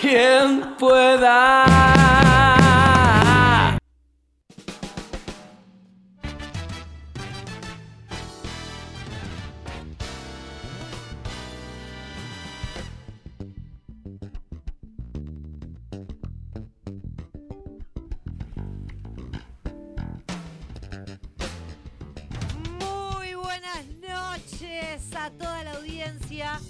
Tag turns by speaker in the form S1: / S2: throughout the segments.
S1: quien pueda.
S2: Muy buenas noches a toda la audiencia.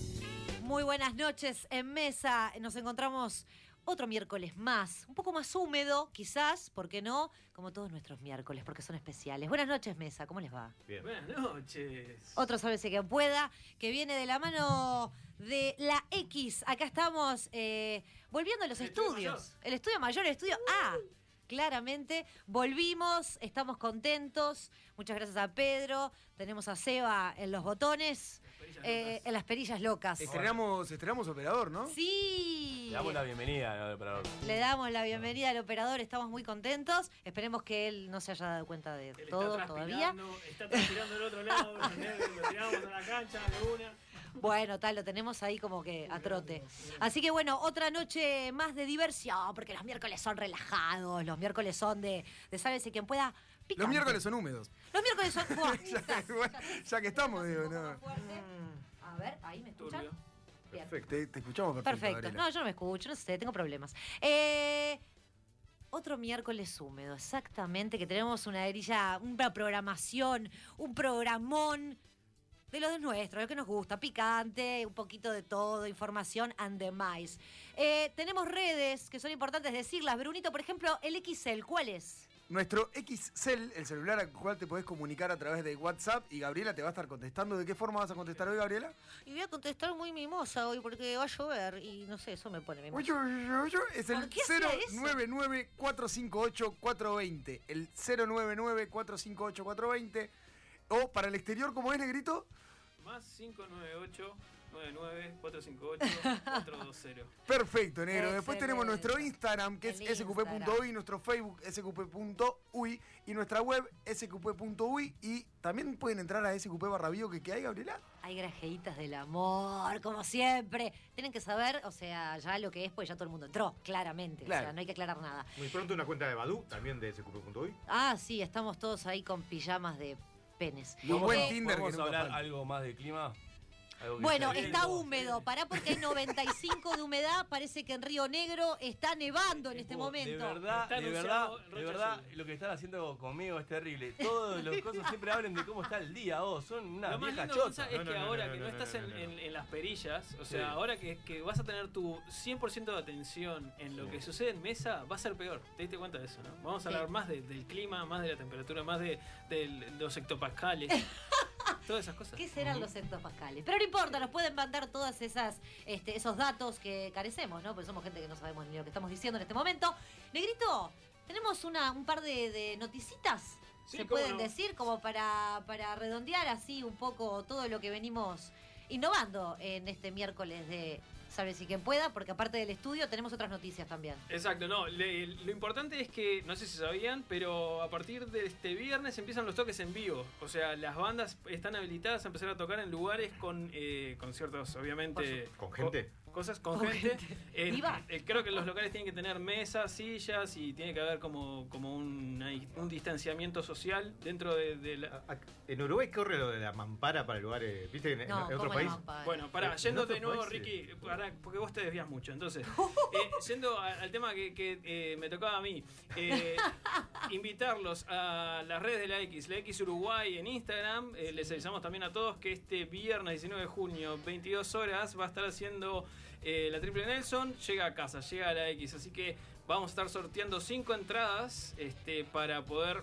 S2: Muy buenas noches en mesa. Nos encontramos otro miércoles más, un poco más húmedo, quizás, ¿por qué no? Como todos nuestros miércoles, porque son especiales. Buenas noches, mesa. ¿Cómo les va?
S1: Buenas noches.
S2: Otro sálvese que pueda, que viene de la mano de la X. Acá estamos eh, volviendo a los
S1: El estudio
S2: estudios. El estudio mayor, el estudio A. Claramente, volvimos, estamos contentos. Muchas gracias a Pedro. Tenemos a Seba en los botones, eh, en las perillas locas.
S3: Estrenamos, estrenamos operador, ¿no?
S2: Sí.
S4: Le damos la bienvenida al operador.
S2: Le damos la bienvenida al operador, estamos muy contentos. Esperemos que él no se haya dado cuenta de
S5: Él
S2: todo
S5: está
S2: todavía.
S5: transpirando, Está transpirando del otro lado, ¿entendés? lo tiramos a la cancha de una.
S2: Bueno, tal, lo tenemos ahí como que a trote. Así que bueno, otra noche más de diversión, porque los miércoles son relajados, los miércoles son de, de sálvese quien pueda. picante.
S3: Los miércoles son húmedos.
S2: Los miércoles son. Buah,
S3: Ya,
S2: quizás,
S3: igual,
S2: quizás.
S3: ya que estamos,
S2: Entonces,
S3: digo,
S2: un poco
S3: no.
S2: más fuerte. A ver, ahí me escuchan.
S5: Turbio.
S2: Bien.
S3: Perfecto, te, te escuchamos perfecto.
S2: Perfecto.
S3: Gabriela.
S2: No, yo no me escucho, no sé, tengo problemas. Eh, otro miércoles húmedo, exactamente, que tenemos una grilla, una programación, un programón de los de nuestro, lo que nos gusta, picante, un poquito de todo, información and the mice. Eh, tenemos redes que son importantes decirlas. Brunito, por ejemplo, el XL, ¿cuál es?
S3: Nuestro XCell, el celular al cual te podés comunicar a través de WhatsApp y Gabriela te va a estar contestando. ¿De qué forma vas a contestar hoy, Gabriela?
S2: Y voy a contestar muy mimosa hoy porque va a llover y no sé, eso me pone mimosa.
S3: Ocho, ocho, ocho, Es el
S2: ¿Por qué hacía eso?
S3: 099-458-420. El 099-458-420. O para el exterior, ¿cómo es, negrito?
S5: Más 598 99 458 420.
S3: Perfecto, negro. Después tenemos
S2: Excelente.
S3: nuestro Instagram, que es
S2: El
S3: sqp.uy, nuestro Facebook sqp.uy y nuestra web sqp.uy. Y también pueden entrar a sqp barra bio que, que hay, Gabriela.
S2: Hay grajeitas del amor, como siempre. Tienen que saber, o sea, ya lo que es, pues ya todo el mundo entró, claramente. O sea,
S3: Claro.
S2: no hay que aclarar nada.
S6: Muy pronto una cuenta de Badu, también de SQP.uy.
S2: Ah, sí, estamos todos ahí con pijamas de penes.
S3: Y un buen
S2: Eh,
S3: Tinder que
S4: ¿Podemos
S3: nunca
S4: hablar
S3: falta.
S4: algo más de clima? Algo que
S2: Bueno,
S4: esté
S2: está
S4: lindo.
S2: húmedo, pará porque hay 95 de humedad, parece que en Río Negro está nevando en este
S4: Tipo, De
S2: momento.
S4: verdad,
S5: Está
S4: de verdad,
S5: anunciado
S4: de
S5: Rocha
S4: verdad,
S5: Azul.
S4: lo que están haciendo conmigo es terrible. Todos los cosas siempre hablan de cómo está el día, vos. Son una
S5: Lo más
S4: vieja
S5: lindo,
S4: chota.
S5: Gonza, es
S6: No, no,
S5: que
S6: no,
S5: ahora
S6: no,
S5: que
S6: no,
S5: no
S6: no,
S5: estás
S6: no,
S5: en,
S6: no.
S5: en- en las perillas, o sea,
S4: Sí.
S5: ahora que, que vas a tener tu 100% de atención en lo
S4: Sí.
S5: que sucede en mesa, va a ser peor. ¿Te diste cuenta de eso, no? Vamos a
S2: Sí.
S5: hablar más de- del clima, más de la temperatura, más de, de los hectopascales, todas esas cosas.
S2: ¿Qué serán los hectopascales? Pero no importa, nos pueden mandar todas esas, este, esos datos que carecemos, ¿no? Porque somos gente que no sabemos ni lo que estamos diciendo en este momento. Negrito, tenemos una, un par de, de noticitas.
S5: Sí,
S2: se
S5: cómo
S2: pueden
S5: no.
S2: decir como para, para redondear así un poco todo lo que venimos innovando en este miércoles de Sabes si quien pueda, porque aparte del estudio tenemos otras noticias también.
S5: Exacto, no. le- lo importante es que, no sé si sabían, pero a partir de este viernes empiezan los toques en vivo. O sea, las bandas están habilitadas a empezar a tocar en lugares con eh, conciertos, obviamente.
S6: Con gente.
S5: Este, co- cosas con,
S2: Con
S5: gente. Eh,
S2: Viva.
S5: eh, creo que los locales tienen que tener mesas, sillas y tiene que haber como, como una- un distanciamiento social dentro de, de la.
S6: A- a- En Uruguay corre lo de la mampara para lugares. ¿Viste? En, en-
S2: No,
S6: en otro
S2: ¿cómo
S6: país.
S2: no, Pablo?
S5: Bueno, pará,
S6: Eh,
S5: yendo de
S6: nosotros
S5: nuevo,
S6: podés,
S5: Ricky, pará, porque vos te desvías mucho. Entonces, eh, yendo a- al tema que, que, eh, me tocaba a mí, eh, invitarlos a las redes de la X, la X Uruguay en Instagram. eh, Les avisamos también a todos que este viernes 19 de junio, 22 horas, va a estar haciendo eh, la Triple Nelson. Llega a casa, llega a la X. Así que vamos a estar sorteando cinco entradas este, para poder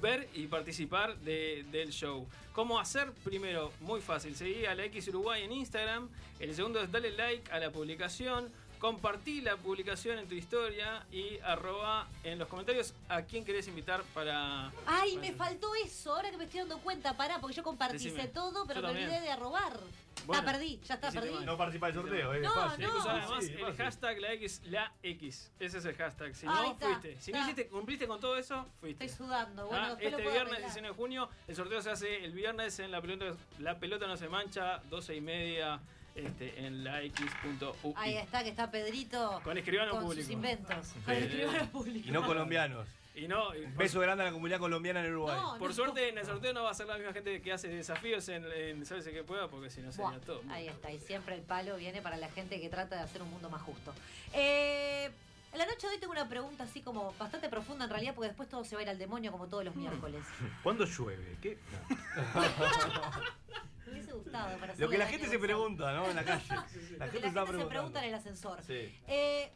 S5: ver y participar de- del show. ¿Cómo hacer? Primero, muy fácil. Seguí a la X Uruguay en Instagram. El segundo es dale like a la publicación. Compartí la publicación en tu historia y arroba en los comentarios a quién querés invitar para...
S2: Ay, me faltó eso, ahora que me estoy dando cuenta, pará, porque yo compartí
S5: Decime.
S2: sé todo, pero
S5: Yo
S2: me
S5: también.
S2: olvidé de robar.
S5: Bueno,
S2: ya perdí, ya está,
S5: hiciste
S2: perdí.
S5: mal.
S6: No participa del sorteo, eh, es
S2: No,
S6: fácil.
S2: no.
S5: Usá
S2: Ah,
S5: además
S6: Sí,
S5: el
S6: fácil.
S5: hashtag la X, la X. Ese es el hashtag. Si
S2: Ahí
S5: no,
S2: está, Ah.
S5: fuiste. Si no
S2: está.
S5: hiciste, cumpliste con todo eso, fuiste.
S2: Estoy sudando, bueno,
S5: Ah,
S2: después
S5: este
S2: lo puedo
S5: viernes,
S2: arreglar.
S5: 19 de junio, el sorteo se hace el viernes en la pelota, la pelota no se mancha, 12 y media este, en la X.ui.
S2: Ahí está, que está Pedrito
S5: Con escribano
S2: con
S5: público.
S2: sus inventos.
S5: Sí.
S2: Con escribano público.
S4: Y no colombianos.
S5: Y no, y por-
S4: Beso grande a la comunidad colombiana en Uruguay.
S2: No,
S5: Por suerte en el sorteo no va a ser la misma gente que hace desafíos en, en Sabes que pueda, porque si no
S2: Buah,
S5: sería todo.
S2: ahí está, y siempre el palo viene para la gente que trata de hacer un mundo más justo. Eh, en la noche de hoy tengo una pregunta así como bastante profunda en realidad, porque después todo se va a ir al demonio como todos los miércoles.
S6: ¿Cuándo llueve? ¿Qué? No.
S2: Me hubiese gustado para
S4: Lo
S2: hacerle
S4: que la
S2: daño
S4: gente
S2: a
S4: se
S2: Gonzalo.
S4: pregunta, ¿no? En la calle. La
S2: Lo que
S4: gente está
S2: la gente se pregunta en
S4: preguntando.
S2: el ascensor.
S6: Sí.
S2: Eh,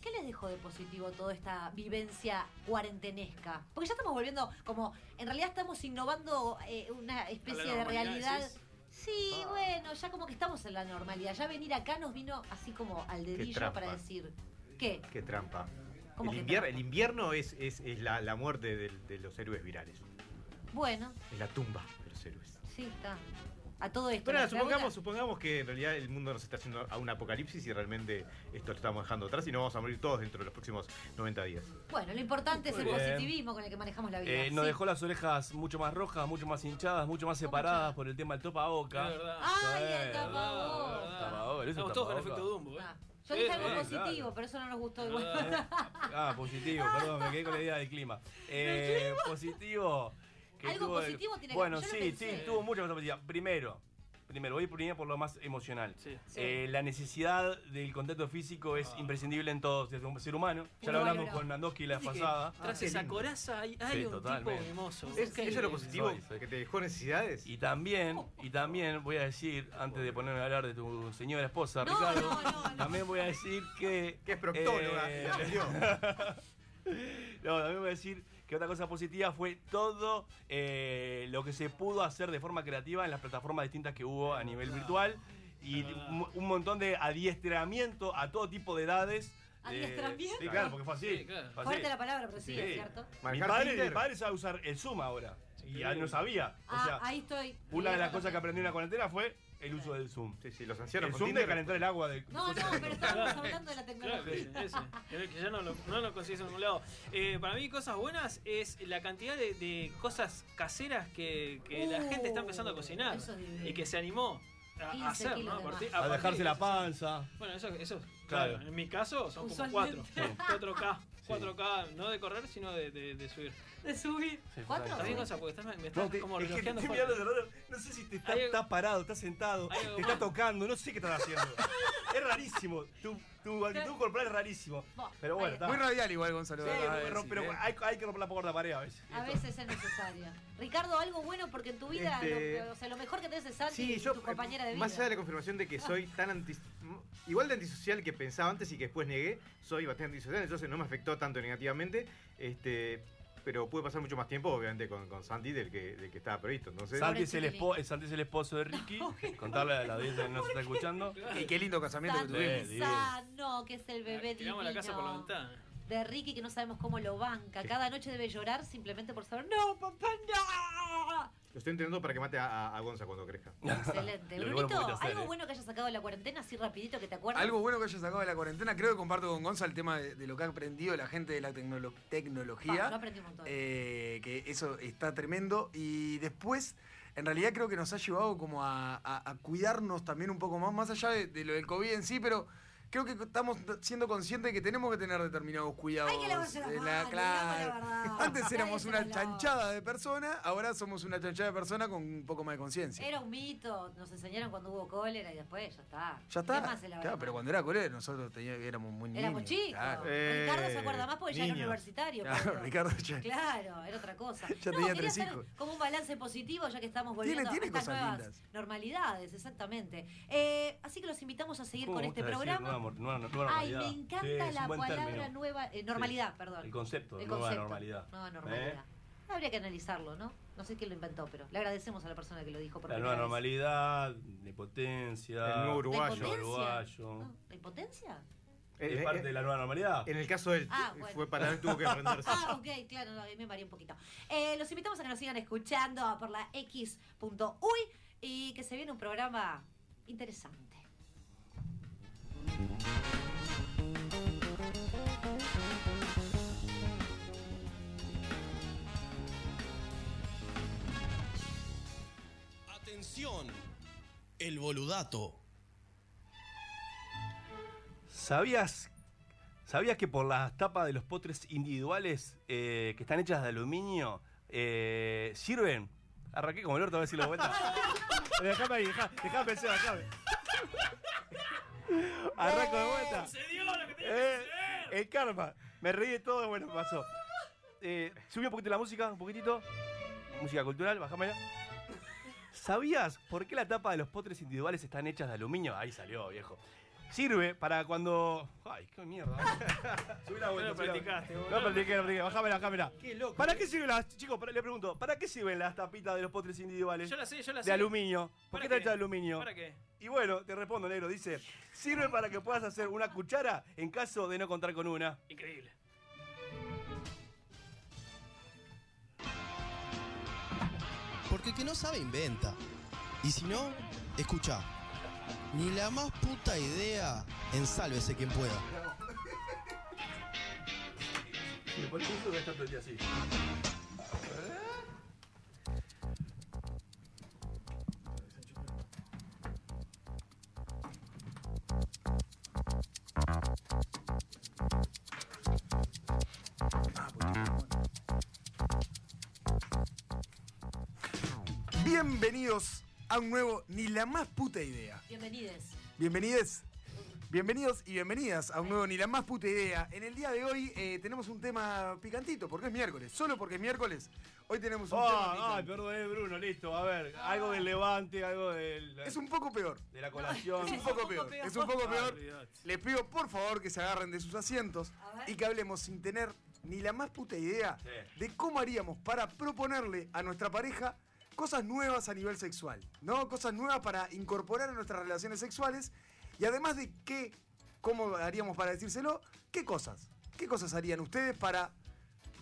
S2: ¿Qué les dejó de positivo toda esta vivencia cuarentenesca? Porque ya estamos volviendo, como en realidad estamos innovando eh, una especie de
S5: normalidad,
S2: realidad.
S5: decís.
S2: Sí, bueno, ya como que estamos en la normalidad. Ya venir acá nos vino así como al dedillo
S6: trampa.
S2: para decir, ¿qué?
S6: Qué trampa.
S2: ¿Cómo
S6: El,
S2: que
S6: invier-
S2: trampa?
S6: el invierno es, es- es la, la muerte del- de, los héroes virales.
S2: Bueno,
S6: Es la tumba de los héroes.
S2: sí, está. A todo esto.
S6: Pero
S2: la
S6: nada, supongamos,
S2: pregunta-
S6: supongamos que en realidad el mundo nos está haciendo a un apocalipsis y realmente esto lo estamos dejando atrás y nos vamos a morir todos dentro de los próximos 90 días.
S2: Bueno, lo importante es el
S4: Bien.
S2: positivismo con el que manejamos la vida.
S4: Eh, nos
S2: sí.
S4: dejó las orejas mucho más rojas, mucho más hinchadas, mucho más
S2: ¿Cómo
S4: separadas
S2: ya?
S4: por el tema del
S5: Es
S4: topaboca.
S5: verdad.
S2: ¡Ay,
S4: Sí,
S2: el
S4: es
S2: tapabocas!
S4: verdad,
S5: Ah, Estamos
S4: tapabocas, eso es
S5: todos con
S4: tapabocas.
S5: efecto Dumbo, ¿eh?
S2: Ah, Yo dije
S5: Sí,
S2: algo
S5: sí,
S2: positivo,
S4: claro.
S2: pero eso no nos gustó
S5: Es
S2: igual.
S5: verdad, ¿eh?
S4: Ah, positivo, perdón, me quedé con la idea del clima. Eh, Positivo. que
S2: Algo
S4: tuvo el-
S2: positivo tiene que-
S4: Bueno,
S2: yo lo
S4: sí,
S2: pensé.
S4: sí, tuvo muchas cosas positivas. Primero, primero, voy primero por lo más emocional.
S5: Sí. Ah.
S2: Sí.
S4: Eh, la necesidad del contacto físico es imprescindible en todos, desde un ser humano. Ya lo
S2: Muy
S4: hablamos
S2: valorado.
S4: con Nandoski la vez
S5: Viste que
S4: pasada.
S5: Tras
S6: Ah,
S5: esa
S6: qué lindo.
S5: coraza hay, hay
S4: Sí,
S5: un
S4: totalmente.
S5: tipo mimoso.
S6: Es- eso es lo positivo,
S4: Soy, soy.
S6: que te dejó necesidades.
S4: Y también, y también voy a decir, antes de ponerme a hablar de tu señora esposa,
S2: No,
S4: Ricardo,
S2: no, no, no.
S4: también voy a decir que.
S6: que es proctóloga.
S4: Eh,
S6: y la perdió.
S4: No, también voy a decir que otra cosa positiva fue todo eh, lo que se pudo hacer de forma creativa en las plataformas distintas que hubo a nivel virtual y un, un montón de adiestramiento a todo tipo de edades. eh,
S2: ¿Adiestramiento?
S4: sí, claro, porque fue así.
S5: Sí, claro.
S4: fue así.
S2: Fuerte la palabra, pero sí,
S4: Sí.
S2: es cierto.
S4: Mi
S6: Manejar
S4: padre,
S6: Tinder.
S4: mi padre sabe usar el Zoom ahora y
S5: Sí.
S4: no sabía. O
S2: Ah,
S4: sea,
S2: ahí estoy.
S4: una de las cosas que aprendí en la cuarentena fue el uso del Zoom.
S6: Sí, sí, los ancianos
S4: El
S6: con
S4: Zoom de
S6: Tinder.
S4: calentar el agua del.
S2: No, no, pero estábamos hablando de la
S5: Claro que
S2: tecnología.
S5: sí, ese. Que que ya no lo, no lo consigues en ningún lado. Eh, para mí, cosas buenas es la cantidad de, de cosas caseras que, que la
S2: Uh,
S5: gente está empezando a cocinar
S2: eso es divino.
S5: y que se animó a, a
S2: 15
S5: hacer, ¿no?
S2: kilos
S5: A
S2: de
S5: partir-
S4: A
S5: partir
S4: dejarse
S5: de
S4: la
S5: eso.
S4: panza.
S5: Bueno, eso, eso
S4: Claro.
S5: claro. En mi caso son como
S2: Usualmente.
S5: cuatro. 4K. 4K, no de correr, sino de, de- de subir.
S2: De subir.
S4: Sí,
S2: ¿Cuatro?
S5: ¿Estás bien,
S4: totalmente.
S5: cosa? Porque estás, me
S4: No,
S5: estás
S4: te-
S5: como
S4: es que te
S5: relojeando
S4: estoy
S5: fuerte.
S4: mirando de raro, no sé si te está,
S5: Hay algo-
S4: estás parado, estás sentado,
S5: Hay algo
S4: te está
S5: más.
S4: tocando, no sé qué estás haciendo. es rarísimo, tu, tu actitud corporal es rarísimo.
S2: Bueno,
S4: Pero bueno,
S2: ahí
S4: está.
S3: Muy radial igual, Gonzalo.
S4: Sí,
S3: la verdad,
S4: pero-
S3: sí,
S4: pero
S3: ¿eh?
S4: hay, hay que romper la cuarta pared a veces.
S2: A veces es necesaria. Ricardo, algo bueno porque en tu vida,
S6: Este-
S2: lo, o sea, lo mejor que tenés es Santi,
S6: Sí, yo, eh,
S2: tu compañera de vida.
S6: más allá de la confirmación de que soy tan anti, igual de antisocial que pensaba antes y que después negué, soy bastante antisocial, entonces no me afectó tanto negativamente, este, pero pude pasar mucho más tiempo, obviamente, con, con Santi del que, del que estaba previsto, entonces...
S4: Santi es, el
S2: Chiquilín.
S4: espo- eh, Santi es el esposo de Ricky, contarle a la audiencia que no se está escuchando.
S3: Y qué lindo casamiento que
S2: Santi
S3: tuvimos.
S4: Eh,
S2: de
S4: divino.
S2: Sano, ah, que es el bebé divino.
S5: Tiramos la casa por la ventana.
S2: De Ricky, que no sabemos cómo lo banca. Cada noche debe llorar simplemente por saber, ¡No, papá, no!
S6: Lo estoy entrenando para que mate a, a- a Gonza cuando crezca.
S2: Excelente.
S4: Lo que vos no
S2: Brunito,
S4: pudiste hacer,
S2: algo
S4: eh.
S2: bueno que hayas sacado de la cuarentena, así rapidito que te acuerdas.
S3: Algo bueno que haya sacado de la cuarentena, creo que comparto con Gonza el tema de, de lo que ha aprendido la gente de la tecnolo- tecnología.
S2: Pa, yo aprendí un montón.
S3: eh, que eso está tremendo. Y después, en realidad creo que nos ha llevado como a, a- a cuidarnos también un poco más, más allá de, de lo del COVID en sí, pero creo que estamos siendo conscientes de que tenemos que tener determinados cuidados.
S2: Hay que lavarse las
S3: Eh, la-
S2: manos, digamos
S3: claro.
S2: la verdad.
S3: Antes éramos
S2: Nadie se
S3: una
S2: las lava.
S3: chanchada de persona, ahora somos una chanchada de persona con un poco más de conciencia.
S2: Era un mito, nos enseñaron cuando hubo cólera y después ya está.
S3: Ya
S2: ¿Qué
S3: está.
S2: más se la
S3: Claro,
S2: verdad?
S3: pero cuando era colega nosotros teníamos- éramos muy niños.
S2: Éramos chicos.
S3: claro.
S6: Eh,
S2: Ricardo se acuerda más porque ya era
S6: niños.
S2: universitario.
S3: Claro,
S2: Pablo.
S3: Ricardo ya-
S2: Claro, era otra cosa.
S3: Ya
S2: No,
S3: tenía
S2: quería
S3: tres
S2: hacer
S3: hijos.
S2: Como un balance positivo, ya que estamos
S3: Tiene-
S2: volviendo
S3: tiene
S2: a estas
S3: cosas
S2: nuevas
S3: lindas.
S2: normalidades, exactamente. Eh, así que los invitamos a seguir
S4: ¿Cómo
S3: Uh,
S2: con
S4: me
S2: este
S4: gusta decir
S2: programa.
S4: nueva mor- nueva- nueva
S2: Ay, me
S4: normalidad?
S2: encanta
S4: Sí, es un
S2: la
S4: buen
S2: palabra
S4: término.
S2: nueva. eh, normalidad, perdón.
S4: El concepto,
S2: El
S4: nueva
S2: concepto.
S4: normalidad. ¿Eh?
S2: Nueva normalidad. Habría que analizarlo, ¿no? No sé quién lo inventó, pero le agradecemos a la persona que lo dijo. Por
S4: La
S2: primera
S4: nueva
S2: vez.
S4: normalidad, la potencia.
S6: El nuevo
S2: ¿La
S6: uruguayo.
S2: impotencia?
S4: uruguayo.
S2: Ah, ¿La impotencia?
S6: Eh,
S4: ¿Es
S6: eh,
S4: parte de la nueva normalidad?
S6: En el caso de él,
S2: Ah,
S6: tu-
S2: bueno.
S6: fue para él tuvo que aprenderse.
S2: Ah, ok, claro, no, ahí me mareé un poquito. Eh, los invitamos a que nos sigan escuchando por la x.uy y que se viene un programa interesante.
S7: Atención, el boludato
S4: ¿Sabías, ¿Sabías que por las tapas de los potres individuales eh, que están hechas de aluminio eh, sirven? Arranqué como el orto a ver si lo vuelta. Dejame ahí, dejá- dejame pensar, dejame. Arranco de vuelta.
S5: ¡Se dio lo que tenía
S4: Eh,
S5: que hacer!
S4: el karma. Me reí de todo, bueno, pasó. Eh, subí un poquito la música, un poquitito. Música cultural, bajámela. ¿Sabías por qué la tapa de los potres individuales están hechas de aluminio? Ahí salió, viejo. Sirve para cuando. Ay, qué mierda. subí la
S5: No lo
S4: vuelta. subí la vuelta.
S5: practicaste, boludo.
S4: Ah, No practiqué, no practiqué. Bajámela, bajámela.
S6: Qué loco.
S5: eh.
S4: ¿Para qué sirven las. Chicos, para- le pregunto, ¿para qué sirven las tapitas de los potres individuales?
S5: Yo la sé, yo la sé.
S4: de aluminio.
S5: ¿Para
S4: ¿Por qué están
S5: qué?
S4: hechas de aluminio?
S5: ¿Para qué?
S4: Y bueno, te respondo, negro. Dice, sirve para que puedas hacer una cuchara en caso de no contar con una.
S5: Increíble.
S7: Porque el que no sabe inventa. Y si no, escucha. Ni la más puta idea, ensálvese quien pueda.
S4: Me pones eso voy a estar todo el día así.
S3: Bienvenidos a un nuevo Ni la más puta idea.
S2: Bienvenides.
S3: Bienvenides. Bienvenidos y bienvenidas a un nuevo Ni la más puta idea. En el día de hoy eh, tenemos un tema picantito, porque es miércoles. Solo porque es miércoles, hoy tenemos un tema
S4: Ah, ay,
S3: picante.
S4: perdón, eh, Bruno, listo. A ver, algo del levante, algo del,
S3: Es un poco peor.
S4: de la colación.
S3: Es un poco peor. Es un poco peor. Les pido por favor que se agarren de sus asientos
S2: A ver.
S3: y que hablemos sin tener ni la más puta idea
S4: Sí.
S3: de cómo haríamos para proponerle a nuestra pareja cosas nuevas a nivel sexual, ¿no? Cosas nuevas para incorporar a nuestras relaciones sexuales y además de qué, cómo haríamos para decírselo, qué cosas, qué cosas harían ustedes para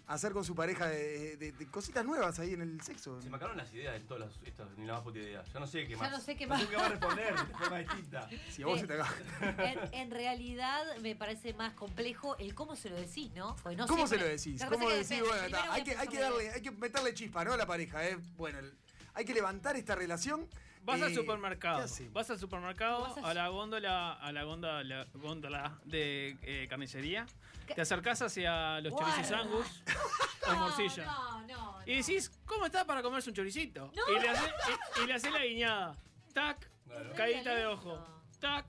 S3: hacer con su pareja de, de- de cositas nuevas ahí en el sexo.
S4: Se me acabaron las ideas de todas las, estas, ni la más puta idea. Ya no sé qué
S2: Ya
S4: más.
S2: no sé qué
S4: No
S2: más.
S4: sé qué más responder de forma distinta.
S3: Si a vos
S2: Eh.
S3: se te acaba-
S2: En, en realidad me parece más complejo el cómo se lo decís, ¿no? Porque Pues no
S3: ¿Cómo se
S2: siempre-
S3: lo decís?
S2: Lo que pasa
S3: ¿Cómo
S2: es que
S3: decís?
S2: depende.
S3: Bueno, está,
S2: Primero
S3: hay,
S2: voy
S3: que,
S2: a
S3: hay que
S2: pensar
S3: darle, hay que meterle chispa, ¿no? A la pareja, ¿eh? Bueno, el- hay que levantar esta relación.
S5: Vas
S3: Eh,
S5: al supermercado.
S3: ¿qué hacemos?
S5: Vas al supermercado,
S2: Vas a-
S5: a la góndola, a la góndola, la góndola de eh, carnicería.
S2: ¿Qué?
S5: Te acercás hacia los chorizos
S2: Guarda.
S5: angus o
S2: No,
S5: morcilla.
S2: No, no, no.
S5: Y decís, ¿cómo está para comerse un choricito? Y le haces la guiñada. Tac,
S4: Claro.
S5: caída de
S2: violento.
S5: ojo. Tac.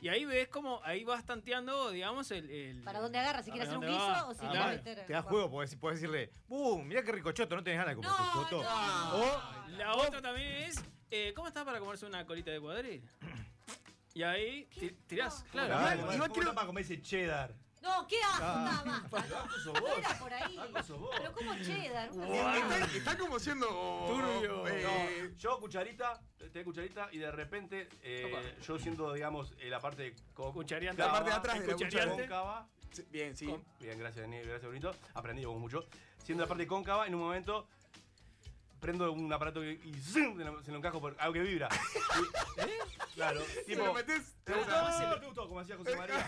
S5: Y ahí ves cómo, ahí vas tanteando, digamos, el. el-
S2: ¿Para dónde agarra? ¿Si
S5: ¿A
S2: quiere hacer un
S5: dónde
S2: guiso
S5: va?
S2: o si
S5: Ah,
S2: quiere
S5: vale.
S2: meter.?
S6: Te da juego, podés, podés decirle, ¡Bum! Mirá qué ricochoto, no tenés ganas de comer tu
S2: No,
S6: choto.
S2: no.
S6: O,
S5: Oh, La otra también es, eh, ¿cómo está para comerse una colita de cuadril? Y ahí ti- tirás,
S2: No.
S5: claro.
S3: Igual-
S4: Igual,
S3: igual
S4: igual
S3: quiero-
S4: quiero. Para comer ese cheddar.
S2: No, qué asco,
S3: Ah,
S2: está, basta.
S4: Banco sos
S2: No
S4: vos.
S2: era por ahí.
S4: Banco sos vos.
S2: Pero como cheddar. una
S3: Está,
S2: cosa-
S3: está como siendo. oh,
S4: Turbio.
S3: eh,
S4: No, yo cucharita, tengo cucharita y de repente eh, yo siento, digamos, eh, la parte co-
S5: Cuchareante.
S4: cóncava,
S3: La parte de atrás de la
S5: Cuchareante.
S4: cóncava.
S3: sí, Bien, sí.
S5: Con-
S4: Bien, gracias, Daniel, gracias, Brunito. Aprendí vos mucho. Siendo la parte cóncava, en un momento prendo un aparato y, y ¡zum! se lo, se lo encajo por algo que vibra. Y- ¿eh? Claro.
S3: Si
S4: Tipo,
S3: lo metés.
S4: ¿Te gustó? ¿Te gustó? Como hacía José María.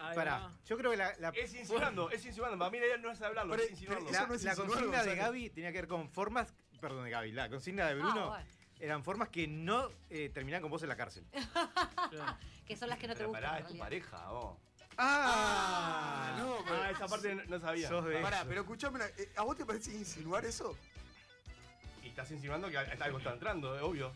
S5: Ahí
S6: pará,
S5: va.
S6: yo creo que la, la,
S4: Es insinuando, es insinuando. Para mí la idea no es hablarlo,
S3: Pero-
S4: es insinuarlo.
S3: Eso
S6: la-
S3: no es
S6: la
S3: insinuar,
S6: consigna de
S3: Gonzalo.
S6: Gaby tenía que ver con formas, perdón, de Gaby, la consigna de
S2: Ah,
S6: Bruno
S2: bueno,
S6: eran formas que no eh, terminaban con vos en la cárcel.
S5: Claro.
S2: que son las que no te
S4: Pero
S2: gustan.
S4: pará,
S2: en
S4: es tu
S2: realidad.
S4: pareja, vos.
S3: Ah, no, pero.
S4: Ah, esa parte no- no sabía.
S6: Sos de-
S3: Pará, pero escuchame, una- eh, ¿a vos te parece insinuar eso?
S4: Y estás insinuando que algo está entrando, es obvio.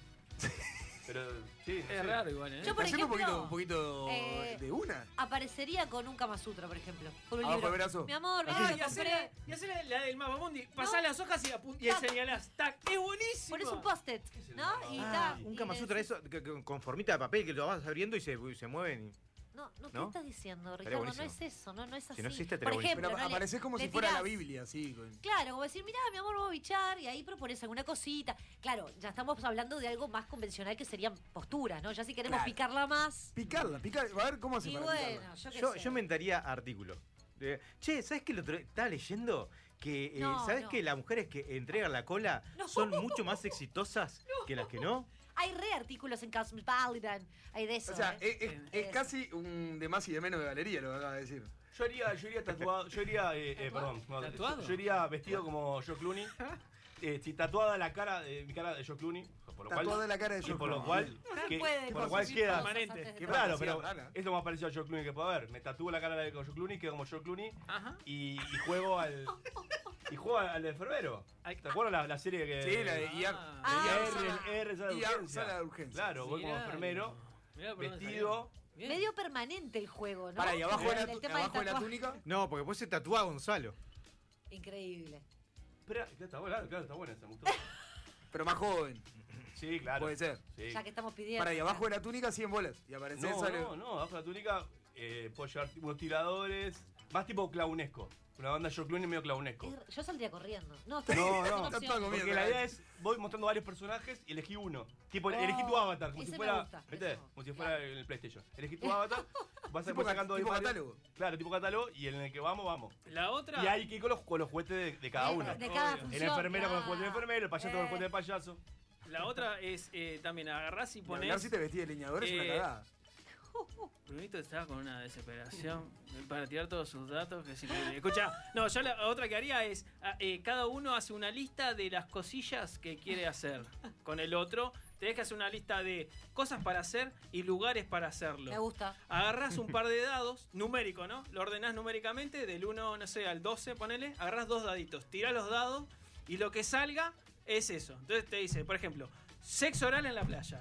S4: Pero, sí. no sé.
S5: Es raro igual, ¿eh?
S2: Yo, por
S3: Haceme un poquito, un
S2: ejemplo,
S3: poquito
S2: eh,
S3: de una.
S2: aparecería con un Kama Sutra, por ejemplo. Con un
S3: Abajo
S2: libro.
S3: el Ah, brazo.
S2: Mi amor,
S5: Ah,
S2: mira,
S5: y
S2: lo compré.
S5: hacer la, la del mapa mundi. Pasás las hojas y, apu- y
S2: Tac.
S5: señalás. Tac. Es buenísimo.
S2: Pones un post-it, ¿no? Y
S6: Ah,
S2: ta-
S6: un
S2: y
S6: Kama
S2: le
S6: Sutra,
S2: decís-
S6: eso, que- que- con formita de papel que lo vas abriendo y se, y se mueven. y-
S2: No, no, ¿qué
S6: ¿No?
S2: estás diciendo,
S6: Estaría
S2: Ricardo? No es
S6: buenísimo.
S2: eso, no, no es así.
S6: Si no existe, estaría
S2: por
S6: buenísimo.
S2: ejemplo,
S3: Pero
S2: no le-
S3: apareces como
S2: le
S3: si fuera la
S2: tirás-
S3: Biblia, así. con-
S2: Claro, como decir, mirá, mi amor, vamos a bichar y ahí propones alguna cosita. Claro, ya estamos hablando de algo más convencional que serían posturas, ¿no? Ya si queremos
S3: Claro.
S2: picarla más.
S3: Picarla, picarla. A ver cómo se
S2: Y
S3: para
S2: bueno,
S3: picarla.
S2: yo qué
S6: Yo,
S2: sé.
S6: yo inventaría artículos. De- che, ¿sabes que el otro estaba leyendo? Que, eh,
S2: No,
S6: ¿Sabes
S2: no.
S6: que las mujeres que entregan la cola
S2: No.
S6: son mucho más exitosas que las que no?
S2: Hay re artículos en Cosmopolitan, hay de eso.
S3: O sea,
S2: ¿eh?
S3: es, es- es casi un de más y de menos de galería lo que acaba de decir.
S4: Yo iría, yo iría tatuado, yo iría, eh, eh,
S2: ¿Tatuado?
S4: perdón, no,
S5: ¿Tatuado?
S4: yo iría vestido como Joe Clooney, eh, sí, tatuada la cara de mi cara de Joe Clooney. Por lo cual,
S3: Tatuada la cara de
S4: y
S3: Joe
S4: por lo
S3: Clooney.
S4: cual,
S2: No
S4: que-
S2: puede
S4: por lo
S3: pasó?
S4: cual
S3: Sí,
S4: queda.
S5: pasa.
S2: permanente.
S5: permanente.
S3: Qué
S4: Claro,
S3: parecía
S4: pero
S3: rara.
S4: es lo más parecido a Joe Clooney que puede haber. Me tatúo la cara de Joe Clooney, quedo como Joe Clooney
S5: Ajá.
S4: y, y juego al. Y juego al enfermero.
S5: Ay,
S4: ¿Te acuerdas la, la serie que.
S3: Sí, la de
S5: Ah.
S3: IAR.
S2: Ah,
S4: R,
S2: sala-
S4: R, sala de
S3: IAR,
S4: urgencia.
S3: sala de urgencia.
S4: Claro, voy como
S5: Mirá,
S4: enfermero,
S5: mirá por dónde
S4: vestido.
S5: salió. Bien.
S2: Medio permanente el juego, ¿no?
S3: Pará, y abajo,
S2: El
S3: de la, tu-
S2: tema del
S3: abajo de la
S2: tatuaje.
S3: túnica.
S6: No, porque vos se tatúa a Gonzalo.
S2: Increíble.
S4: Espera, claro, está buena, claro, está buena esa, me gustó.
S3: Pero más joven,
S4: Sí, claro.
S3: puede ser.
S4: Sí.
S2: Ya que estamos pidiendo.
S3: Para y abajo de la túnica 100 bolas. Y aparece
S4: No,
S3: sale.
S4: no, no, abajo de la túnica eh, puedo llevar unos tiradores. Más tipo clownesco. Una banda Joe Clooney medio clownesco.
S2: Es- Yo saldría corriendo. No, está
S4: No,
S2: bien, es
S4: no.
S2: una
S3: Está
S2: opción.
S3: todo
S4: Porque
S3: Mierda,
S4: la
S3: eh.
S4: idea es, voy mostrando varios personajes y elegí uno. Tipo,
S2: Oh,
S4: elegí tu avatar, como si
S2: ese me
S4: fuera.
S2: gusta,
S4: ¿viste?
S2: eso,
S4: Como si
S2: claro.
S4: fuera en el PlayStation. Elegí tu avatar, vas a
S3: Tipo
S4: ir
S3: ca-
S4: sacando ahí
S3: tipo
S4: varios-
S3: catálogo.
S4: Claro, tipo catálogo, y en el que vamos, vamos.
S5: La otra.
S4: Y hay que ir con los, con los juguetes de, de cada
S2: De-
S4: uno.
S2: De cada
S5: Obvio.
S2: función.
S4: El enfermero con el juguete de
S2: claro.
S4: enfermero, el payaso con el
S2: Eh,
S4: juguete de payaso.
S5: La otra es eh, también agarrás y
S3: Y hablar
S5: ponés.
S3: si te vestís de leñador es una
S5: Eh,
S3: cagada.
S5: Brunito estaba con una desesperación para tirar todos sus datos. Que es increíble. Escucha, no, yo la otra que haría es: ah, eh, cada uno hace una lista de las cosillas que quiere hacer con el otro. Tenés que hacer una lista de cosas para hacer y lugares para hacerlo.
S2: Me gusta.
S5: Agarrás un par de dados, numérico, ¿no? Lo ordenás numéricamente, del 1, no sé, al 12, ponele. Agarrás dos daditos, tirás los dados y lo que salga es eso. Entonces te dice, por ejemplo, sexo oral en la playa.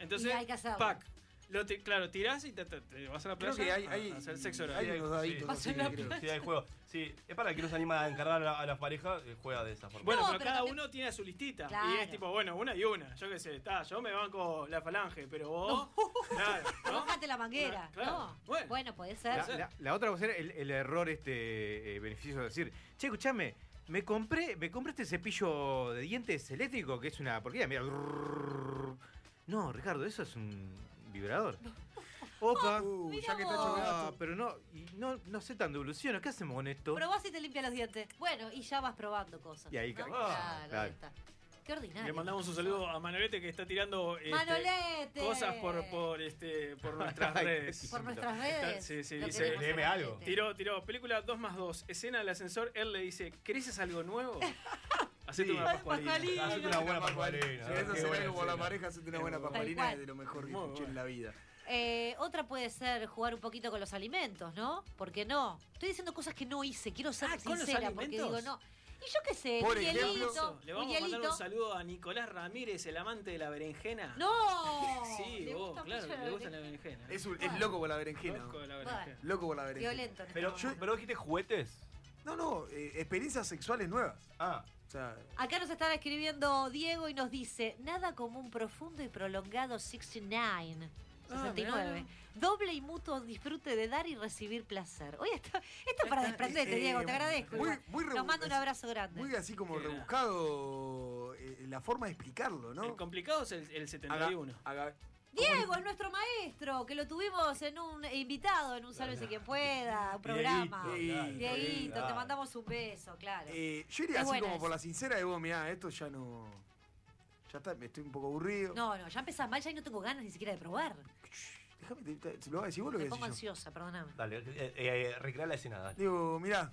S5: Entonces,
S2: Y hay que hacerlo.
S5: pack. Lo ti- claro, tirás y te, te- te vas a la
S3: Creo
S5: playa
S3: que hay,
S5: a-
S3: hay,
S5: a Ah, hacer sexo oral.
S3: hay
S4: Sí,
S3: unos
S4: sí.
S3: daditos.
S2: Pasa
S3: así que
S2: una
S3: creo.
S4: Sí, hay juego. Sí, es para el que nos anima a encargar a, a las parejas, eh, juega de esa forma.
S5: Bueno,
S2: No,
S5: pero,
S2: pero
S5: cada
S2: también-
S5: uno tiene su listita. Y
S2: Claro.
S5: es tipo, bueno, una y una. Yo qué sé, está, yo me banco la falange, pero vos. Claro, ¿no?
S2: Bájate la manguera.
S5: Claro.
S2: No.
S5: Bueno.
S2: Bueno. puede ser.
S6: La, la- la otra cosa era el, el error este eh, beneficioso de decir, che, escuchame, me compré, me compré este cepillo de dientes eléctrico que es una porquería, mira. grrrr". No, Ricardo, eso es un vibrador. Opa.
S3: Uh,
S2: Mira
S3: ya que está
S2: vos.
S3: chocado.
S6: Ah, pero no, y no, no sé tan de evolución, ¿qué hacemos con esto?
S2: Probás y te limpia los dientes. Bueno, y ya vas probando cosas.
S6: Y ahí
S2: ¿no?
S6: ca-
S2: Claro,
S6: claro.
S2: ahí está. Qué ordinario.
S5: Le mandamos un saludo a Manolete que está tirando este,
S2: Manolete.
S5: cosas por, por, este, por nuestras
S6: Ay,
S5: redes.
S2: Por nuestras redes.
S5: Sí, sí,
S2: Lo
S5: dice,
S2: queremos a
S4: léeme
S2: la
S4: algo.
S2: gente.
S5: Tiró, tiró. Película 2 más 2. Escena del ascensor. Él le dice, ¿creces algo nuevo? Hacete
S4: Sí.
S5: una
S4: Ay,
S5: pascualina.
S2: pascualina.
S4: Hacete una buena pascualina.
S3: Si vas a
S4: Qué
S3: hacer
S4: buena
S3: algo por la
S4: escena.
S3: pareja, hacete una buena
S2: Tal
S3: papalina
S2: cual.
S3: es de lo mejor que
S5: Muy
S3: escuché en
S5: buena.
S3: la vida.
S2: Eh, otra puede ser jugar un poquito con los alimentos, ¿no? ¿Por qué no? Estoy diciendo cosas que no hice, quiero ser
S5: Ah, ¿con los
S2: sincera porque
S5: alimentos?
S2: digo no. Y yo qué sé,
S3: Por
S2: un
S3: ejemplo,
S2: hielito,
S5: Le
S2: un
S5: vamos a mandar
S2: hielito.
S5: un saludo a Nicolás Ramírez, el amante de la berenjena.
S2: No.
S5: Sí,
S2: Le
S5: vos,
S2: gusta
S5: claro,
S2: mucho la
S5: le gusta la
S2: berenjena. Ah.
S5: berenjena.
S3: Es, un- es loco por la berenjena.
S5: Loco la
S2: Bueno.
S5: berenjena.
S3: Loco por la berenjena.
S2: Violento. no
S4: Pero,
S2: estamos hablando.
S4: pero dijiste juguetes.
S3: No, no, eh, experiencias sexuales nuevas.
S4: Ah,
S3: O sea,
S2: Acá nos estaba escribiendo Diego y nos dice, nada como un profundo y prolongado 69.
S5: Ah,
S2: 69.
S5: mirá.
S2: Doble y mutuo disfrute de dar y recibir placer. Oye, esto, esto es para desprenderte,
S3: eh,
S2: Diego, te agradezco.
S3: muy,
S2: igual.
S3: muy
S2: Nos manda un
S3: rebu-
S2: abrazo grande.
S3: Muy así como
S5: Qué
S3: rebuscado eh, la forma de explicarlo,
S5: El
S3: ¿no?
S5: complicado es el, el 71.
S3: Haga- haga-
S2: Diego es nuestro maestro, que lo tuvimos en un eh, invitado en un Sálvese quien pueda, un programa.
S3: Dieguito,
S4: claro,
S2: Dieguito,
S4: claro.
S2: te mandamos un beso, claro.
S3: eh, yo iría
S2: Es
S3: así
S2: buena
S3: como por
S2: esa.
S3: la sincera de vos, mirá, esto ya no. Ya está, me estoy un poco aburrido.
S2: No, no, ya empezás mal, ya no tengo ganas ni siquiera de probar.
S3: Déjame, te, te- lo vas a decir vos lo
S2: Me
S3: que
S2: pongo
S3: decís yo.
S2: ansiosa, perdóname.
S4: Dale, eh, eh, recrea la escena, dale.
S3: Digo, mirá,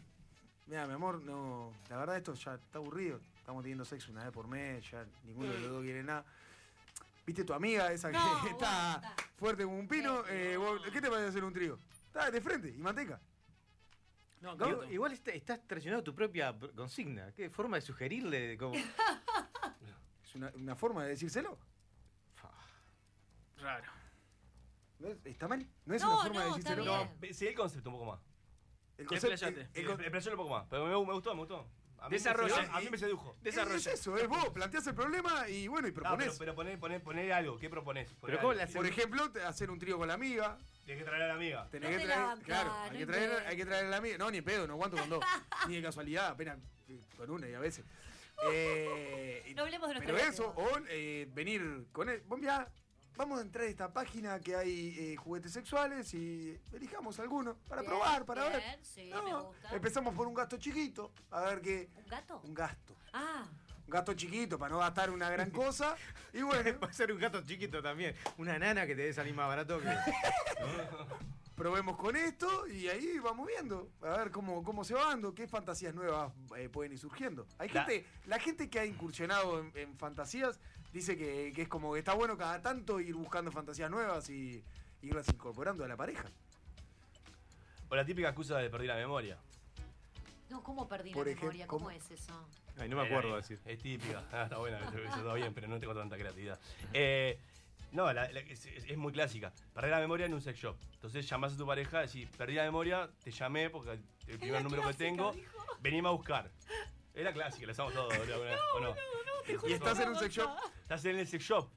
S3: mirá, mi amor, no. La verdad, esto ya está aburrido. Estamos teniendo sexo una vez por mes, ya ninguno de los dos quiere nada. ¿Viste tu amiga esa que
S2: No,
S3: está,
S2: bueno, está.
S3: fuerte como un pino?
S2: Sí,
S3: Eh, vos- ¿Qué te parece hacer un trío? Está de frente y manteca.
S5: No,
S6: Digo,
S5: Gato.
S6: igual está- estás traicionando tu propia consigna. ¿Qué forma de sugerirle? Como...
S3: Es una, una forma de decírselo.
S5: Raro.
S3: ¿No es- ¿Está mal? No es
S2: No,
S3: una
S2: no,
S3: forma de
S2: está
S3: decírselo.
S2: bien.
S4: Ve- Sí, el concepto un poco más.
S3: El concepto.
S5: Explayate.
S3: el-
S4: El,
S3: el con-
S4: un poco más. Pero me, me gustó, me gustó. A mí me
S5: Desarrolla.
S4: sedujo, a mí me sedujo.
S5: Desarrolla.
S3: Es eso, es vos, planteás el problema y bueno, y
S4: Ah, pero,
S3: proponés.
S4: pero poné, poné- poné algo, ¿qué proponés? Poné
S6: Pero ¿cómo
S4: algo.
S6: le
S3: Por ejemplo, te- hacer un trío con la amiga.
S4: Tienes que traer a la amiga.
S3: Tenés
S2: No
S3: que
S2: te la
S3: traer,
S2: bancás,
S3: claro, hay,
S2: no
S3: que traer,
S2: inventes.
S3: hay que traer a la amiga. No, ni en pedo, no aguanto con dos. ni de casualidad, apenas eh, con una y a veces. Eh, y-
S2: No hablemos de nuestra
S3: Pero
S2: vida
S3: eso,
S2: privada.
S3: o eh, venir con él. Vos mirá, vamos a entrar a esta página que hay eh, juguetes sexuales y elijamos alguno para
S2: Bien,
S3: probar, para
S2: bien,
S3: ver.
S2: Sí, me
S3: No,
S2: gusta.
S3: empezamos por un gasto chiquito, a ver qué.
S2: ¿Un gato?
S3: Un gasto.
S2: Ah,
S3: Un gasto chiquito para no gastar una gran cosa. Y bueno,
S6: Va a ser un gato chiquito también. Una nana que te dé salir más barato que.
S3: probemos con esto y ahí vamos viendo. A ver cómo, cómo se va dando, qué fantasías nuevas eh, pueden ir surgiendo. Hay
S4: La-
S3: gente, la gente que ha incursionado en, en fantasías dice que, que es como que está bueno cada tanto ir buscando fantasías nuevas y irlas incorporando a la pareja.
S4: O la típica excusa de perder la memoria.
S2: No, ¿cómo perdí
S3: Por
S2: la
S3: ejem-
S2: memoria? ¿Cómo,
S3: ¿cómo?
S2: es eso?
S6: Ay, no me acuerdo
S4: Es,
S6: decir.
S4: Eh, es típica. Ah, está buena, eso está bien, pero no tengo tanta creatividad. Eh, no, la- la- es, es- es muy clásica. Perder la memoria en un sex shop. Entonces llamás a tu pareja, decís, perdí la memoria, te llamé porque el primer número que tengo, venime a buscar. Es la clásica, la usamos
S3: Oh,
S4: todos. de alguna- ¿o no?
S3: Y estás en un sex shop.
S4: Estás en el sex shop.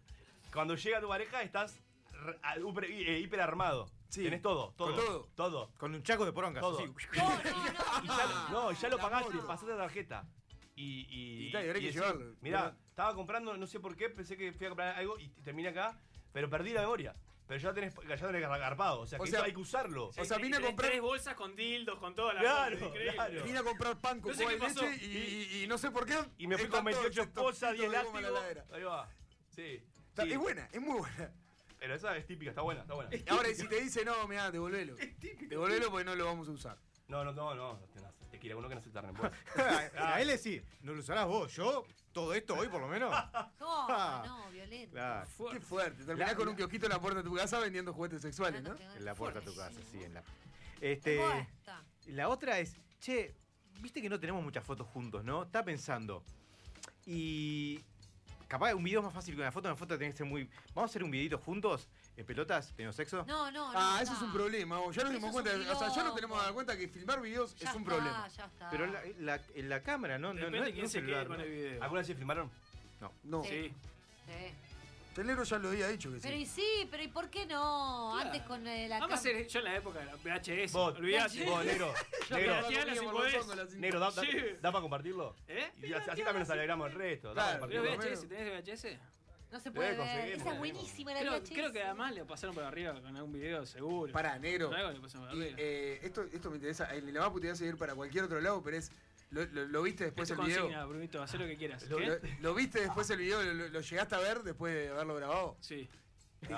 S4: Cuando llega tu pareja, estás r- a- upre- hi- eh, hiper armado.
S3: Sí.
S4: Tenés todo, todo.
S3: Con todo.
S4: Todo.
S6: Con un chaco de porongas.
S4: Todo.
S6: así.
S2: No, no, no.
S4: Y ya, no, ya lo
S3: La
S4: pagaste,
S3: moto.
S4: pasaste la tarjeta. Y, y,
S3: Y está, y habrá que
S4: decís,
S3: llevarlo,
S4: Mirá,
S3: ¿verdad?
S4: estaba comprando, no sé por qué, pensé que fui a comprar algo y terminé acá, pero perdí la memoria. Pero ya tenés, ya tenés agarpado, o sea,
S3: O
S4: que
S3: sea,
S4: eso hay que usarlo.
S3: O sea, vine a
S5: Tres-
S3: comprar-
S5: Tres bolsas con dildos, con toda la
S4: Claro,
S5: cosa, increíble.
S4: claro.
S3: Vine a comprar pan con
S5: No sé qué
S3: coca y
S5: pasó.
S3: leche y, y- y no sé por qué.
S4: Y me fui
S3: están
S4: con 28
S3: todos estos
S4: esposas, 10
S3: pitos de goma en la
S4: látigos.
S3: heladera.
S4: Ahí va. Sí.
S3: Está-
S4: sí.
S3: Es buena, es muy buena.
S4: Pero esa es típica, está buena, está buena.
S3: Ahora, y si te dice no, mirá, devolvelo. Devolvelo porque no lo vamos a usar.
S4: No, no, no, no. Te quiere uno que no se tarde. Pues.
S6: a él sí, no lo usarás vos, yo, todo esto hoy por lo menos.
S2: ¿Cómo? No, violento.
S6: Claro.
S5: Fuerte.
S3: Qué fuerte. Terminás
S6: La-
S3: con un kiosquito en la puerta de tu casa vendiendo juguetes sexuales, ¿no?
S2: Ah,
S6: En la puerta de tu casa, sí, en la.
S2: Te...
S6: Este. La otra es, che, viste que no tenemos muchas fotos juntos, ¿no? Está pensando. Y. Capaz un video es más fácil que una foto, una foto tiene que ser muy. Vamos a hacer un videito juntos, en pelotas, teniendo sexo.
S2: No, no, no.
S3: Ah,
S2: ya
S3: eso es un
S2: está.
S3: problema. vos. Ya nos
S2: Eso
S3: dimos
S2: es un
S3: cuenta. O sea, ya
S2: quilombo.
S3: nos tenemos que dar cuenta que filmar videos
S2: Ya
S3: es un
S2: está,
S3: problema.
S2: Ah, Ya está.
S6: Pero la, la- en la cámara, ¿no? No,
S5: Depende
S6: no,
S5: de quién
S6: no
S5: se
S6: celular,
S5: quede con
S6: ¿no?
S5: el video.
S4: ¿Alguna vez se filmaron?
S3: No.
S2: Sí.
S5: Sí.
S2: Sí.
S3: Telero ya lo había dicho que
S2: Pero y
S3: sí.
S2: sí, pero ¿y por qué no?
S5: Claro.
S2: Antes con eh, la
S5: Vamos a
S2: cámara.
S5: hacer yo en la época de la VHS.
S4: Vos,
S5: Olvídate.
S4: vos, negro,
S5: Ya
S4: negro,
S5: me hacía las
S3: Con los
S5: cinco
S3: ojos, con las cinco-
S4: negro, da, da-
S5: Sí.
S4: da para compartirlo.
S5: ¿Eh?
S4: Y así, así también nos alegramos el resto. da para
S3: Claro.
S5: ¿Tenés
S4: compartirlo.
S5: VHS? ¿Tenés VHS?
S2: No se
S4: Debe
S2: puede ver.
S4: conseguir,
S2: Esa
S4: porque-
S2: es buenísima la
S5: Creo,
S2: VHS.
S5: creo que además le pasaron por arriba con algún video, seguro.
S3: Pará, negro.
S5: Con algo le pasaron por
S3: Y,
S5: arriba.
S3: eh, esto, esto me interesa. El Lamapu te iba a seguir para cualquier otro lado, pero es. Lo, lo- lo viste después
S5: Es
S3: el
S5: tu
S3: video.
S5: consigna, Brunito, haz lo que quieras.
S3: Lo,
S5: ¿Qué?
S3: lo- lo viste después el video, lo, lo- lo llegaste a ver después de haberlo grabado.
S5: Sí.
S3: Y- y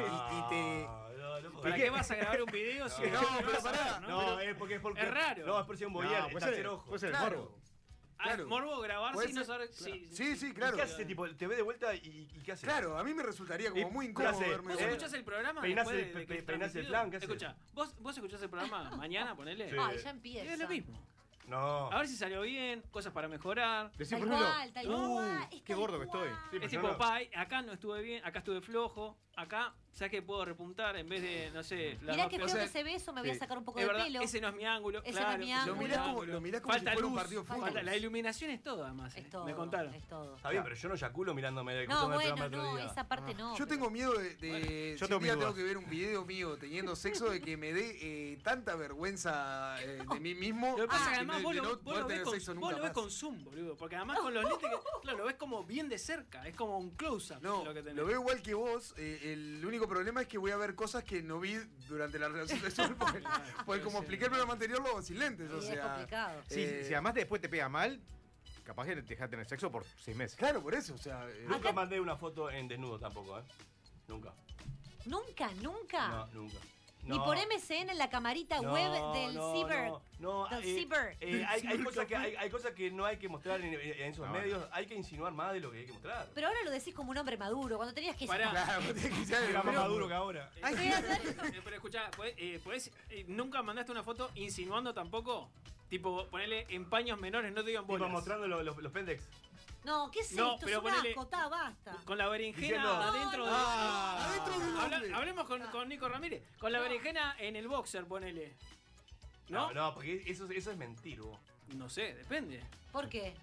S3: te.
S4: No, no, no,
S5: ¿Para qué vas a grabar un video si
S3: No,
S5: lo
S3: pero
S5: vas a
S3: pará.
S5: ver,
S4: No,
S5: Pero-
S4: es porque es porque.
S5: es raro.
S4: No, es por si un boyer,
S6: No,
S4: está
S6: puede ser-
S4: ser ojo.
S6: puede ser el
S3: Claro.
S6: morbo.
S5: Ah, es
S3: claro.
S5: morbo grabarse
S3: Puede
S5: y no
S3: ser,
S5: saber. Sí,
S3: Sí, sí,
S4: ¿Y
S3: claro.
S4: ¿Qué hace? Tipo, te ve de vuelta y, y ¿qué hace?
S3: Claro, a mí me resultaría como
S4: Y-
S3: muy incómodo
S4: ¿qué hace?
S3: verme.
S5: ¿Vos
S4: Eh,
S5: escuchás el programa?
S4: peinás
S5: después
S4: el-
S5: de que
S4: pe-
S5: es
S4: peinás
S5: transmitido?
S4: el plan, ¿qué haces?
S5: Escuchá, ¿vos, vos escuchás el programa mañana, ponele.
S4: Sí.
S2: Ay, ya
S5: Y
S2: empieza.
S5: Es lo mismo.
S4: No.
S5: A ver si salió bien, cosas para mejorar.
S6: Decí
S2: Tal
S6: por uno.
S2: cual, tal cual.
S6: Uh,
S2: es
S6: qué
S2: tal
S6: gordo que
S2: cual.
S6: estoy.
S4: Sí, pero
S5: es
S4: yo
S5: tipo,
S4: no-
S5: "Pai, acá no estuve bien, acá estuve flojo, acá, ¿sabes que puedo repuntar en vez de, no sé, la
S2: Mirá
S5: más
S2: que
S5: peor-
S2: creo que
S5: es
S2: ese beso me voy a
S6: sí.
S2: sacar un poco de
S5: verdad,
S2: pelo.
S5: ese no es mi ángulo.
S2: Ese no es
S5: claro,
S2: mi
S3: Lo
S2: ángulo.
S3: mirás como, lo mirás como
S5: Falta
S3: si fuera un
S5: luz,
S3: partido de fútbol.
S5: Falta- la iluminación es todo, además. eh,
S2: Es todo.
S5: me contaron.
S2: Es todo.
S4: Está bien, pero yo no yaculo mirándome de
S2: No,
S4: escuchando el
S2: bueno,
S4: programa del
S2: no,
S4: otro día.
S2: esa parte no.
S3: Yo
S2: pero-
S3: tengo miedo de, de- si
S6: yo tengo
S3: un día
S6: mis
S3: tengo
S6: dudas.
S3: que ver un video mío teniendo sexo de que me dé eh, tanta vergüenza eh, de mí mismo.
S5: Lo que pasa es
S2: Ah.
S3: de
S5: que además vos
S3: de
S5: lo,
S3: no
S5: vos
S3: poder
S5: lo ves,
S3: tener
S5: con, vos
S3: sexo nunca
S5: lo ves
S3: más.
S5: con zoom, boludo. Porque además con los lentes, que, claro, lo ves como bien de cerca. Es como un close-up
S3: No,
S5: lo que tenés.
S3: lo veo igual que vos. eh, el único problema es que voy a ver cosas que no vi durante la relación sexual. Porque,
S5: Ah,
S3: porque como expliqué el programa anterior, lo hago sin lentes. O
S2: Y es
S3: sea,
S2: complicado.
S6: Sí,
S3: Eh,
S6: si además después te pega mal, capaz que te dejas tener sexo por seis meses.
S3: claro, por eso. O sea, eh,
S4: Nunca mandé una foto en desnudo tampoco, ¿eh? Nunca.
S2: Nunca, nunca.
S6: Ah.
S4: No, nunca.
S2: Ni
S4: No.
S2: por MSN en la camarita web del
S4: no,
S2: ciber.
S4: No, no,
S2: Del
S4: eh,
S2: ciber.
S4: eh, hay, hay cosas que, hay, hay cosas que no hay que mostrar en, en- en esos
S6: No,
S4: medios. Hay que insinuar más de lo que hay que mostrar.
S2: Pero ahora lo decís como un hombre maduro, cuando tenías que...
S5: Pará.
S3: claro, quizás-
S4: Era más
S3: pero-
S4: maduro que ahora.
S5: Eh,
S2: Ay,
S5: eh, pero escuchá, ¿podés- eh, podés- eh, ¿nunca mandaste una foto insinuando tampoco? Tipo, ponele en paños menores, no te digan
S4: Tipo,
S5: bolas.
S4: mostrando los, los, los pendex.
S2: No, ¿qué es
S5: No,
S2: esto?
S5: pero
S2: es un
S5: ponele-
S2: asco, ta, basta.
S5: Con la berenjena
S4: Diciendo-
S5: adentro de...
S2: No, no,
S4: Ah.
S3: Adentro de un
S5: Habla-
S3: hombre.
S5: hablemos con, con Nico Ramírez. Con la
S2: No.
S5: berenjena en el boxer, ponele.
S4: No,
S5: ¿No?
S4: no, porque eso, eso es mentir, vos.
S5: No sé, depende.
S2: ¿Por qué?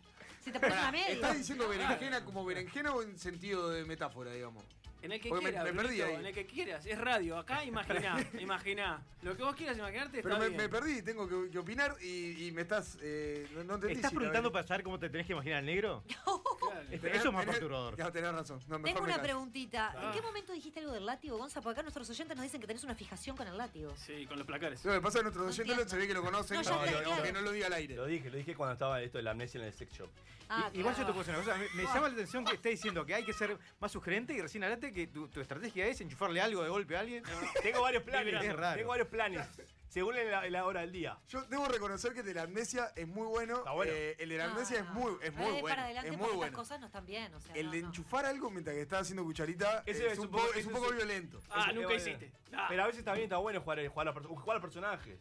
S2: Si te pones la media.
S3: ¿Estás diciendo berenjena como berenjena o en sentido de metáfora, digamos?
S5: En el que
S3: Porque me-
S5: quieras,
S3: me perdí
S5: Brunito,
S3: ahí.
S5: en el que quieras. Es radio, acá imaginá, imaginá. Lo que vos quieras imaginarte está
S3: Pero me,
S5: bien.
S3: me perdí, tengo que, que opinar y, y me estás. eh, no, no entendí
S6: ¿Estás
S3: si la
S6: preguntando
S3: berenjena-
S6: para saber cómo te tenés que imaginar al negro? Este,
S5: Claro.
S6: Eso es más perturbador.
S3: Ya, tenés razón. No, mejor
S2: Tengo
S3: me
S2: una
S3: callo.
S2: preguntita. ¿En
S5: Ah.
S2: qué momento dijiste algo del látigo, Gonza? Porque acá nuestros oyentes nos dicen que tenés una fijación con el látigo.
S5: Sí, con los placares.
S3: No, me pasa que nuestros oyentes
S2: Entiendo.
S3: se ve que lo conocen,
S2: No, ya
S3: no,
S2: está,
S3: no,
S2: claro.
S3: que no lo diga al aire.
S4: Lo dije, lo dije cuando estaba esto de la amnesia en el sex shop.
S2: Ah,
S6: Y- Igual yo te
S2: claro. Ah.
S6: puedo decir una cosa. Me, me llama la atención que esté diciendo que hay que ser más sugerente y recién hablaste que tu, tu estrategia es enchufarle algo de golpe a alguien.
S4: Tengo varios planes.
S6: Libre, es raro.
S4: Tengo varios planes. Según la, la hora del día.
S3: Yo debo reconocer que el de la amnesia es muy bueno.
S4: Está bueno.
S3: eh, el de la
S2: No,
S3: amnesia es
S2: no.
S3: muy, es
S2: No
S3: muy
S2: le dé
S3: bueno.
S2: Eh, Para adelante
S3: es muy
S2: porque
S3: bueno.
S2: Estas cosas no están bien, o sea,
S3: El
S2: no,
S3: de
S2: no.
S3: enchufar algo mientras que estás haciendo cucharita
S4: Ese
S3: es,
S4: es
S3: un
S4: un
S3: poco,
S4: poco-
S3: es un
S4: ese
S3: poco
S4: es-
S3: violento.
S5: Ah,
S4: Eso
S5: nunca
S4: es bueno.
S5: hiciste. Ah.
S4: Pero a veces también está bueno jugar, jugar, a, perso- jugar a personajes.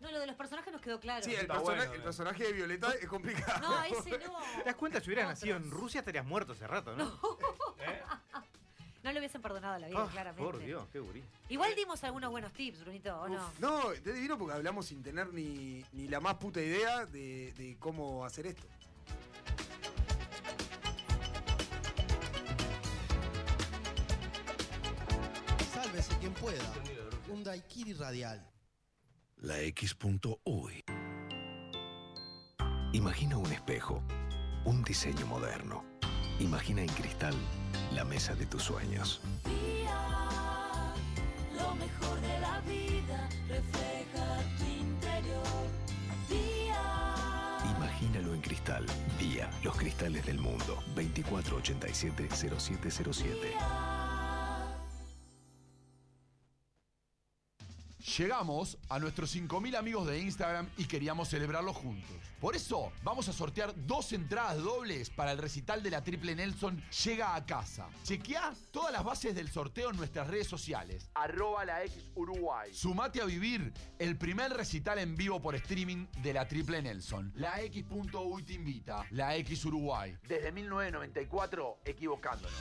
S2: No, lo de los personajes nos quedó claro.
S3: Sí, el,
S4: está
S3: persona-
S4: bueno,
S3: el
S4: eh.
S3: personaje de Violeta
S2: Ah,
S3: es complicado.
S2: No, ese no.
S6: ¿Te das cuenta? Si hubieras nacido en
S2: Otros.
S6: Rusia estarías muerto hace rato, ¿no?
S4: ¿eh?
S2: No le hubiesen perdonado la vida,
S6: Ah,
S2: claramente.
S6: por Dios, qué gurí.
S2: Igual dimos algunos buenos tips, Brunito, ¿o no?
S3: Uf, No, te divino porque hablamos sin tener ni, ni la más puta idea de, de cómo hacer esto.
S7: Sálvese quien pueda. Un daiquiri radial.
S8: La X.UI. Imagina un espejo, un diseño moderno. Imagina en cristal la mesa de tus sueños.
S9: Lo mejor de la vida refleja tu interior. Día,
S8: Imagínalo en cristal. Día, los cristales del mundo. 2487-0707.
S10: Llegamos a nuestros 5.000 amigos de Instagram y queríamos celebrarlo juntos. Por eso vamos a sortear dos entradas dobles para el recital de la Triple Nelson Llega a casa. Chequeá todas las bases del sorteo en nuestras redes sociales. Arroba la ex Uruguay. Sumate a vivir el primer recital en vivo por streaming de la Triple Nelson. La X.U te invita. La X Uruguay. Desde 1994, equivocándonos.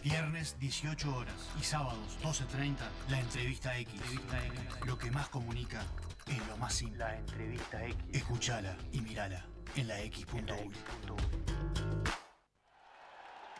S11: Viernes 18 horas y sábados 12.30, la entrevista X. Lo que más comunica es lo más simple. La entrevista X. Escuchala y mirala en la X.U.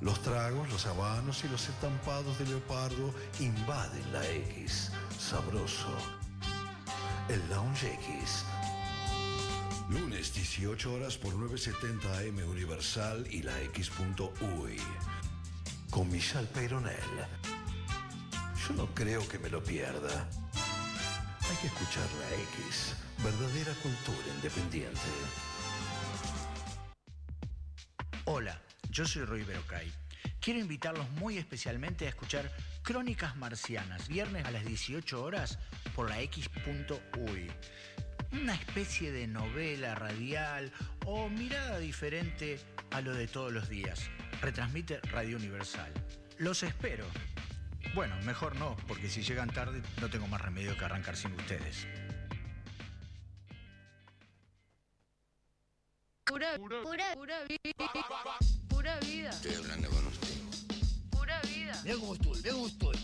S8: Los tragos, los habanos y los estampados de leopardo invaden la X. Sabroso. El Lounge X. Lunes 18 horas por 970 AM Universal y la X.UI. Con Michelle Peronel. Yo no creo que me lo pierda. Hay que escuchar la X. Verdadera cultura independiente.
S11: Hola, yo soy Roy Berocay. Quiero invitarlos muy especialmente a escuchar Crónicas Marcianas, viernes a las 18 horas por la X.uy. Una especie de novela radial o mirada diferente a lo de todos los días. Retransmite Radio Universal. Los espero. Bueno, mejor no, porque si llegan tarde no tengo más remedio que arrancar sin ustedes.
S9: pura, pura, pura vida. Pura vida. Estoy hablando con usted. Pura vida.
S8: Mira cómo estoy, mira cómo estoy.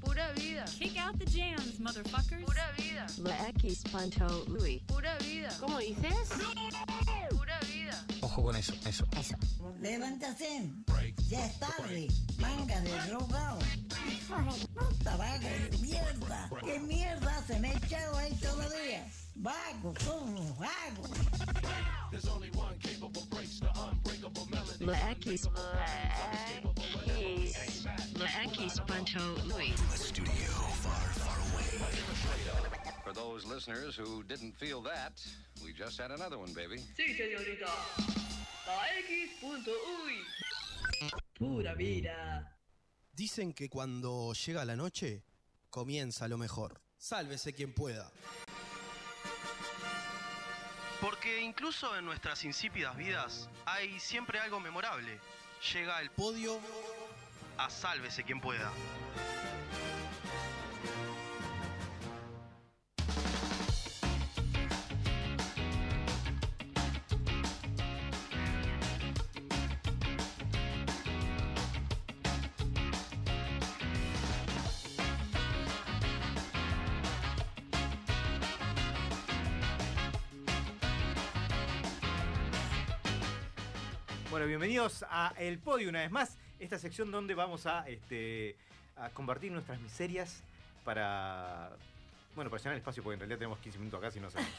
S9: Pura vida. Kick out the jams, motherfuckers. Pura vida. La X.UI. Pura vida. ¿Cómo dices? Pura vida.
S11: Ojo con eso, eso.
S9: Levántate. Ya es tarde. Manga de drogado. Puta vago de mierda. ¿Qué mierda se me echado ahí todavía? Vago, como vago. La X. La X. Pancho Luis.
S8: Studio far, far away.
S12: For those listeners who didn't feel that, we just had another one, baby.
S9: Sí, señorita. La X.uy. Pura vida.
S7: Dicen que cuando llega la noche, comienza lo mejor. Sálvese quien pueda.
S12: Porque incluso en nuestras insípidas vidas hay siempre algo memorable. Llega el
S7: Podio
S12: a sálvese quien pueda.
S6: Bueno, bienvenidos a El Podio una vez más, esta sección donde vamos a, este, a compartir nuestras miserias para... Bueno, para llenar el espacio, porque en realidad tenemos 15 minutos acá, si no sabemos.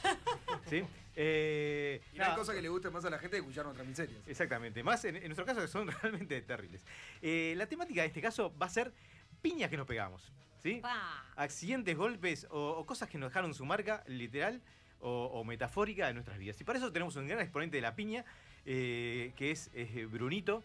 S6: ¿Sí? Eh,
S3: Y no hay
S6: nada.
S3: cosa que le guste más a la gente que escuchar nuestras miserias.
S6: Exactamente, más en, en nuestro caso que son realmente terribles. Eh, la temática de este caso va a ser piñas que nos pegamos, ¿sí? Accidentes, golpes o, o cosas que nos dejaron su marca literal o, o metafórica en nuestras vidas. Y para eso tenemos un gran exponente de la piña, eh, que es, eh, Brunito,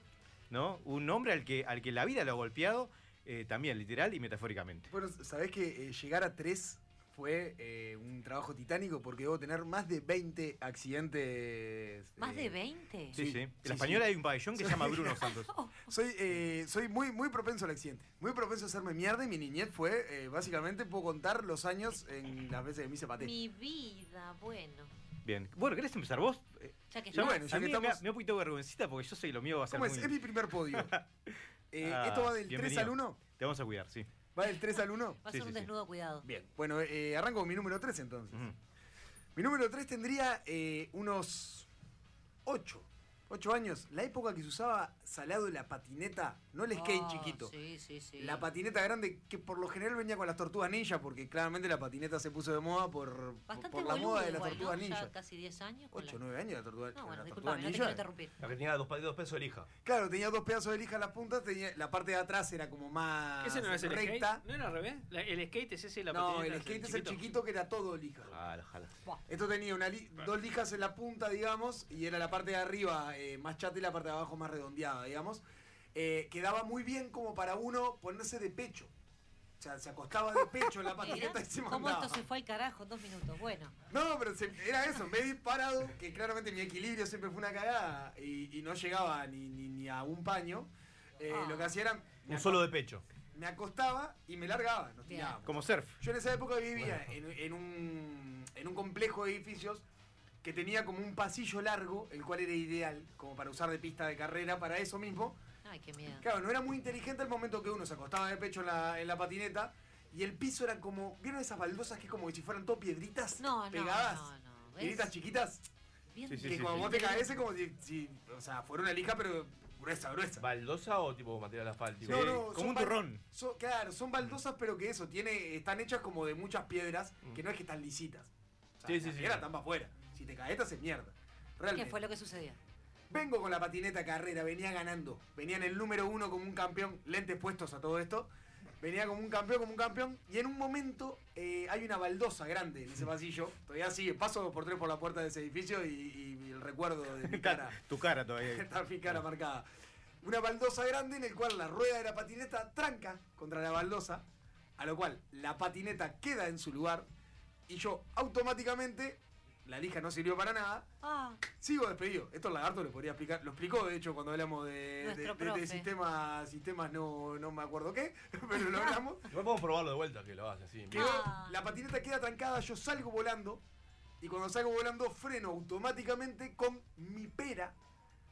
S6: ¿no? Un hombre al que, al que la vida lo ha golpeado, eh, también literal y metafóricamente.
S3: Bueno, sabés que eh, llegar a tres fue eh, un trabajo titánico porque debo tener más de 20 accidentes.
S2: ¿Más
S3: eh,
S2: de 20?
S6: Sí, sí. En la española hay un pabellón que se llama Bruno Santos.
S3: Soy, eh, soy muy, muy propenso al accidente. Muy propenso a hacerme mierda y mi niñez fue, eh, básicamente, puedo contar los años en las veces que me hice paté.
S2: Mi vida, bueno.
S6: Bien. Bueno, ¿querés empezar vos? Eh,
S2: Ya que
S6: yo-
S2: estás.
S6: a mí me, da- me da un poquito de vergüencita porque yo soy lo mío va a ser
S3: ¿Cómo es?
S6: muy-
S3: Es mi primer podio. Eh,
S6: Ah,
S3: ¿Esto va del 3
S6: bienvenido.
S3: al 1?
S6: Te vamos a cuidar, sí.
S3: ¿Va del 3 al 1?
S2: Va a ser un desnudo, cuidado.
S3: Bien. Bueno, eh, arranco con mi número 3 entonces. Mi número 3 tendría eh, unos 8. 8 años. La época que se usaba salado la patineta, no el skate
S2: Ah,
S3: chiquito.
S2: Sí, sí, sí.
S3: La patineta grande, que por lo general venía con las tortugas ninja, porque claramente la patineta se puso de moda por,
S2: Bastante
S3: por la
S2: boludo
S3: moda de las
S2: igual, ¿no?
S3: tortugas
S2: Ya
S3: ninja.
S2: casi 10 años. con
S3: 8 9 años la tortuga,
S2: No, bueno,
S3: la tortuga
S2: disculpame, no te
S3: ninja.
S2: quiero interrumpir.
S4: La que tenía dos, pa- dos pesos de lija.
S3: Claro, tenía dos pedazos de lija en las puntas, tenía, la parte de atrás era como más
S5: ¿Ese no es el
S3: Ah, recta.
S5: skate? ¿No era al revés? La- el skate es ese y la
S3: No,
S5: patineta
S3: el skate es el chiquito que era todo lija. Esto tenía una li- dos lijas en la punta, digamos, y era la parte de arriba eh, más chata y la parte de abajo más redondeada, digamos. Eh, quedaba muy bien como para uno ponerse de pecho. O sea, se acostaba de pecho en la patineta y se
S2: Mirá ¿Cómo
S3: mandaba.
S2: esto se fue al carajo en dos minutos? Bueno.
S3: No, pero se- era eso, me he disparado, que claramente mi equilibrio siempre fue una cagada y, y no llegaba ni, ni- ni a un paño. Eh,
S2: Ah.
S3: Lo que hacía era,
S4: Un solo de pecho.
S3: me acostaba y me largaba, nos
S2: Bien.
S3: tirábamos.
S6: Como surf.
S3: Yo en esa época vivía en, en un, en un complejo de edificios que tenía como un pasillo largo, el cual era ideal, como para usar de pista de carrera, para eso mismo.
S2: Ay, qué miedo.
S3: Claro, no era muy inteligente el momento que uno se acostaba de pecho en la, en la patineta y el piso era como, ¿vieron esas baldosas que es como que si fueran todo piedritas
S2: No, no,
S3: pegadas?
S2: no, no, ¿ves?
S3: Piedritas chiquitas.
S2: Bien.
S3: que cuando vos te caes es como si, si- o sea, fuera una lija, pero gruesa, gruesa.
S4: ¿Baldosa o tipo material asfáltico?
S3: No, no, son
S4: como un
S3: bal-
S4: turrón.
S3: son- claro, son baldosas, pero que eso, tiene, están hechas como de muchas piedras, que no es que están lisitas. O sea,
S4: Mm. Sí, sí,
S3: las
S4: sí.
S3: piedras están para afuera. Si te caes, te haces mierda. Realmente.
S2: ¿Qué fue lo que sucedió?
S3: Vengo con la patineta carrera, venía ganando. Venía en el número uno como un campeón, lentes puestos a todo esto. Venía como un campeón, como un campeón. Y en un momento eh, hay una baldosa grande en ese pasillo. Todavía sigue, paso por tres por la puerta de ese edificio y, y el recuerdo de mi cara.
S6: Tu cara todavía.
S3: Está mi cara marcada. Una baldosa grande en el cual la rueda de la patineta tranca contra la baldosa, a lo cual la patineta queda en su lugar y yo automáticamente, la lija no sirvió para nada,
S2: Ah,
S3: sigo despedido. Esto el lagarto lo podría explicar, lo explicó de hecho cuando hablamos de, de-
S2: Nuestro
S3: de- de
S2: profe.
S3: sistemas, sistemas no, no me acuerdo qué, pero lo hablamos.
S4: No podemos probarlo de vuelta que lo hace así.
S3: Quedó- La patineta queda trancada, yo salgo volando y cuando salgo volando freno automáticamente con mi pera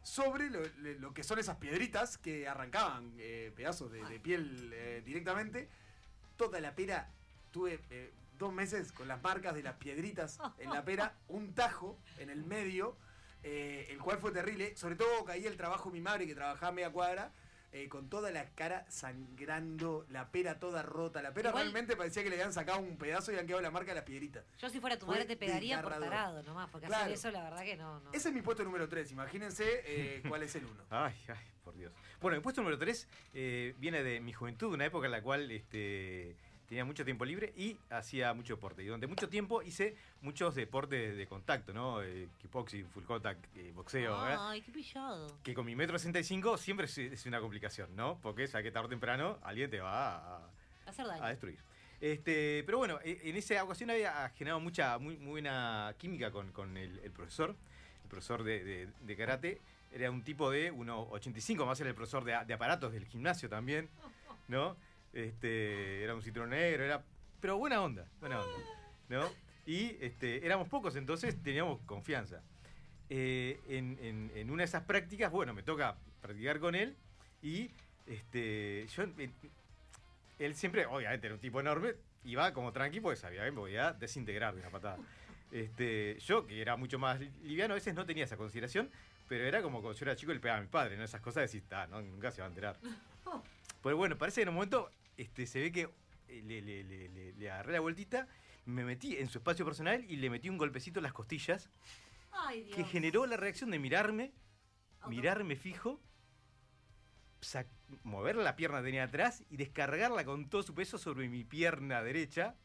S3: sobre lo, le- lo que son esas piedritas que arrancaban eh, pedazos de, de piel eh, directamente. Toda la pera, tuve eh, dos meses con las marcas de las piedritas en la pera, un tajo en el medio, eh, el cual fue terrible. Sobre todo caí el trabajo de mi madre que trabajaba a media cuadra. eh, con toda la cara sangrando, la pera toda rota. La pera
S2: Igual-
S3: realmente parecía que le habían sacado un pedazo y habían quedado la marca de las piedritas.
S2: yo si fuera tu
S3: Fue
S2: madre te pegaría por
S3: desgarrador.
S2: tarado nomás, porque hacer
S3: Claro.
S2: eso la verdad que no, no.
S3: Ese es mi puesto número 3. Imagínense eh, cuál es el 1.
S6: Ay, ay, por Dios. Bueno, el puesto número 3 viene de mi juventud, una época en la cual este, tenía mucho tiempo libre y hacía mucho deporte. Y durante mucho tiempo hice muchos deportes de contacto, ¿no? Eh, kickboxing, full contact, eh, boxeo, ¿verdad?
S3: Ah.
S2: Ay, qué pillado.
S6: Que con mi metro 65 siempre es, es una complicación, ¿no? Porque sabes que tarde o temprano alguien te va a,
S2: Hacer
S6: a
S2: daño.
S6: destruir. Este, pero bueno, e- en esa ocasión había generado mucha, muy, muy buena química con, con el, el profesor. El profesor de, de- de karate era un tipo de 1,85, más era el profesor de, a- de aparatos del gimnasio también, ¿no? Este, era un citrón negro, era. Pero buena onda, buena onda, ¿no? Y este, éramos pocos, entonces teníamos confianza. Eh, en, en- en una de esas prácticas, bueno, me toca practicar con él y este, yo eh, él siempre, obviamente, era un tipo enorme, iba como tranqui porque sabía que me podía desintegrar de una patada. Este, yo, que era mucho más li- liviano, a veces no tenía esa consideración, Pero era como cuando yo era chico y le pegaba a mi padre, ¿no? Esas cosas decís, "Ah, no, nunca se va a enterar.
S2: oh,
S6: Pero bueno, parece que en un momento este, se ve que eh, le, le- le- le- le agarré la vueltita, me metí en su espacio personal y le metí un golpecito en las costillas
S2: Ay, Dios.
S6: que generó la reacción de mirarme, mirarme fijo, sac- mover la pierna que tenía atrás y descargarla con todo su peso sobre mi pierna derecha.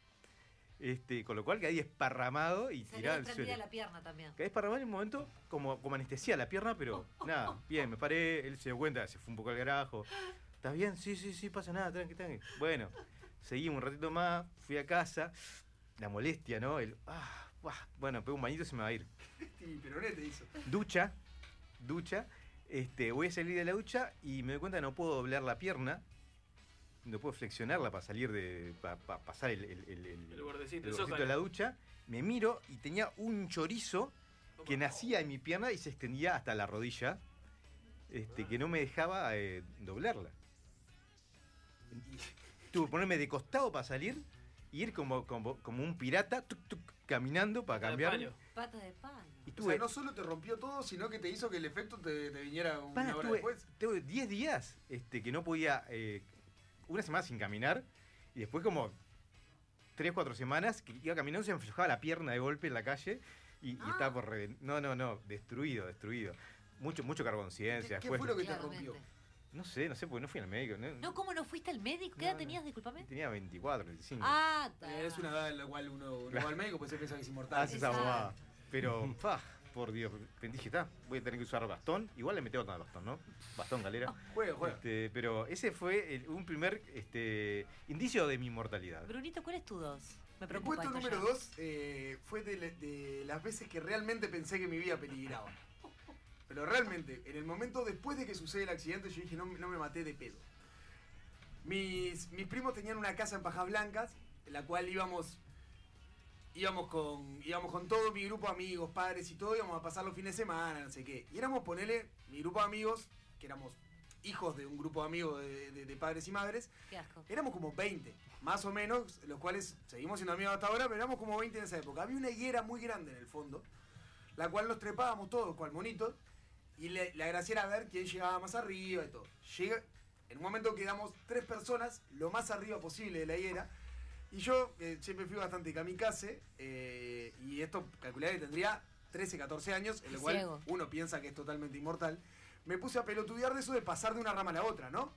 S6: Este, con lo cual caí esparramado y
S2: Se le
S6: tirado al
S2: desprendida
S6: suelo.
S2: la pierna también.
S6: Caí esparramado en un momento como, como anestesia la pierna, pero nada, bien, me paré, él se dio cuenta, se fue un poco al carajo. ¿Estás bien? Sí, sí, sí, pasa nada, tranqui, tranqui. Bueno, seguimos un ratito más, fui a casa, la molestia, ¿no? El, ah, buah, bueno, pego un bañito y se me va a ir
S3: Y Peronet te hizo.
S6: ducha, ducha, este, voy a salir de la ducha y me doy cuenta que no puedo doblar la pierna, no puedo flexionarla para salir de, para, pasar el, el, el- el-
S5: El bordecito,
S6: el
S5: el
S6: bordecito de la ducha, me miro y tenía un chorizo que nacía en mi pierna y se extendía hasta la rodilla, este, que no me dejaba eh, doblarla. Tuve que ponerme de costado para salir y ir como, como, como un pirata, tuc, tuc, caminando para cambiar.
S2: Pata de pan.
S6: Y
S3: O sea, no solo te rompió todo, sino que te hizo que el efecto te, te viniera una
S6: Pana,
S3: hora
S6: estuve-
S3: después.
S6: Tuve 10 días este, que no podía. eh, una semana sin caminar. Y después, como 3, 4 semanas, que iba caminando, se me aflojaba la pierna de golpe en la calle. Y,
S3: Ah.
S6: y estaba por. reven- No, no, no. Destruido, destruido. Mucho, mucho carbón ciencia.
S3: ¿Qué fue lo que te
S2: Claramente.
S3: rompió?
S6: No sé, no sé, porque no fui al médico. No,
S2: No, ¿cómo no fuiste al médico? ¿Qué edad tenías, discúlpame?
S6: Tenía 24, 25.
S2: Ah, ta.
S3: Es una edad en la cual uno, uno
S6: Claro.
S3: va al médico pues se piensa que es inmortal.
S6: Hace esa bobada. Pero, fa, por Dios, dije, está, voy a tener que usar bastón. Igual le metí bastón al bastón, ¿no? Bastón, galera.
S3: Juego, juego.
S6: Este, pero ese fue el- un primer este, indicio de mi inmortalidad.
S2: Brunito, ¿cuál es tu dos? Me
S3: El
S2: preocupa
S3: puesto
S2: esto
S3: número
S2: ya.
S3: 2 fue de, la- de las veces que realmente pensé que mi vida peligraba. Pero realmente, en el momento después de que sucede el accidente, yo dije, no, no me maté de pedo. Mis, mis primos tenían una casa en Pajas Blancas, en la cual íbamos, íbamos, con, íbamos con todo mi grupo de amigos, padres y todo, íbamos a pasar los fines de semana, no sé qué. Y éramos, ponele, mi grupo de amigos, que éramos hijos de un grupo de amigos de- de- de padres y madres,
S2: Qué asco.
S3: Éramos como 20, más o menos, los cuales seguimos siendo amigos hasta ahora, pero éramos como 20 en esa época. Había una higuera muy grande en el fondo, la cual nos trepábamos todos, cual monitos, y le- la gracia era ver quién llegaba más arriba y todo. Llega, en un momento quedamos tres personas, lo más arriba posible de la higuera, y yo eh, siempre fui bastante kamikaze, eh, y esto calculé que tendría 13, 14 años, en lo cual
S2: Ciego.
S3: uno piensa que es totalmente inmortal. Me puse a pelotudear de eso de pasar de una rama a la otra, ¿no?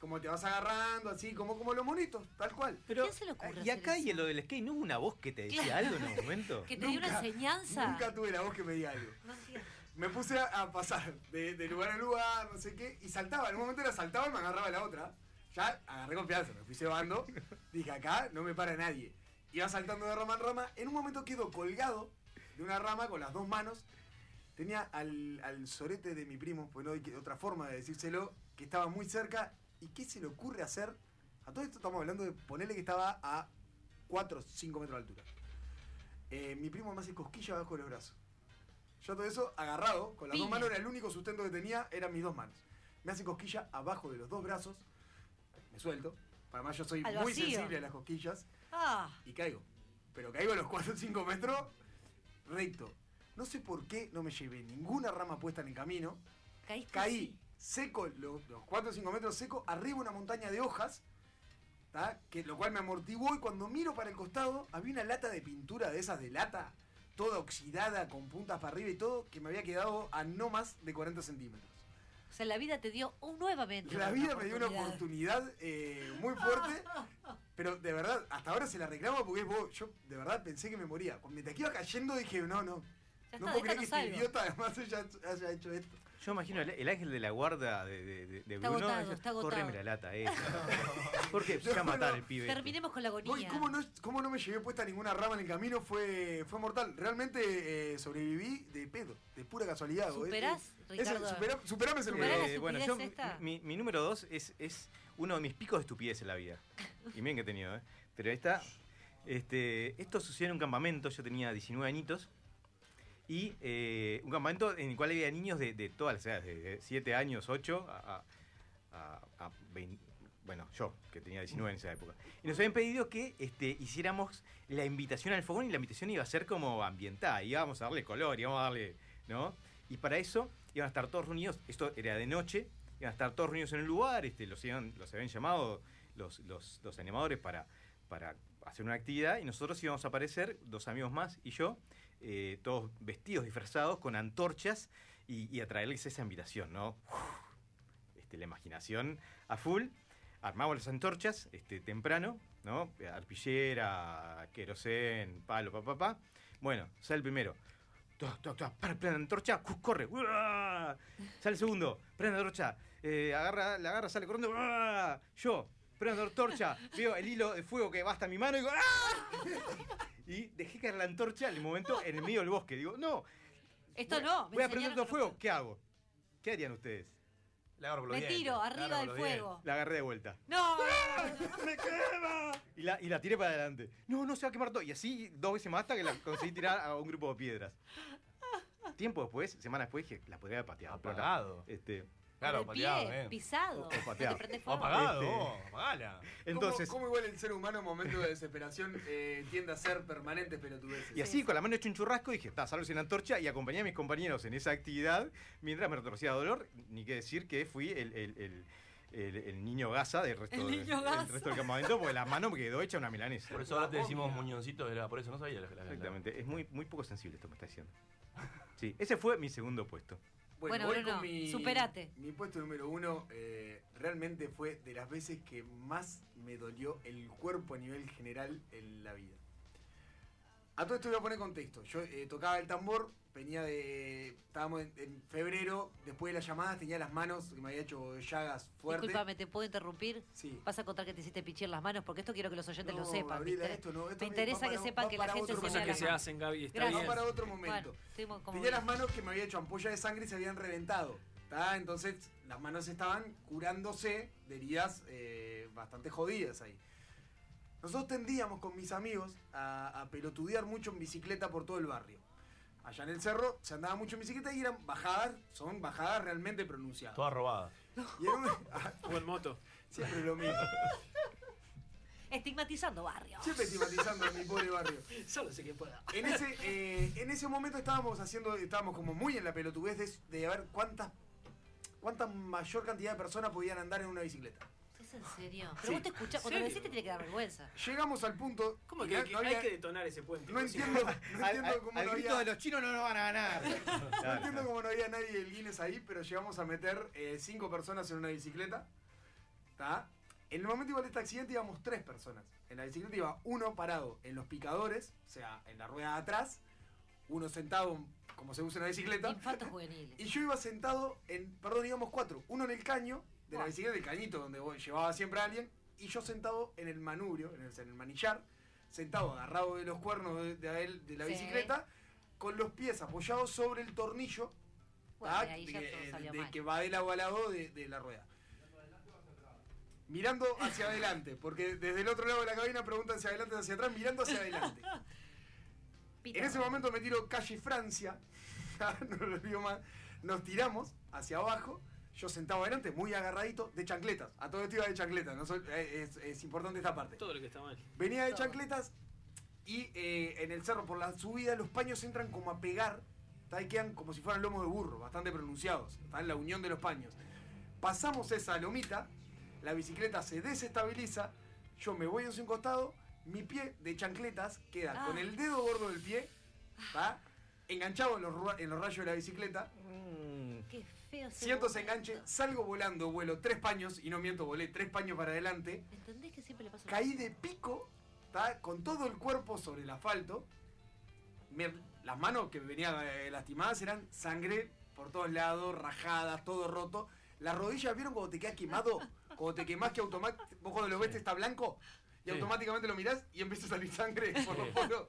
S3: Como te vas agarrando, así, como, como los monitos, tal cual.
S6: Pero,
S2: ¿Quién se le ocurre
S6: y
S2: hacer
S6: acá
S2: eso?
S6: y en lo del skate, ¿no hubo una voz que te decía
S2: Claro.
S6: algo en un momento?
S2: Que te dio una
S3: Nunca,
S2: enseñanza.
S3: Nunca tuve la voz que me diga algo.
S2: No entiendo.
S3: Me puse a, a pasar de, de lugar a lugar, no sé qué, y saltaba. En un momento era saltaba y me agarraba la otra. Ya agarré confianza, me fui cebando. Dije, acá no me para nadie. Iba saltando de rama en rama. En un momento quedo colgado de una rama con las dos manos. Tenía al, al sorete de mi primo, pues no hay que- otra forma de decírselo, que estaba muy cerca. ¿Y qué se le ocurre hacer? A todo esto estamos hablando de ponerle que estaba a 4 o 5 metros de altura. Eh, mi primo me hace cosquilla abajo de los brazos. Yo todo eso agarrado, con las dos
S2: Piña.
S3: manos, era el único sustento que tenía, eran mis dos manos. Me hace cosquilla abajo de los dos brazos, me suelto. Además yo soy
S2: Al
S3: muy
S2: vacío.
S3: sensible a las cosquillas
S2: Ah,
S3: y caigo. Pero caigo a los 4 o 5 metros recto. No sé por qué no me llevé ninguna rama puesta en el camino.
S2: caíste.
S3: Caí seco, lo- los 4 o 5 metros seco, arriba una montaña de hojas, ¿tá? que, lo cual me amortiguó y cuando miro para el costado había una lata de pintura de esas de lata, toda oxidada, con puntas para arriba y todo, que me había quedado a no más de 40 centímetros.
S2: O sea, la vida te dio un, nuevamente.
S3: La vida me dio una
S2: oportunidad.
S3: oportunidad eh, muy fuerte, pero de verdad, hasta ahora se la reclamo porque vos- yo de verdad pensé que me moría. Cuando te iba cayendo dije, no, no,
S2: Ya
S3: no
S2: está,
S3: puedo
S2: de esta
S3: creer
S2: no
S3: que este
S2: salgo.
S3: idiota además haya, haya hecho esto.
S6: Yo imagino el, el ángel de la guarda de, de, de- de
S2: Está
S6: Bruno.
S2: agotado,
S6: decía,
S2: está agotado.
S6: Córreme la lata, eh. Porque se va a
S3: No,
S6: matar
S3: no.
S6: el pibe. este.
S2: Terminemos con la agonía.
S3: Uy, ¿cómo no, cómo no me llevé puesta ninguna rama en el camino? Fue, fue mortal. Realmente eh, sobreviví de pedo, de pura casualidad. Eh, güey.
S2: ¿Superás,
S3: Ese-
S2: Ricardo?
S3: supera- superame ese número.
S2: ¿Superás la
S6: Eh, bueno, yo,
S2: estupidez esta?
S6: mi, mi número dos es, es uno de mis picos de estupidez en la vida. Y miren que he tenido, ¿eh? Pero esta, este, esto sucedió en un campamento, yo tenía 19 añitos. Y eh, un campamento en el cual había niños de, de todas las edades, de 7 años, 8 a, a- a- a 20 Bueno, yo, que tenía 19 en esa época. Y nos habían pedido que este, hiciéramos la invitación al fogón y la invitación iba a ser como ambientada. Íbamos a darle color, íbamos a darle, ¿no? Y para eso iban a estar todos reunidos, esto era de noche, iban a estar todos reunidos en un lugar, este, los, iban- los habían llamado los, los- los animadores para, para hacer una actividad y nosotros íbamos a aparecer, dos amigos más y yo, eh, todos vestidos, disfrazados, con antorchas y, y a traerles esa invitación, ¿no? Este, la imaginación a full. Armamos las antorchas este, temprano, ¿no? Arpillera, querosén, palo, papá, papá. Bueno, sale el primero. Toc, toc, toc, para, prende la antorcha, cu- corre. ¡Uah! Sale el segundo, prende la antorcha. eh, agarra, la agarra, sale corriendo. ¡Uah! Yo, prendo la antorcha, veo el hilo de fuego que va hasta mi mano y digo, ¡ah! Y dejé caer la antorcha en el momento en el medio del bosque. Digo, no,
S2: Esto no. me
S6: voy a
S2: enseñaron
S6: prender
S2: que
S6: todo
S2: no
S6: fuego, ¿qué hago? ¿Qué harían ustedes? La agarro
S2: con los Me dientes, tiro la arriba agarro con del los dientes. fuego.
S6: La agarré de vuelta.
S2: No.
S6: ¡Me quema! Y la, y la tiré para adelante. No, no se va a quemar todo. Y así dos veces más hasta que la conseguí tirar a un grupo de piedras. Tiempo después, semana después, dije, la podría haber pateado. Apagado. Este,
S4: Claro,
S2: Con el pie, pisado.
S6: O pateado.
S2: Te prende
S6: O
S2: fuego.
S6: apagado.
S4: Este-
S6: vos, Entonces-
S3: ¿Cómo, cómo igual el ser humano en momentos de desesperación eh, tiende a ser permanentes pelotudeces?
S6: Y así, con la mano hecho un churrasco, dije, está, salvo sin antorcha, y acompañé a mis compañeros en esa actividad mientras me retorcía de dolor. Ni que decir que fui el, el- el- el- el niño gasa del resto,
S2: El
S6: de-
S2: niño gasa.
S6: del resto del campamento, porque la mano me quedó hecha una milanesa.
S4: Por eso ahora te decimos muñoncito, era por eso, no sabía la, la- la-
S6: Exactamente, es muy, muy poco sensible esto que me está diciendo. Sí, ese fue mi segundo puesto.
S2: Bueno,
S3: voy
S2: Bruno,
S3: con mi-
S2: superate.
S3: Mi puesto número uno eh, realmente fue de las veces que más me dolió el cuerpo a nivel general en la vida. A todo esto voy a poner contexto. Yo eh, tocaba el tambor, venía de. Estábamos en, en febrero, después de las llamadas tenía las manos que me había hecho llagas fuertes.
S2: Disculpame, ¿te puedo interrumpir?
S3: Sí.
S2: Vas a contar que te hiciste pichir las manos porque esto quiero que los oyentes
S3: No,
S2: lo sepan.
S3: Gabriela,
S2: ¿viste?
S3: esto no, esto
S2: me
S3: es-
S2: interesa
S3: va
S2: que
S3: para-
S2: sepan
S3: va
S2: que la
S3: para
S2: gente
S3: otro
S2: se
S3: momento.
S2: señala
S3: Cosas que
S2: la
S3: se
S2: mano.
S5: hacen, Gaby, está
S2: Gracias.
S5: bien.
S3: Va para otro momento.
S2: Bueno, estuvimos como-
S3: Tenía las manos que me había hecho ampolla de sangre y se habían reventado. ¿tá? Entonces las manos estaban curándose de heridas eh, bastante jodidas ahí. Nosotros tendíamos con mis amigos a, a pelotudear mucho en bicicleta por todo el barrio. Allá en el cerro se andaba mucho en bicicleta y eran bajadas, son bajadas realmente pronunciadas.
S4: Toda robada.
S3: Y era un-
S5: O en moto.
S3: Siempre lo mismo.
S2: Estigmatizando barrio.
S3: Siempre estigmatizando a mi pobre barrio.
S5: Solo sé que pueda.
S3: En ese, eh, en ese momento estábamos haciendo, estábamos como muy en la pelotudez de, de ver cuántas, cuánta mayor cantidad de personas podían andar en una bicicleta.
S2: ¿Es en serio? Pero
S3: Sí.
S2: vos te escuchás, cuando lo
S3: ¿Serio?
S2: decís te tiene que dar vergüenza.
S3: Llegamos al punto.
S5: ¿Cómo
S3: y
S5: que
S3: no-
S5: hay, que-
S3: no había-
S5: hay que detonar ese puente?
S3: No
S5: Porque si
S3: entiendo, no
S6: Al,
S3: entiendo
S6: al-
S3: cómo
S6: al
S3: no
S6: grito
S3: había-
S6: de los chinos no nos van a ganar.
S3: No entiendo cómo no había nadie del Guinness ahí, pero llegamos a meter eh, cinco personas en una bicicleta. ¿Tá? En el momento igual de este accidente íbamos tres personas. En la bicicleta iba uno parado en los picadores, o sea, en la rueda de atrás, uno sentado como se usa en la bicicleta.
S2: Infantos juveniles.
S3: Y yo iba sentado en, perdón, íbamos cuatro. Uno en el caño, de la bicicleta del cañito, donde voy- llevaba siempre a alguien. Y yo sentado en el manubrio, en el, en el manillar, sentado agarrado de los cuernos de, de él- de la
S2: Sí.
S3: bicicleta, con los pies apoyados sobre el tornillo
S2: Bueno,
S3: ¿tá?
S2: ahí ya
S3: de- eh,
S2: todo salió
S3: de-
S2: mal.
S3: que va de lado a lado de, de la rueda. Mirando hacia adelante, porque desde el otro lado de la cabina preguntan hacia adelante, hacia atrás, mirando hacia adelante.
S2: Pito.
S3: En ese momento me tiro calle Francia. no lo olvido más. Nos tiramos hacia abajo. Yo sentado adelante, muy agarradito, de chancletas. A todo esto iba de chancletas. no soy- eh, es, es importante esta parte.
S5: Todo lo que está mal.
S3: Venía de chancletas y eh, en el cerro, por la subida, los paños entran como a pegar. ¿tá? Y quedan como si fueran lomos de burro, bastante pronunciados. Está en la unión de los paños. Pasamos esa lomita, la bicicleta se desestabiliza. Yo me voy hacia un costado, mi pie de chancletas queda
S2: Ah.
S3: con el dedo gordo del pie, ¿tá? enganchado en los, ru- en los rayos de la bicicleta.
S2: Qué feo ese
S3: Siento ese
S2: momento.
S3: enganche, salgo volando, vuelo tres paños, y no miento, volé tres paños para adelante
S2: ¿Entendés que siempre le pasa lo
S3: caí
S2: mismo?
S3: de pico, ¿tá? con todo el cuerpo sobre el asfalto. Me- las manos que me venían eh, lastimadas eran sangre por todos lados, rajadas, todo roto. Las rodillas, ¿vieron cuando te quedas quemado? Cuando te quemás que automáticamente, vos cuando lo ves te está blanco
S4: Sí.
S3: y automáticamente lo mirás y empieza a salir sangre por los
S4: Sí.
S3: poros.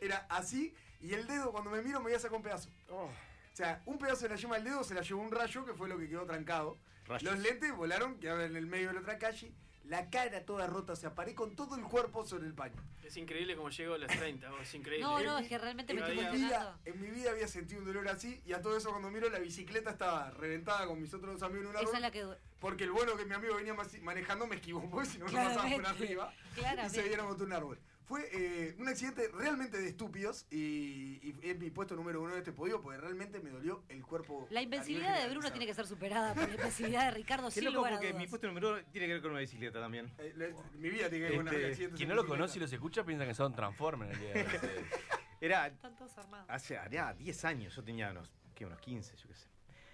S3: Era así y el dedo cuando me miro me voy a sacar un pedazo. O sea, un pedazo de la yema del dedo se la llevó un rayo, que fue lo que quedó trancado.
S6: Rayos.
S3: Los lentes volaron, quedaron en el medio de la otra calle. La cara toda rota, o sea, paré con todo el cuerpo sobre el paño.
S5: Es increíble como llego a las 30. vos, Es increíble.
S2: No, no, es que realmente me
S3: En
S2: estoy
S3: mi,
S2: emocionando.
S3: vida, en mi vida había sentido un dolor así y a todo eso cuando miro la bicicleta estaba reventada con mis otros dos amigos en un árbol
S2: Esa es la que du-
S3: porque el bueno que mi amigo venía mas- manejando me esquivó porque si no me pasaba por
S2: Claramente,
S3: arriba y se
S2: claramente.
S3: dieron contra un árbol. Fue eh, un accidente realmente de estúpidos y, y es mi puesto número uno de este podio porque realmente me dolió el cuerpo.
S2: La invencibilidad de Bruno tiene que ser superada por la invencibilidad de Ricardo
S6: Qué
S2: sin
S6: loco
S2: lugar a
S6: porque Eh, mi
S2: dudas.
S6: puesto número uno tiene que ver con una bicicleta también.
S3: Eh, mi vida tiene que ver con una bicicleta.
S4: Este, Quien no lo conoce y los escucha piensa que son Transformers en realidad.
S6: Era
S2: Están todos armados.
S6: hace haría 10 años, yo tenía unos, ¿qué? unos 15, yo qué sé.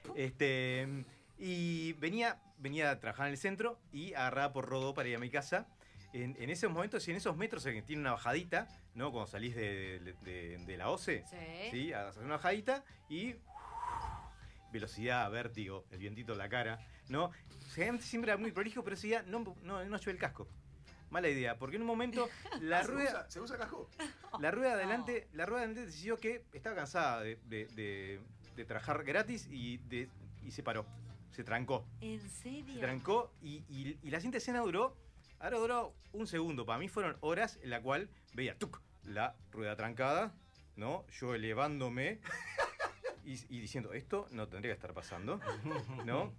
S2: Uh.
S6: Este, y venía, venía a trabajar en el centro y agarraba por Rodó para ir a mi casa. En, en esos momentos y en esos metros en que tiene una bajadita, ¿no? Cuando salís de, de- de la OCE,
S2: Sí.
S6: ¿sí? Haces una bajadita y velocidad, vértigo, el vientito en la cara, ¿no? O sea, antes siempre era muy prolijo, pero ese día no, no, no llevé el casco. Mala idea, porque en un momento la
S3: Ah, ¿se
S6: rueda... Eh.
S3: usa- ¿Se usa casco?
S6: La rueda de adelante, la rueda de adelante decidió que estaba cansada de, de- de- de trabajar gratis y, de- y se paró. Se trancó.
S2: ¿En
S6: Se
S2: serio?
S6: trancó y, y- y la siguiente escena duró. Ahora duró un segundo. Para mí fueron horas en la cual veía tuc, la rueda trancada, ¿no? Yo elevándome y, y diciendo, esto no tendría que estar pasando, ¿no?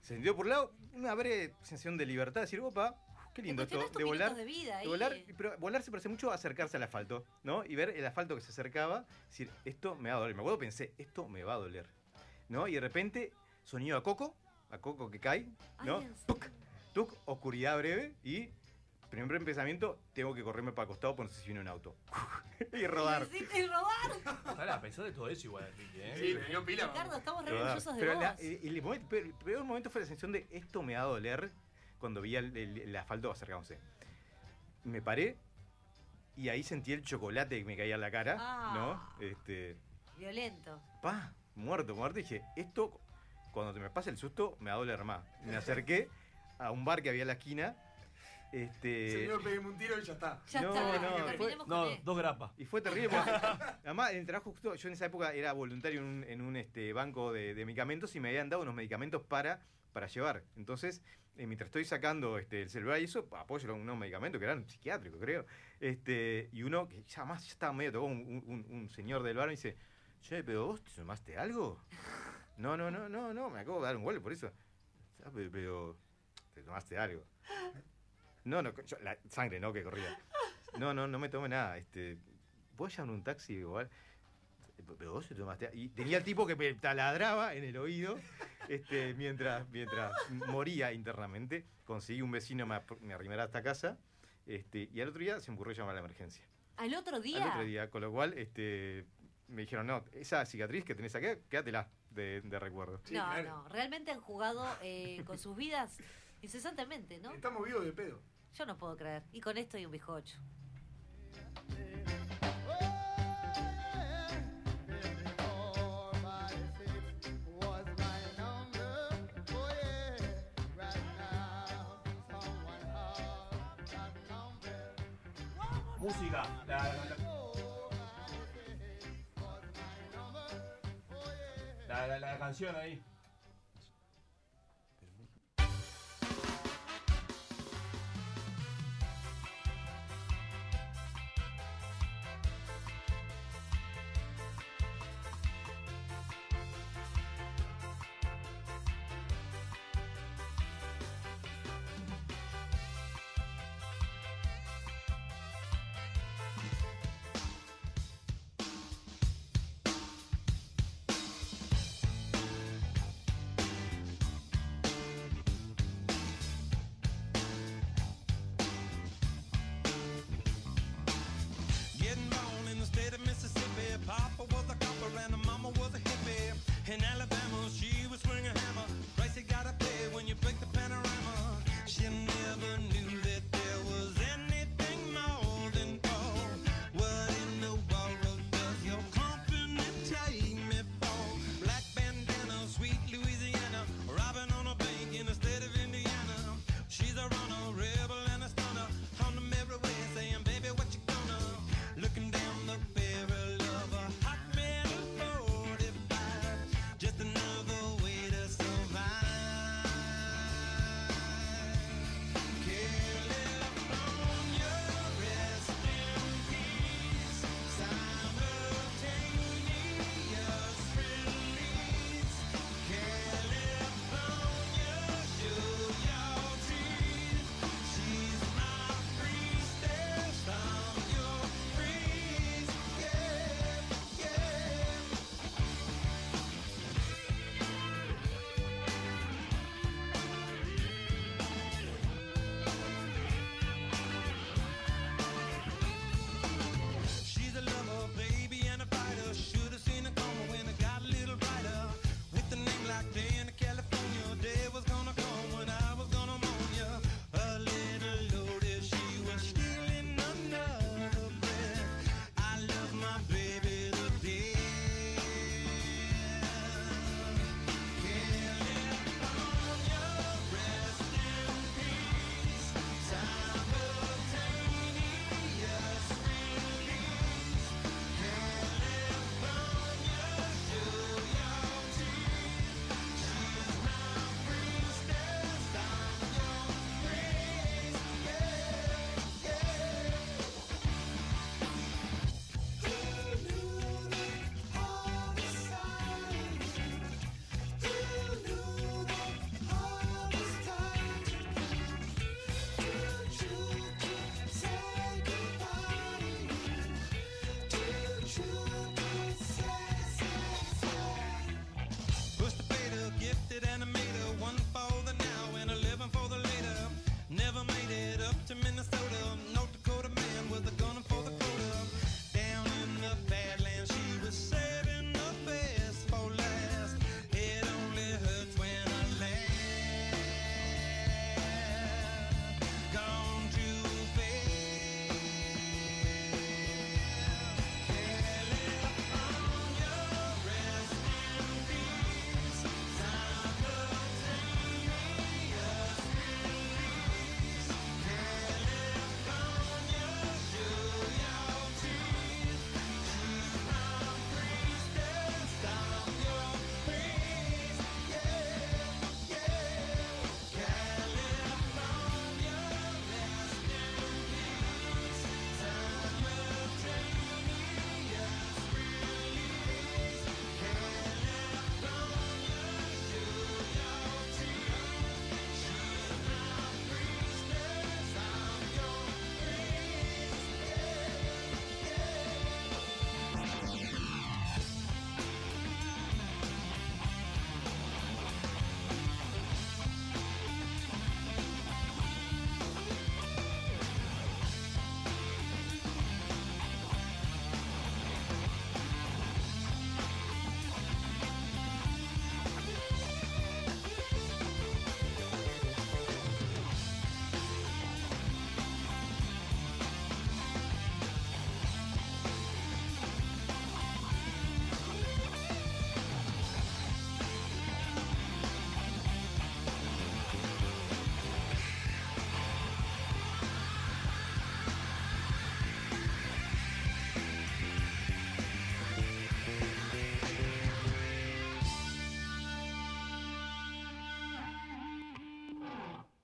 S6: Se sintió por un lado una breve sensación de libertad, decir, opa, qué lindo esto,
S2: Cuestionás tus
S6: de volar.
S2: minutos de vida ahí.
S6: De volar, pero volar se parece mucho a acercarse al asfalto, ¿no? Y ver el asfalto que se acercaba, decir, esto me va a doler. Me acuerdo, pensé, esto me va a doler, ¿no? Y de repente, sonido a coco, a coco que cae,
S2: Ay,
S6: ¿no?
S2: en serio.
S6: Tuc, tuc, oscuridad breve y primer pensamiento, tengo que correrme para el costado porque no sé si viene un auto. y rodar.
S2: ¿Y hiciste robar?
S4: Ahora, pensó de todo eso igual, Ricky, ¿eh?
S3: Sí, le dio pila.
S2: Ricardo, estamos re
S6: Rodar.
S2: orgullosos de
S6: Pero
S2: vos.
S6: la-
S3: eh,
S6: el, el momento- pero el peor momento fue la sensación de esto me va a doler cuando vi el, el- el asfalto acercándose. Me paré y ahí sentí el chocolate que me caía en la cara,
S2: Ah.
S6: ¿no? Este,
S2: Violento.
S6: pa, muerto, muerto. Y dije, esto, cuando te me pase el susto, me va a doler más. Me acerqué a un bar que había en la esquina. Este,
S3: Señor, pegueme un tiro y ya está.
S2: Ya
S6: No,
S2: está,
S6: no,
S2: terminemos
S4: No,
S2: con él.
S4: dos grapas.
S6: y fue terrible. porque- además, en el trabajo justo, yo en esa época era voluntario en un, en un, este, banco de, de medicamentos y me habían dado unos medicamentos para, para llevar. Entonces, eh, mientras estoy sacando este, el celular y eso, apoyo unos medicamentos que eran psiquiátricos, creo. Este, y uno que ya más ya estaba medio tocó un, un- un- un señor del bar y me dice, che, pero vos te sumaste algo? No, no, no, no, no, me acabo de dar un golpe por eso. "Ah, pe- Pero te tomaste algo. No, no, yo- la sangre no que corría. No, no, no me tomé nada. Este, voy a llamar un taxi igual. Pero vos te tomaste. Y tenía el tipo que me taladraba en el oído este, mientras, mientras moría internamente. Conseguí un vecino me, ap- me arrimara hasta casa. Este, y al otro día se me ocurrió llamar a la emergencia.
S2: ¿Al otro día?
S6: Al otro día, con lo cual este, me dijeron, no, esa cicatriz que tenés acá, quédatela de, de recuerdo.
S3: Sí,
S2: No,
S3: claro.
S2: no, realmente han jugado eh, con sus vidas incesantemente, ¿no?
S3: Estamos vivos de pedo.
S2: Yo no puedo creer. Y con esto y un bizcocho.
S4: Música. La, la- la- la canción ahí.
S13: Thank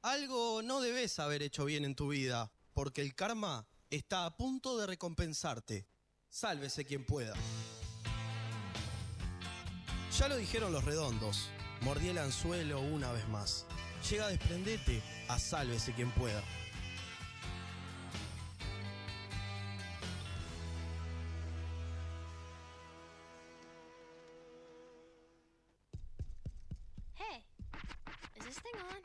S7: Algo no debes haber hecho bien en tu vida, porque el karma está a punto de recompensarte. Sálvese quien pueda. Ya lo dijeron los redondos. Mordí el anzuelo una vez más. Llega a desprendete a sálvese quien pueda.
S13: Hey, is this thing on?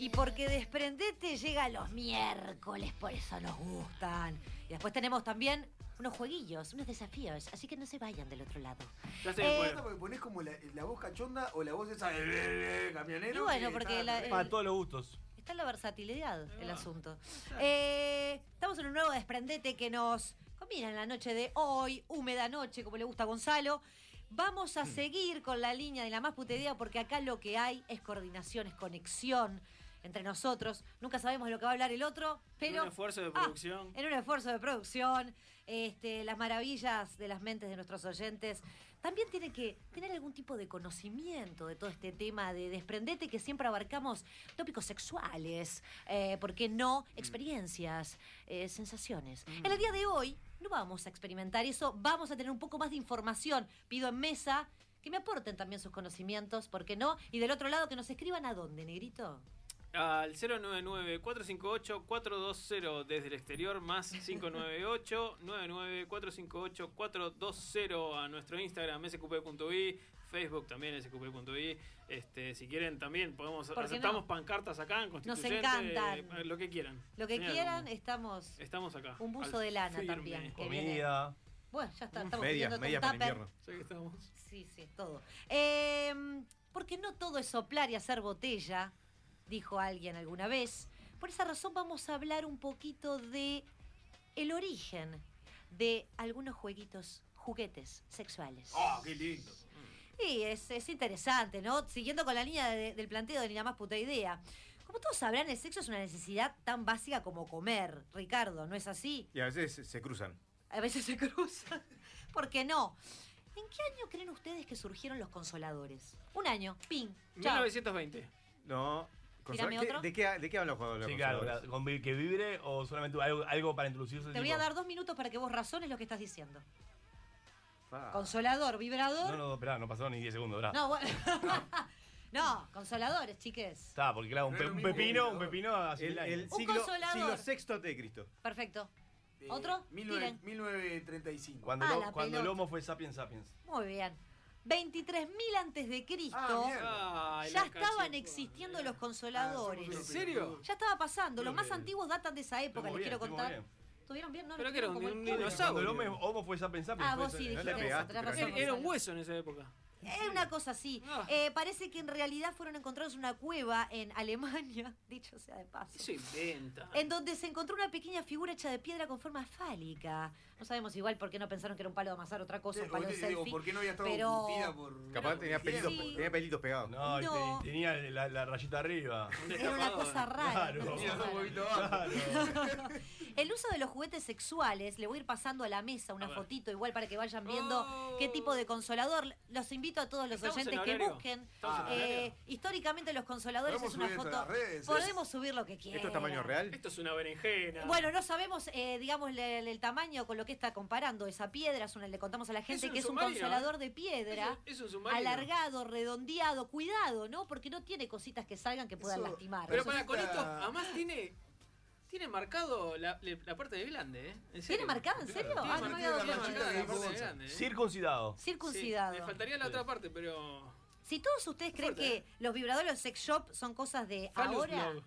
S2: Y porque desprendete llega los miércoles, por eso nos gustan. Y después tenemos también unos jueguillos, unos desafíos, así que no se vayan del otro lado.
S3: Ya
S2: Eh,
S3: se porque ponés como la, la voz cachonda o la voz esa de, de- de
S2: Y
S3: camionero.
S2: bueno,
S3: que
S2: porque la- el-
S4: Para todos los gustos.
S2: Está la versatilidad
S5: Ah.
S2: el asunto. Eh, estamos en un nuevo desprendete que nos combina en la noche de hoy, húmeda noche, como le gusta a Gonzalo. Vamos
S5: Mm.
S2: a seguir con la línea de la más putería porque acá lo que hay es coordinación, es conexión entre nosotros. Nunca sabemos lo que va a hablar el otro, pero...
S5: un esfuerzo de
S2: Ah,
S5: producción.
S2: en un esfuerzo de producción, este, las maravillas de las mentes de nuestros oyentes. También tiene que tener algún tipo de conocimiento de todo este tema de desprendete que siempre abarcamos tópicos sexuales, eh, ¿por qué no? Experiencias, eh, sensaciones. En el día de hoy no vamos a experimentar eso, vamos a tener un poco más de información. Pido en mesa que me aporten también sus conocimientos, ¿por qué no? Y del otro lado que nos escriban a dónde, negrito.
S5: Al 099-458-420 desde el exterior, más 598-99-458-420 a nuestro Instagram, sqp.i, Facebook también, sqp.i. Este, si quieren, también podemos
S2: ¿Por qué
S5: aceptamos
S2: no?
S5: pancartas acá en Constituyente.
S2: encantan.
S5: eh, lo que quieran.
S2: Lo que
S5: Señal,
S2: quieran,
S5: como-
S2: estamos...
S5: Estamos acá.
S2: Un buzo
S5: al
S2: de lana
S5: firme.
S2: también, que viene.
S4: Comida.
S2: Bueno, ya está, estamos
S6: Medias,
S2: pidiendo
S6: medias
S2: con
S6: para el
S2: tupper.
S6: invierno.
S5: Ya que estamos.
S2: Sí, sí, todo. Eh, porque no todo es soplar y hacer botella, dijo alguien alguna vez. Por esa razón vamos a hablar un poquito de el origen de algunos jueguitos, juguetes sexuales.
S5: ¡Ah, qué lindo!
S2: Y es, es interesante, ¿no? Siguiendo con la línea de- del planteo de ni la más puta idea. Como todos sabrán, el sexo es una necesidad tan básica como comer, Ricardo, ¿no es así?
S6: Y a veces se- se cruzan.
S2: A veces se cruzan. ¿Por qué no? ¿En qué año creen ustedes que surgieron los consoladores? Un año, ping. Chao.
S5: 1920.
S6: No.
S2: Tírame
S6: ¿Qué-
S2: otro.
S6: ¿De qué, ha- ¿De qué hablan los jugadores?
S4: Sí,
S6: los
S4: claro,
S6: consoladores?
S4: con vi- que vibre o solamente algo, algo para introducirse.
S2: Te voy a
S4: tipo,
S2: dar dos minutos para que vos razones lo que estás diciendo.
S5: Ah.
S4: pa.
S2: Consolador,
S4: No,
S2: vibrador.
S4: no, no, esperá, no pasaron ni 10 segundos, ¿verdad?
S2: No, bueno. no, consoladores, chiques.
S4: Está, porque claro, un, pe- un pepino, un pepino hace
S6: El,
S4: mil años.
S6: el
S2: Un
S6: siglo,
S2: consolador.
S6: siglo sexto antes de Cristo.
S2: Perfecto. ¿Otro? Tiren.
S3: 1935.
S4: Cuando,
S2: Ah,
S4: lo-
S2: la
S4: cuando el
S2: pelota.
S4: homo fue sapiens sapiens.
S2: Muy bien. 23.000 antes de Cristo.
S4: mierda. Ay,
S2: ya
S4: la
S2: estaban existiendo los consoladores.
S5: ¿En serio?
S2: Ya estaba pasando. Los
S4: Muy
S2: más
S4: bien.
S2: antiguos datan de esa época,
S4: Estuvimos
S2: les quiero
S4: bien,
S2: contar.
S4: estuvimos
S2: ¿Tuvieron bien? No,
S5: Pero
S2: no
S5: que era
S2: estuvieron
S5: un
S2: como el culo.
S4: Cuando
S5: dinosaurio.
S4: el homo, homo fue sapiens sapiens.
S2: Ah,
S4: fue
S2: vos
S4: eso.
S2: sí dijiste eso, tenés razón.
S5: Era un hueso en esa época.
S2: Era una cosa así. Eh, parece que en realidad fueron encontrados en una cueva en Alemania, dicho sea de paso.
S5: Eso inventa.
S2: En donde se encontró una pequeña figura hecha de piedra con forma fálica. No sabemos igual por qué no pensaron que era un palo de amasar otra cosa, un
S3: O
S2: palo de
S3: te- digo,
S2: selfie.
S3: ¿por qué no había estado
S2: pero-
S3: curtida por.
S6: Capaz tenía pelitos,
S2: Sí.
S6: tenía pelitos pegados.
S4: No, y te-
S2: No.
S4: y tenía la, la rayita arriba.
S2: Era una cosa rara.
S4: Claro.
S2: una cosa rara. El uso de los juguetes sexuales, le voy a ir pasando a la mesa una fotito igual para que vayan viendo qué tipo de consolador. Los invito a todos los
S5: Oh. Estamos
S2: oyentes
S5: en
S2: que
S5: horario.
S2: busquen.
S5: Estamos en
S2: eh,
S5: horario.
S2: históricamente los consoladores
S3: Podemos
S2: es una
S3: subir esto
S2: foto.
S3: a las redes,
S2: Podemos subir lo que quieran.
S6: ¿Esto es tamaño real?
S5: Esto es una berenjena.
S2: Bueno, no sabemos, eh, digamos, le- le- el tamaño con lo que está comparando esa piedra. es una- le contamos a la gente
S5: un
S2: que es un
S5: submarino,
S2: consolador
S5: ¿eh?
S2: de piedra.
S5: Es un submarino.
S2: Alargado, redondeado, cuidado, ¿no? Porque no tiene cositas que salgan que puedan
S3: Eso-
S2: lastimar.
S5: Pero
S3: Eso
S5: para
S3: sí
S5: con
S3: está-
S5: esto, además tiene. Tiene marcado la, le- la parte de glande, ¿eh? ¿En serio?
S2: ¿Tiene marcado? ¿En serio?
S5: Tiene
S2: Ah, no me había dado
S5: marcado
S2: cuenta.
S5: la parte de glande, ¿eh?
S4: Circuncidado.
S2: Circuncidado.
S5: Sí, me faltaría la otra parte, pero.
S2: Si todos ustedes creen
S5: Fuerte, ¿eh?
S2: que los vibradores los sex shop son cosas de
S5: Phallus
S2: ahora.
S5: Blog.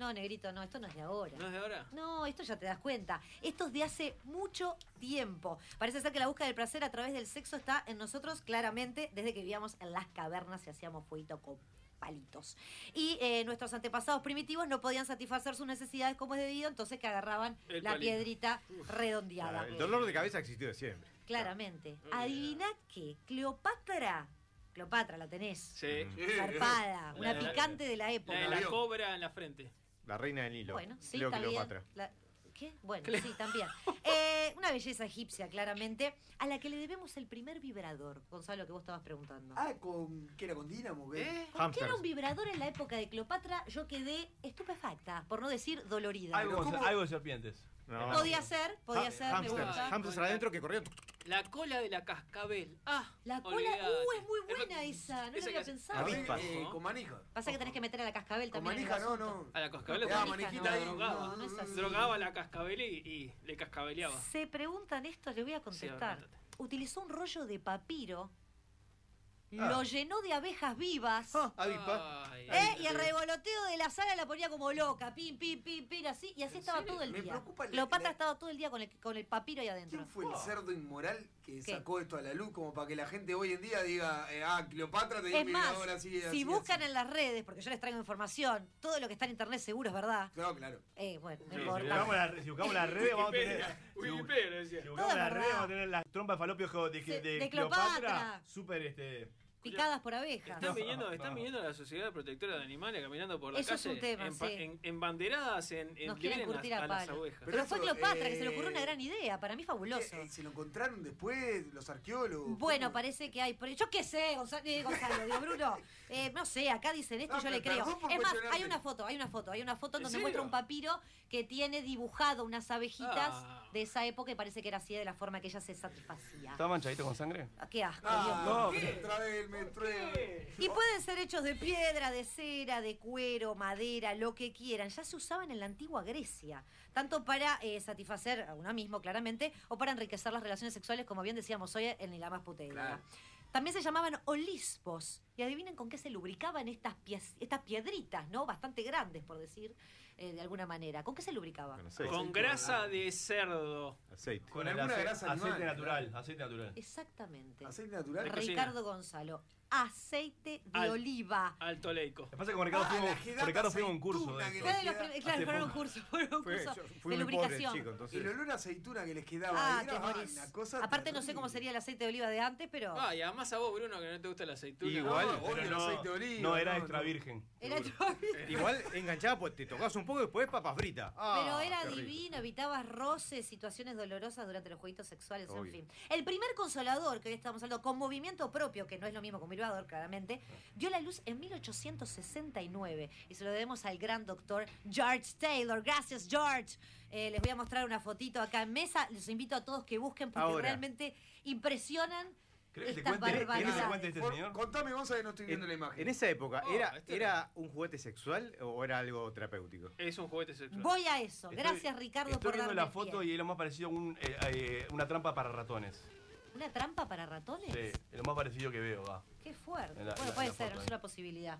S2: No, negrito, no, esto no es de ahora.
S5: ¿No es de ahora?
S2: No, esto ya te das cuenta. Esto es de hace mucho tiempo. Parece ser que la búsqueda del placer a través del sexo está en nosotros claramente desde que vivíamos en las cavernas y hacíamos fueguito con palitos. Y eh, nuestros antepasados primitivos no podían satisfacer sus necesidades como es debido, entonces que agarraban
S6: El
S2: la
S6: palito.
S2: piedrita redondeada.
S6: Ah, El dolor de cabeza ha existido de siempre.
S2: Claramente. Adivina qué, Cleopatra Cleopatra, la tenés.
S5: Sí.
S2: Zarpada,
S5: La-
S2: una
S5: la-
S2: picante de la
S5: La
S2: época.
S5: de la cobra en la frente.
S6: La reina del hilo.
S2: Bueno, sí,
S6: Leo
S2: también.
S6: Cleopatra.
S2: la- ¿Qué? Bueno, sí, también. Eh, una belleza egipcia, claramente, a la que le debemos el primer vibrador, Gonzalo, que vos estabas preguntando.
S3: Ah, con, ¿qué era? ¿Con Dinamo? qué?
S2: ¿Por qué era un vibrador en la época de Cleopatra? Yo quedé estupefacta, por no decir dolorida.
S4: Algo,
S2: ¿Cómo
S4: algo de serpientes.
S2: Podía ser, podía
S4: Ha-
S2: ser, me
S4: hamsters,
S2: gusta.
S6: Hamsters adentro que corrió.
S5: La cola de la cascabel. Ah,
S2: La cola,
S5: olvidate.
S2: uh, es muy buena esa, no lo había pensado.
S3: Eh, con manija.
S2: Pasa que tenés que meter a la cascabel
S3: Con
S2: también. en el
S3: manija no,
S2: asunto.
S3: no.
S5: A la cascabel
S3: Ah,
S5: la
S3: manijita ahí.
S5: drogaba.
S3: No, no es así.
S5: Drogaba la cascabel y, y le cascabeleaba.
S2: Se preguntan esto, les voy a contestar. Utilizó un rollo de papiro,
S5: Ah.
S2: lo llenó de abejas vivas.
S3: Ah,
S5: avispa. Ay,
S2: ¿eh?
S5: ay,
S2: Y el
S5: ay.
S2: revoloteo de la sala la ponía como loca, pim, pim, pim, pim, así, y así estaba todo el
S3: Me
S2: día.
S3: preocupa la-
S2: Cleopatra estaba todo el día con el, con el papiro ahí adentro.
S3: ¿Quién fue el cerdo inmoral que sacó esto a la luz como para que la gente hoy en día diga, eh, ah, Cleopatra tenía
S2: Es
S3: un
S2: más,
S3: vibrador así, así,
S2: si
S3: así?
S2: buscan en las redes, porque yo les traigo información, todo lo que está en internet seguro es verdad.
S3: No, claro.
S2: Eh, bueno, no
S4: Sí,
S2: importa.
S4: si buscamos la- si buscamos las redes, vamos a tener. si bu- Si buscamos
S2: Todo
S4: las
S2: verdad.
S4: redes, vamos a tener las trompas de falopio jo- de, de,
S2: de Cleopatra.
S4: Cleopatra. Súper este.
S2: Picadas por abejas.
S5: Están viniendo, están viniendo la Sociedad Protectora de Animales caminando por la
S2: Eso es
S5: calle.
S2: un tema,
S5: en, pa-
S2: sí.
S5: en- en banderadas, en, en
S2: Nos
S5: que
S2: quieren
S5: vienen a-
S2: curtir
S5: a,
S2: a
S5: las
S2: palo.
S5: abejas.
S2: Pero, fue Cleopatra que se le ocurrió
S3: eh,
S4: eh,
S2: una gran idea, para mí fabuloso.
S3: ¿Se lo encontraron después los arqueólogos?
S2: Bueno, parece que hay. por ahí- Yo qué sé, Gonzalo, eh, Gonzalo, digo, Bruno. Eh, no sé, acá dicen esto
S3: No,
S2: y yo le
S3: pero
S2: creo.
S3: perdón por
S2: Es más,
S3: cuestionarte.
S2: hay una foto, hay una foto, hay una foto
S3: ¿En
S2: donde
S3: serio?
S2: muestra un papiro que tiene dibujado unas abejitas
S4: Ah.
S2: de esa época y parece que era así de la forma que ella se satisfacía.
S4: ¿Está manchadito con sangre?
S2: Ah, Qué asco,
S4: No,
S2: Dios mío.
S4: pero-
S2: Y pueden ser hechos de piedra, de cera, de cuero, madera, lo que quieran. Ya se usaban en la antigua Grecia, tanto para eh, satisfacer a uno mismo, claramente, o para enriquecer las relaciones sexuales, como bien decíamos hoy en la más puteira. También se llamaban olispos. Y adivinen con qué se lubricaban estas, pies- estas piedritas, ¿no? Bastante grandes, por decir, eh, de alguna manera. ¿Con qué se lubricaban?
S5: Con grasa de cerdo.
S6: Aceite.
S4: Con el ace- Aceite natural, aceite natural.
S2: Exactamente.
S3: Aceite natural.
S4: De cocina.
S2: Ricardo Gonzalo. Aceite de
S4: Al-
S2: oliva.
S5: Alto leico.
S4: Pasa que con Ricardo
S2: Ah, la
S4: fuimos,
S2: jidata
S4: con Ricardo fuimos a un curso. de
S3: aceituna que
S4: esto.
S2: Fue de los prim- claro,
S4: Hace
S2: fueron un
S4: poco.
S2: curso, fueron un
S4: Fue-
S2: curso
S4: yo
S2: de lubricación.
S3: El olor a aceituna que les quedaba
S2: Ah,
S3: ahí
S2: te
S3: era
S2: morís.
S3: una cosa.
S2: Aparte no sé cómo sería el aceite de oliva de antes, pero
S5: Ah, y además a vos, Bruno, que no te gusta la aceituna.
S6: Igual,
S5: No,
S6: pero
S5: obvio,
S6: no-
S4: No, era
S6: no,
S4: extra
S6: no.
S4: virgen.
S2: era
S6: Igual enganchaba, pues te tocabas un poco y después papas fritas. Ah,
S2: pero era
S6: qué rico.
S2: divino, evitabas roces, situaciones dolorosas durante los jueguitos sexuales,
S6: Obvio.
S2: en fin. El primer consolador, que hoy estamos hablando con movimiento propio, que no es lo mismo que un vibrador, claramente, dio la luz en 1869 y se lo debemos al gran doctor George Taylor. Gracias, George. Eh, les voy a mostrar una fotito acá en mesa. Les invito a todos que busquen porque
S6: Ahora.
S2: realmente impresionan
S4: ¿Crees
S2: estas barbaridades.
S3: Contame, Gonza, que no estoy viendo la imagen.
S6: este En esa época,
S3: Oh,
S6: ¿era,
S3: este
S6: ¿era un juguete sexual o era algo terapéutico?
S5: Es un juguete sexual.
S2: Voy a eso.
S4: Estoy-
S2: Gracias, Ricardo,
S4: Estoy
S2: por
S4: viendo
S2: darme
S4: la
S2: el
S4: foto
S2: pie.
S4: y es lo más parecido a un, eh, eh, una trampa para ratones.
S2: ¿Una trampa para ratones?
S4: Sí, es lo más parecido que veo, va.
S2: Qué fuerte.
S4: En la- en
S2: bueno,
S4: la-
S2: puede
S4: en la
S2: ser,
S4: foto,
S2: es
S4: ¿eh?
S2: una posibilidad.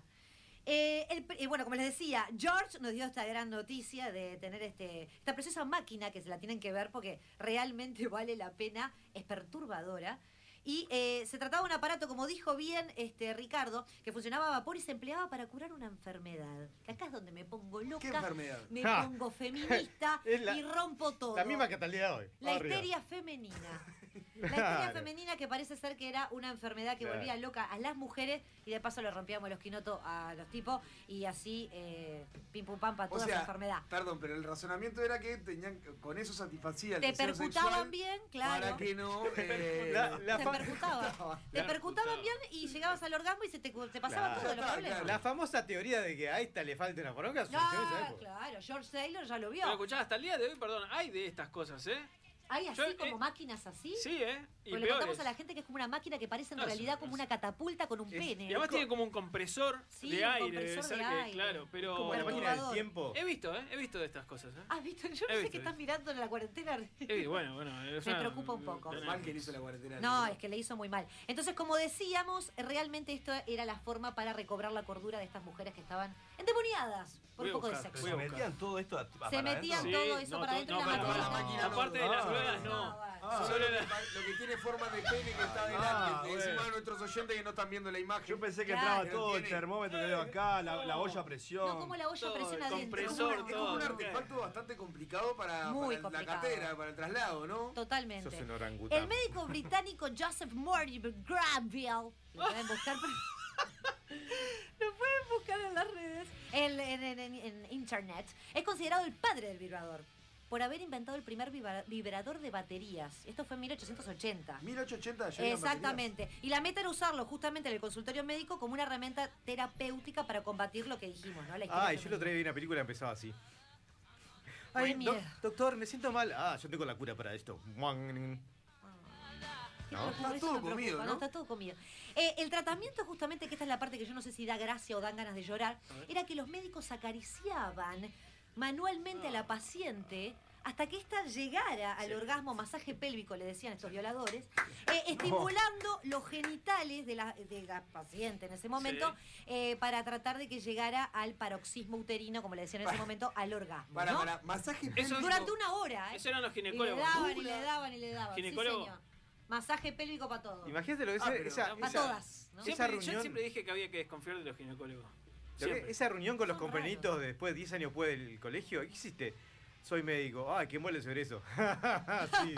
S2: Eh, el pr- eh, bueno, como les decía, George nos dio esta gran noticia de tener este, esta preciosa máquina que se la tienen que ver porque realmente vale la pena, es perturbadora. Y eh, se trataba de un aparato, como dijo bien este, Ricardo, que funcionaba a vapor y se empleaba para curar una enfermedad. Que acá es donde me pongo loca.
S3: ¿Qué enfermedad?
S2: Me
S6: Ja.
S2: pongo feminista
S6: Es la-
S2: y rompo todo.
S6: La misma que hasta el día de hoy.
S2: La
S6: Arriba.
S2: histeria femenina. La histeria
S6: Claro.
S2: femenina que parece ser que era una enfermedad que
S6: Claro.
S2: volvía loca a las mujeres y de paso le rompíamos los quinotos a los tipos y así eh, pim pum pam para
S3: O
S2: toda esa
S3: sea,
S2: enfermedad.
S3: perdón, pero el razonamiento era que tenían con eso satisfacía el
S2: Te
S3: deseo
S2: percutaban
S3: sexual
S2: bien, claro.
S3: Para que no. eh,
S6: La- la
S2: te
S6: fa-
S2: percutaban. Te percutaban bien y llegabas al orgasmo y se te, te pasaban
S6: Claro.
S2: todos los problemas.
S6: La famosa teoría de que a esta le falta una poronga surgió en esa
S2: Ah,
S6: época.
S2: claro, George Taylor ya lo vio.
S5: Pero escuchá, hasta el día de hoy, perdón, hay de estas cosas, ¿eh?
S2: Hay así
S5: Yo, eh,
S2: como máquinas así.
S5: Sí, ¿eh? Y
S2: Porque le contamos
S5: peores.
S2: a la gente que es como una máquina que parece en
S5: No, es
S2: realidad como una catapulta con un
S5: Es-
S2: pene.
S5: Y además tiene como un compresor
S2: Sí,
S5: de
S2: un
S5: aire,
S2: compresor
S5: debe ser
S2: de
S5: que,
S2: aire.
S5: claro, pero...
S2: Como la máquina del Perturbador.
S6: tiempo.
S5: He visto, ¿eh? He visto de estas cosas, ¿eh?
S2: Ah, Víctor, yo no
S5: He
S2: sé
S5: visto,
S2: qué
S5: he
S2: estás mirando en la cuarentena.
S5: Eh, bueno, bueno. es
S2: Me
S5: una-
S2: preocupa un poco.
S3: Mal que le hizo la cuarentena.
S2: No, es que le hizo muy mal. Entonces, como decíamos, realmente esto era la forma para recobrar la cordura de estas mujeres que estaban endemoniadas por
S4: Voy
S2: un
S4: a
S2: poco de
S4: buscar,
S2: sexo.
S4: voy a buscar. Se metían todo esto a- a-
S2: Se
S4: para
S2: metían
S4: adentro.
S2: todo eso para adentro en la
S4: para
S2: máquina.
S4: adentro.
S5: Aparte de las drogas, no.
S2: Ah,
S3: Solo
S4: solo
S3: lo,
S4: la-
S3: que, pa- lo que tiene forma de pene que está delante.
S4: Ah,
S3: que
S4: bueno.
S3: Encima de nuestros oyentes que no están viendo la imagen. Yo
S4: pensé que entraba todo el termómetro que veo acá, la, la olla a presión.
S2: No, como la olla a presión
S3: el
S2: adentro.
S3: compresor,
S2: Es como una-
S3: Es como un artefacto bastante complicado para,
S2: Muy
S3: para la
S2: complicado.
S3: cartera, para el traslado, ¿no?
S2: Totalmente.
S3: Sos un orangután.
S2: El médico británico Joseph Mortimer Granville. Lo pueden buscar. por- Lo pueden buscar en las redes. El- en, en- en- en internet. Es considerado el padre del vibrador. Por haber inventado el primer vibra- vibrador de baterías. Esto fue en 1880.
S3: 1880 ya habían
S2: Exactamente. Y la meta era usarlo justamente en el consultorio médico como una herramienta terapéutica para combatir lo que dijimos, ¿no? La historia
S6: Ay,
S2: femenina.
S6: Ah, yo lo traía vi una película empezaba así. Ay,
S2: Ay,
S6: doc-
S2: mira.
S6: doctor, me siento mal. Ah, yo tengo la cura para esto. Muang.
S2: Ah.
S6: ¿No?
S2: Por eso me preocupa, Está todo comido. Eh, el tratamiento, justamente, que esta es la parte que yo no sé si da gracia o dan ganas de llorar,
S6: A ver.
S2: era que los médicos acariciaban manualmente a la paciente hasta que ésta llegara al orgasmo, masaje pélvico, le decían estos violadores, eh, estimulando los genitales de la, de la paciente en ese momento eh, para tratar de que llegara al paroxismo uterino, como le decían en ese momento, al orgasmo.
S3: Para,
S2: ¿no?
S3: para, masaje
S5: Eso-
S2: Durante una hora. ¿eh?
S5: Esos eran los
S2: Y le
S5: ginecólogos.
S2: daban, y le daban, y le daban. Sí,
S5: Ginecólogo.
S2: señor. Masaje pélvico para todos.
S6: Imagínate lo
S3: Ah,
S6: que es esa,
S2: Pa'
S6: esa-
S2: todas,
S6: esa
S2: ¿no?
S5: Siempre- Yo
S6: reunión.
S5: siempre dije que había que desconfiar de los ginecólogos.
S6: lo que-
S5: Siempre.
S6: esa reunión con los compañeritos de después de 10 años después del colegio. ¿Qué hiciste? Soy médico. Ah, qué muele sobre eso. sí,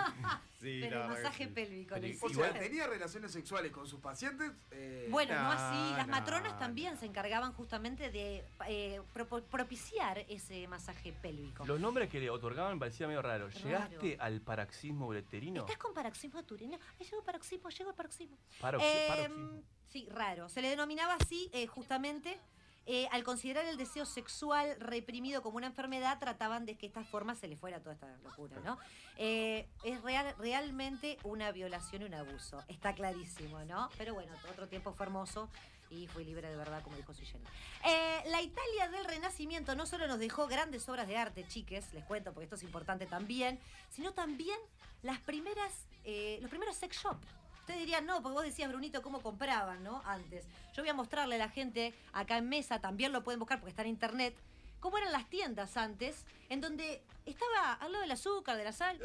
S6: sí,
S2: Pero
S6: la
S2: el
S6: verdad que
S2: masaje
S6: sí.
S2: pélvico. le
S3: O
S2: hicieron.
S3: sea, tenía relaciones sexuales con sus pacientes. eh,
S2: Bueno, no, así. Las
S6: no,
S2: matronas también se encargaban justamente de eh, propo- propiciar ese masaje pélvico.
S4: Los nombres que le otorgaban me parecía medio raro. ¿Llegaste al paroxismo ureterino?
S2: ¿Estás con paroxismo turino? Ahí llegó el paroxismo, llegó el paroxismo.
S4: Paroxi-
S2: Eh,
S4: paroxismo.
S2: Sí, raro. Se le denominaba así eh, justamente eh, al considerar el deseo sexual reprimido como una enfermedad, trataban de que esta forma se le fuera toda esta locura, ¿no? Eh, es real, realmente una violación y un abuso. Está clarísimo, ¿no? Pero bueno, otro tiempo fue hermoso y fui libre de verdad, como dijo Suyeni. Eh, la Italia del Renacimiento no solo nos dejó grandes obras de arte, chiques, les cuento porque esto es importante también, sino también las primeras, eh, los primeros sex shop. Ustedes dirían, no, porque vos decías, Brunito, cómo compraban, ¿no? Antes. Yo voy a mostrarle a la gente acá en mesa, también lo pueden buscar porque está en internet, cómo eran las tiendas antes, en donde estaba al lado del azúcar, de la sal,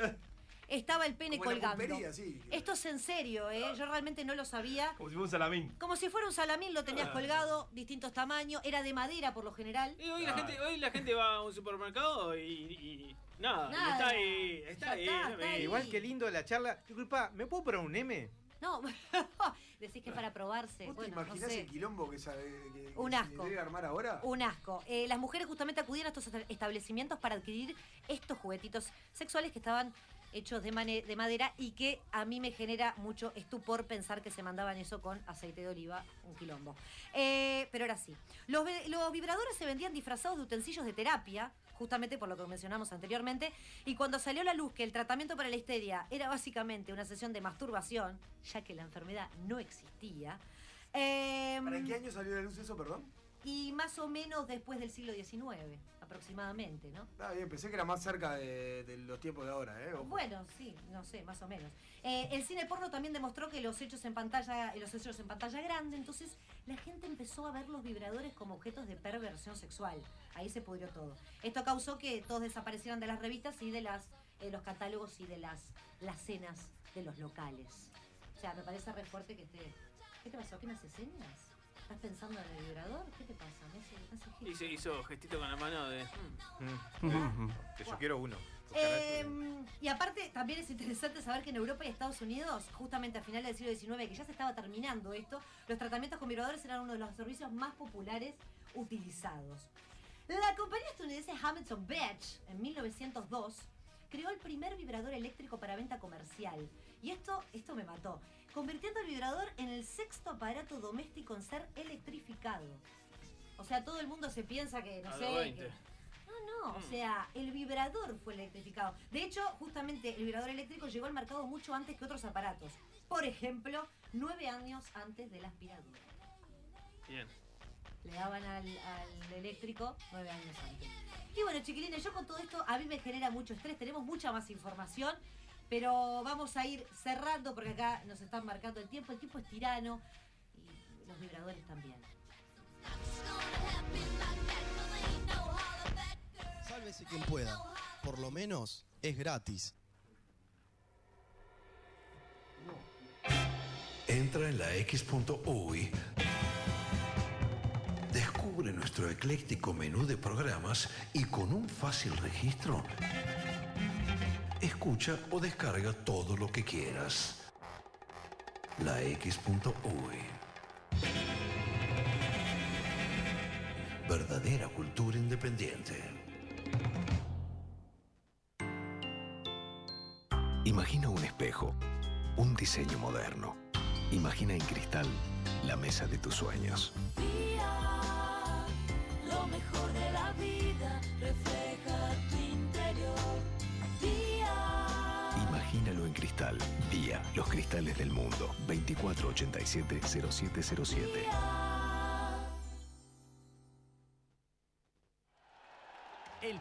S2: estaba el pene
S3: Eh. Como en la
S2: colgando.
S3: pulpería, sí.
S2: Esto es en serio, ¿eh? Yo realmente no lo sabía.
S4: Como si fuera un salamín.
S2: Como si fuera un salamín, lo tenías
S4: Ah.
S2: colgado, distintos tamaños, era de madera por lo general.
S5: Y
S3: Ah.
S5: hoy, la gente, hoy la gente va a un supermercado y, y nada, y
S2: Nada.
S5: Ah, está
S3: Ah.
S5: ahí, está
S2: Ya
S5: ahí. eh.
S2: está,
S5: no me
S2: está ahí.
S6: Igual que lindo la charla. Disculpa, ¿me puedo poner un M?
S2: No, decís que es para probarse.
S3: ¿Vos
S2: Bueno,
S3: te
S2: no
S3: imaginás
S2: sé.
S3: el quilombo que, sa- que- Eh, que
S2: Un
S3: se
S2: asco.
S3: debe armar ahora?
S2: Un asco. Eh, las mujeres justamente acudían a estos esta- establecimientos para adquirir estos juguetitos sexuales que estaban hechos de, mane- de madera y que a mí me genera mucho estupor pensar que se mandaban eso con aceite de oliva, un quilombo. Eh, pero era así. Los, ve- los vibradores se vendían disfrazados de utensilios de terapia, justamente por lo que mencionamos anteriormente, y cuando salió a la luz que el tratamiento para la histeria era básicamente una sesión de masturbación, ya que la enfermedad no existía.
S3: ¿Para
S2: em,
S3: qué año salió la luz eso, perdón?
S2: y más o menos después del siglo XIX, aproximadamente, ¿no?
S3: Ah, bien, pensé que era más cerca de, de los tiempos de ahora, ¿eh? Ojo.
S2: Bueno, sí, no sé, más o menos. Eh, el cine porno también demostró que los hechos en pantalla, eh, los hechos en pantalla grande, entonces la gente empezó a ver los vibradores como objetos de perversión sexual. Ahí se pudrió todo. Esto causó que todos desaparecieran de las revistas y de las, eh, los catálogos y de las, las cenas de los locales. O sea, me parece re fuerte que esté. ¿Qué te pasó? ¿Qué me haces señas? ¿Estás pensando en el vibrador? ¿Qué te pasa? Me hace- me hace gesto.
S5: Y se hizo gestito con la mano de. mm.
S6: Que yo quiero uno.
S2: Eh, y aparte, también es interesante saber que en Europa y Estados Unidos, justamente a finales del siglo XIX, que ya se estaba terminando esto, los tratamientos con vibradores eran uno de los servicios más populares utilizados. La compañía estadounidense Hamilton Beach, en 1902, creó el primer vibrador eléctrico para venta comercial. Y esto, esto me mató, convirtiendo el vibrador en el sexto aparato doméstico en ser electrificado. O sea, todo el mundo se piensa que, no
S5: A
S2: sé,
S5: los 20.
S2: que- no, no, o
S5: Mm.
S2: sea, el vibrador fue electrificado. De hecho, justamente el vibrador eléctrico llegó al mercado mucho antes que otros aparatos. Por ejemplo, nueve años antes de la aspiradora.
S5: Bien.
S2: Le daban al, al eléctrico nueve años antes. Y bueno, chiquilines, yo con todo esto a mí me genera mucho estrés. Tenemos mucha más información, pero vamos a ir cerrando porque acá nos están marcando el tiempo. El tiempo es tirano y los vibradores también.
S7: Sálvese quien pueda. Por lo menos es gratis.
S8: Entra en la X.UI. Descubre nuestro ecléctico menú de programas y con un fácil registro, escucha o descarga todo lo que quieras. La X.UI. Verdadera cultura independiente.
S14: Imagina un espejo, un diseño moderno. Imagina en cristal la mesa de tus sueños.
S15: Día, lo mejor de la vida refleja tu interior. Día,
S14: Imagínalo en cristal. Día, los cristales del mundo. 2487-0707.
S12: El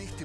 S16: este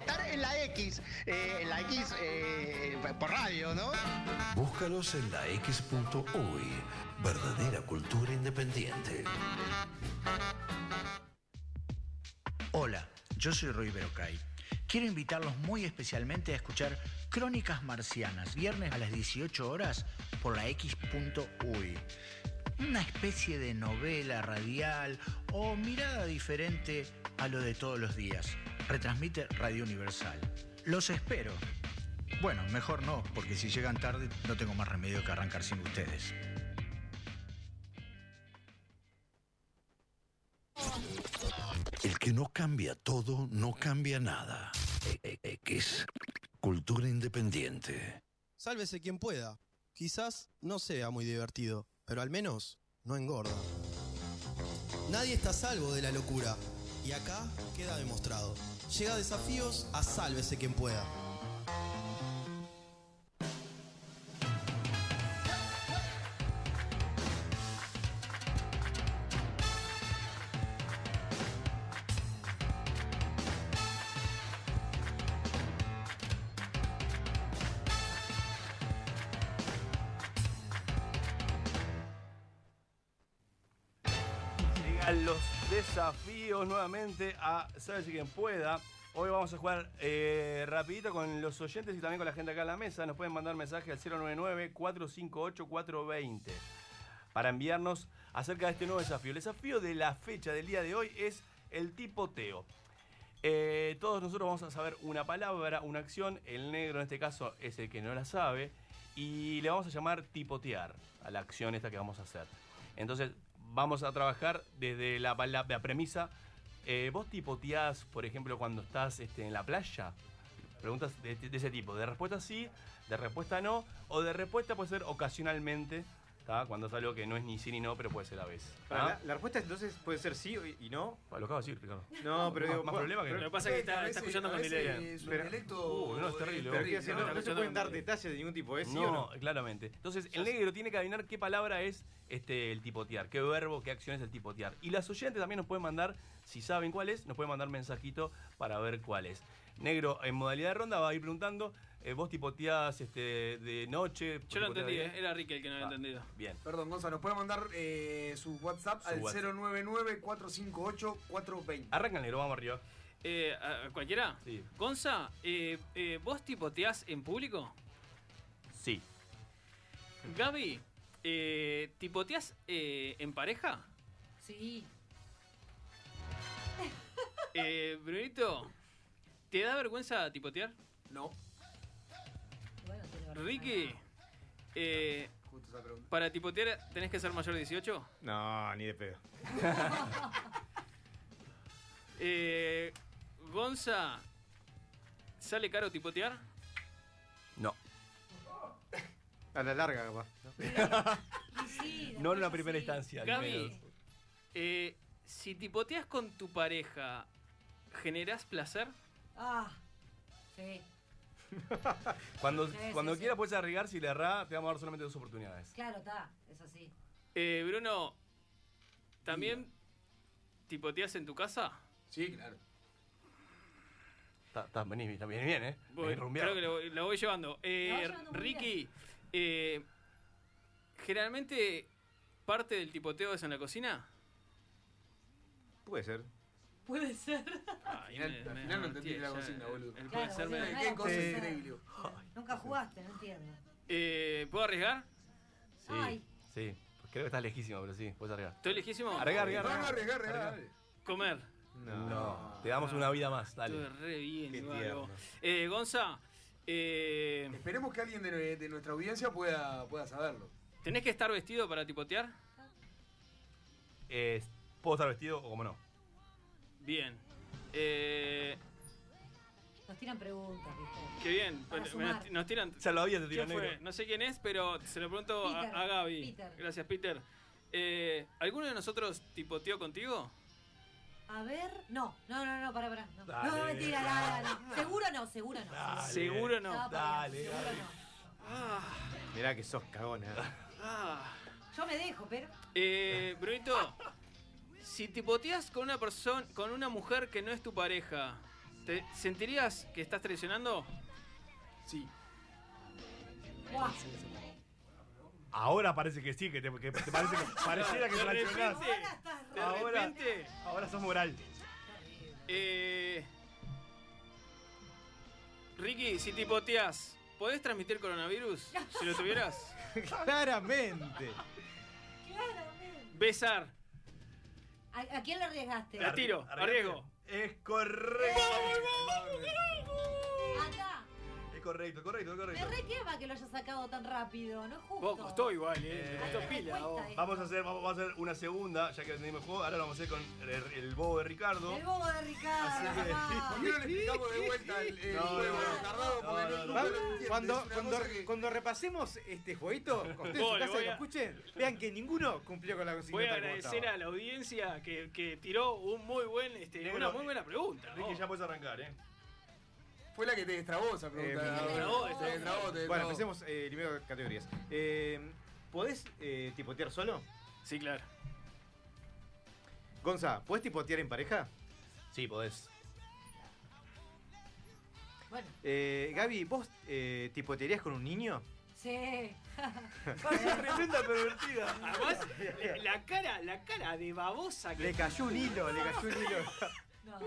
S17: Estar en la X, eh, en la X eh, por radio, ¿no?
S8: Búscalos en la X.uy. Verdadera cultura independiente.
S11: Hola, yo soy Roy Berocay. Quiero invitarlos muy especialmente a escuchar Crónicas Marcianas, viernes a las 18 horas por la X.uy. Una especie de novela radial o mirada diferente a lo de todos los días. Retransmite Radio Universal. Los espero. Bueno, mejor no, porque si llegan tarde no tengo más remedio que arrancar sin ustedes.
S8: El que no cambia todo, no cambia nada. E- e- X. Cultura independiente.
S7: Sálvese quien pueda. Quizás no sea muy divertido, pero al menos no engorda. Nadie está a salvo de la locura. Y acá queda demostrado. Llega desafíos a sálvese quien pueda.
S4: Llegan los desafíos nuevamente a Sabes quien pueda. Hoy vamos a jugar eh, rapidito con los oyentes y también con la gente acá en la mesa. Nos pueden mandar mensaje al 099-458-420 para enviarnos acerca de este nuevo desafío. El desafío de la fecha del día de hoy es el tipoteo. Eh, todos nosotros vamos a saber una palabra, una acción. El negro en este caso es el que no la sabe. Y le vamos a llamar tipotear a la acción esta que vamos a hacer. Entonces vamos a trabajar desde la, pala- la premisa. Eh, ¿Vos tipoteás, por ejemplo, cuando estás este, en la playa? Preguntas de, de ese tipo. De respuesta sí, de respuesta no. O de respuesta puede ser ocasionalmente. ¿tá? Cuando es algo que no es ni sí ni no, pero puede ser a veces.
S6: Pará,
S4: ¿tá?
S6: la, la respuesta entonces puede ser sí y- y no.
S4: Ah. Lo acabo de decir, Ricardo.
S6: No, pero digo,
S4: Más- más
S6: bueno,
S4: problema que
S6: pero-
S4: no.
S6: lo que pasa es que está-
S4: A
S6: está
S4: veces-
S6: escuchando
S4: a
S6: con
S4: veces
S6: delay.
S4: es un
S6: Pero-
S4: dialecto-
S6: Uy, no, es terrible.
S4: Pero-
S6: ¿qué hacen?
S4: no,
S6: No, no se pueden dar detalles de ningún tipo, ¿es sí o no?
S4: claramente. Entonces, el negro tiene que adivinar qué palabra es este, el tipotear, qué verbo, qué acción es el tipotear. Y las oyentes también nos pueden mandar, si saben cuál es, nos pueden mandar mensajito para ver cuál es. Negro, en modalidad de ronda, va a ir preguntando, eh, vos tipoteás este, de noche.
S5: Yo lo
S4: tipoteás
S5: entendí,
S4: de- Ah,
S5: eh, era Ricky el que no había
S6: Ah.
S5: entendido.
S4: Bien.
S3: Perdón, Gonzalo, puede mandar eh, su WhatsApp
S4: Su
S3: al
S4: WhatsApp.
S3: 099 458 420.
S4: Arranca el negro, vamos arriba.
S5: Eh, a- a ¿Cualquiera? Sí. Gonza, eh, eh, ¿vos tipoteás en público?
S4: Sí.
S5: Gaby, eh, ¿tipoteás eh, en pareja?
S2: Sí.
S5: Eh, Brunito, ¿te da vergüenza tipotear? No. Ricky, eh, para tipotear tenés que ser mayor de 18.
S6: No, ni de pedo.
S5: Eh, Gonza, ¿sale caro tipotear?
S6: A la larga, capaz. pues
S4: No en la primera instancia. al menos.
S5: Gaby, eh, si tipoteas con tu pareja, ¿generás placer?
S2: Ah, sí.
S4: Cuando,
S2: Sí,
S4: cuando
S2: sí,
S4: quieras puedes arriesgar, si le erra, te vamos a dar solamente dos oportunidades.
S2: Claro, está, es así.
S5: Eh, Bruno, ¿también tipoteas en tu casa? Sí, claro.
S4: Está, está- venís, está bien, bien, ¿eh?
S5: Voy-
S4: Venís rumbeado.
S5: creo que lo, lo voy llevando. Eh,
S4: Lo vas llevando muy
S5: Ricky, eh, generalmente parte del tipoteo es en la cocina.
S6: Puede ser.
S2: Puede ser.
S5: Al
S3: final- al final no entendí la cocina, boludo.
S5: puede
S3: Claro,
S5: ser
S3: boludo,
S5: me-
S3: ¿qué cosa es
S5: Eh,
S3: cerebro?
S2: Nunca jugaste, no entiendo.
S5: eh, ¿Puedo arriesgar?
S4: Sí,
S2: Ay.
S4: sí. Creo que estás lejísimo, pero sí, puedes arriesgar.
S5: ¿Estoy lejísimo?
S4: Arriesga, arriesga,
S5: No, no,
S4: arriesga.
S5: arriesga, arriesga,
S4: Arriesga.
S5: Comer.
S4: No. Te damos una vida más, dale.
S5: Estuve re bien,
S4: Qué
S5: Ivago.
S4: tierno.
S5: Eh, Gonza, eh,
S3: Esperemos que alguien de, de nuestra audiencia pueda, pueda saberlo.
S5: ¿tenés que estar vestido para tipotear?
S4: Eh, ¿Puedo estar vestido o como no?
S5: Bien. Eh,
S2: Nos tiran preguntas, ¿viste?
S5: qué bien.
S2: Para
S5: Me- me-
S2: sumar.
S5: nos tiran.
S4: Ya lo había, te
S5: ¿Quién
S4: tiró
S5: fue?
S4: negro.
S5: No sé quién es, pero se lo pregunto a-
S2: Peter,
S5: a, Gaby.
S2: Peter.
S5: Gracias, Peter. Eh, ¿Alguno de nosotros tipoteó contigo?
S2: A ver, no, no, no, no, para, para. No,
S5: Dale.
S2: no, no, mentira, nada, no. Seguro no, seguro no.
S5: Seguro no.
S2: No, para,
S6: Dale,
S2: seguro no. Ah,
S6: Mirá que sos cagona.
S5: ah.
S2: yo me dejo, pero.
S5: Eh, Brunito, si tipoteas con una persona, con una mujer que no es tu pareja, ¿te sentirías que estás traicionando? Sí.
S2: Buah.
S4: Ahora parece que sí, que te, que te parece que pareciera que
S5: de
S4: traicionás.
S5: repente, de
S4: Ahora-
S5: repente,
S4: Ahora sos moral.
S5: eh, Ricky, si tipoteas, ¿podés transmitir coronavirus? Si lo tuvieras.
S6: Claramente.
S2: Claramente.
S5: Besar.
S2: ¿A, a quién le arriesgaste?
S5: La tiro, arriesgo.
S4: Es correcto.
S2: Acá.
S4: Es correcto, correcto,
S2: Me
S4: correcto.
S2: re quema que lo haya sacado tan rápido, no es justo.
S4: Vos costó igual, eh.
S2: costó pila, vos.
S4: Vamos a hacer, vamos a hacer una segunda, ya que entendimos el juego. Ahora lo vamos a hacer con el, el bobo de Ricardo.
S2: El bobo de Ricardo.
S4: Así que-
S2: papá.
S3: ¿Por qué no le explicamos de vuelta el, el
S6: No,
S3: juego?
S6: no,
S3: Tardado porque no- nunca lo entiende.
S6: Cuando,
S3: Es una
S6: cuando,
S3: cosa que-
S6: cuando repasemos este jueguito, ustedes en
S5: Voy,
S6: su casa
S5: voy
S6: lo
S5: a-
S6: escuchen, vean que ninguno cumplió con la consigna.
S5: Voy a
S6: tal como
S5: agradecer
S6: estaba.
S5: a la audiencia que, que tiró un muy buen, este,
S4: Negro,
S5: una muy buena pregunta.
S4: Ricky, ya puedes arrancar, eh.
S3: Fue la que te destrabó esa pregunta.
S6: Eh,
S3: la
S6: me-
S3: verdad. te destrabó, te
S6: Bueno,
S3: destrabó.
S6: empecemos eh, primero categorías. Eh, ¿Podés eh, tipotear solo?
S5: Sí, claro.
S6: Gonza, ¿podés tipotear en pareja?
S4: Sí, podés.
S2: Bueno,
S6: Eh, Gaby, ¿vos eh, tipotearías con un niño?
S2: sí.
S6: Tremenda pervertida.
S5: Además, la, la cara, la cara de babosa que
S6: Le cayó un hilo, le cayó un hilo.
S2: No.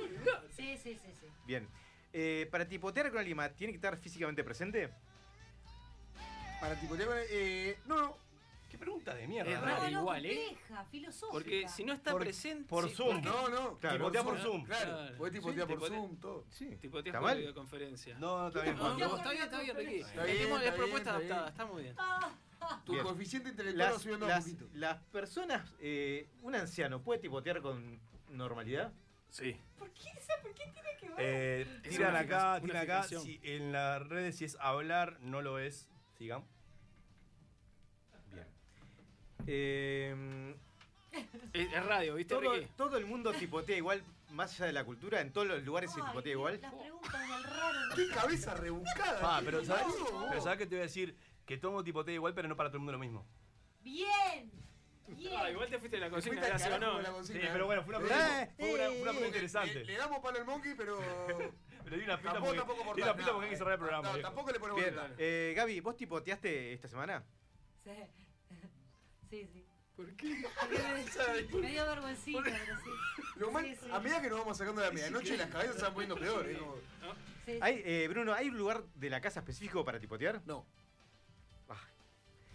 S2: Sí, sí, sí, sí.
S6: Bien. Eh, para tipotear con alguien más, ¿tiene que estar físicamente presente?
S3: Para tipotear con eh, No, no.
S4: Qué pregunta de
S5: Es
S4: mierda.
S5: raro
S2: No, no,
S5: igual, ¿eh?
S2: compleja, filosófica.
S5: Porque si no está
S4: Por-
S5: presente.
S4: por
S5: sí,
S4: Zoom.
S5: porque-
S3: No, no.
S4: Claro,
S3: Tipotea
S4: por Zoom.
S3: Claro. Podés tipotear
S5: Sí,
S3: por
S5: tipotea-
S3: Zoom, todo.
S6: Sí.
S5: Tipoteas
S6: ¿Está
S5: por
S6: mal?
S5: videoconferencia.
S4: No, está bien,
S5: No,
S4: Juan.
S5: no, está bien, está bien, Ricky.
S3: Está bien,
S5: Tenemos
S3: está
S5: las
S3: bien,
S5: propuestas
S3: está bien.
S5: adaptadas, está muy bien.
S3: Tu
S6: Bien.
S3: coeficiente intelectual va
S6: Las,
S3: subiendo
S6: las-
S3: un poquito.
S6: las personas, eh, un anciano, ¿puede tipotear con normalidad?
S5: Sí.
S2: ¿Por qué esa? ¿Por qué tiene que ver?
S4: Eh,
S5: Es
S4: tiran
S5: una
S4: acá,
S5: fijación,
S4: tiran
S5: una
S4: acá.
S5: fijación.
S4: Si en las redes si es hablar, no lo es. Sigan.
S6: Bien.
S3: Em,
S6: Eh,
S5: Es, es radio, ¿viste,
S6: todo,
S5: Ricky?
S6: todo el mundo tipotea igual, más allá de la cultura, en todos los lugares se
S2: Ay,
S6: tipotea igual.
S2: Las preguntas del raro.
S3: ¡Qué cabeza rebuscada!
S4: Ah,
S3: qué
S4: pero ¿sabes?
S3: boludo.
S4: Pero ¿sabes qué te voy a decir? Que tomo tipotea igual, pero no para todo el mundo lo mismo.
S2: Bien. Bien.
S5: Ah, igual te fuiste de la
S3: Fuiste
S5: cocina,
S3: al
S5: gracias o
S3: carajo
S5: no.
S3: con la consigna,
S4: Sí, pero bueno, fue una
S3: Eh,
S4: pregunta, fue una- fue una
S3: eh,
S4: pregunta
S3: le-
S4: interesante.
S3: Le, le damos palo al monkey, pero.
S4: Le di una pila
S3: tampoco,
S4: porque,
S3: tampoco
S4: di
S3: aportás
S4: una pila
S3: nada,
S4: porque hay que
S3: eh.
S4: cerrar el programa.
S3: No,
S4: viejo.
S3: tampoco le ponemos
S6: Bien.
S3: nada.
S6: Eh, Gaby, ¿vos tipoteaste esta semana?
S2: Sí. Sí, sí.
S5: ¿Por qué?
S2: Me dio vergüencita, pero sí.
S3: Lo mal-
S2: Sí, sí.
S3: A medida que nos vamos sacando de la medianoche, las cabezas se están poniendo peor. ¿eh? Como-
S2: Sí, sí.
S6: Hay, eh, Bruno, ¿hay un lugar de la casa específico para tipotear? Ah,
S3: No.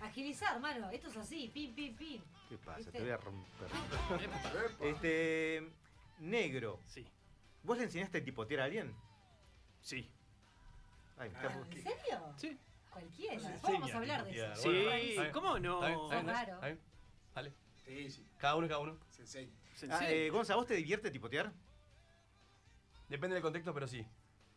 S2: Agilizar, mano. Esto es así. Pim, pim, pim.
S6: ¿Qué pasa?
S2: ¿Viste?
S6: Te voy a romper. este. Negro.
S5: Sí.
S6: ¿Vos le enseñaste a tipotear a alguien?
S5: Sí.
S6: Ay, me
S2: Ah,
S6: está
S2: ¿En serio?
S5: Sí.
S2: Cualquiera.
S5: No se
S2: Vamos a
S5: enseña,
S2: hablar de
S4: Bien, bueno,
S2: eso.
S5: Sí,
S4: está bien, está bien.
S5: ¿cómo no?
S4: Está bien, está bien,
S2: Sos
S4: está bien,
S2: raro.
S4: está bien. Dale.
S3: Sí, sí.
S4: Cada uno, cada uno.
S3: Sensei.
S6: Ah, eh, Gonza, ¿vos te divierte tipotear?
S4: Depende del contexto, pero sí.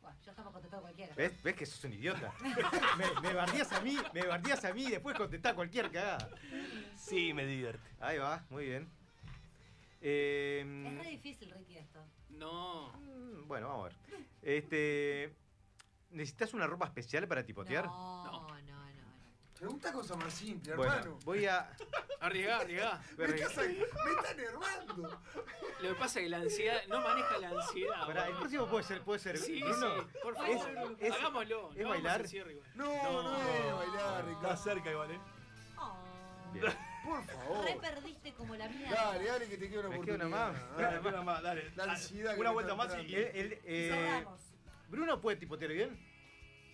S2: Bueno, ya estamos contestados cualquiera.
S6: ¿Ves? ¿Ves que sos un idiota? me, me bardías a mí, me bardías a mí y después contestás cualquier cagada.
S4: Sí, me divierte.
S6: Ahí va, muy bien.
S2: Es re
S6: Eh,
S2: difícil, Ricky, esto.
S5: No.
S6: mm, bueno, vamos a ver. Este, ¿Necesitas una ropa especial para tipotear?
S2: No, no, no.
S3: Pregunta cosa más simple,
S6: bueno,
S3: hermano.
S6: voy a...
S5: Arriesgá, arriesgá.
S3: Me, estás, a- me están hermando.
S5: Lo que pasa es que la ansiedad, no maneja la ansiedad.
S6: Pará, el
S5: boludo.
S6: próximo puede ser, puede ser.
S5: Sí,
S6: Bruno.
S5: sí, por
S6: Es-
S5: favor,
S6: es-
S5: hagámoslo.
S6: ¿Es
S5: no
S6: bailar?
S5: Vamos al cierre igual.
S3: No, no es bailar, Oh.
S4: Está cerca igual, ¿eh?
S6: Bien.
S3: Por favor.
S2: Re perdiste como la mía.
S3: Dale, dale, que te queda una
S6: Me queda
S3: oportunidad.
S6: una más.
S4: Dale, una más, dale.
S3: La ansiedad que
S4: Una
S3: me
S4: vuelta
S3: está
S4: más y-
S3: entrando.
S4: y.
S6: El- el, eh,
S2: Cerramos.
S6: ¿Bruno puede tipotear bien?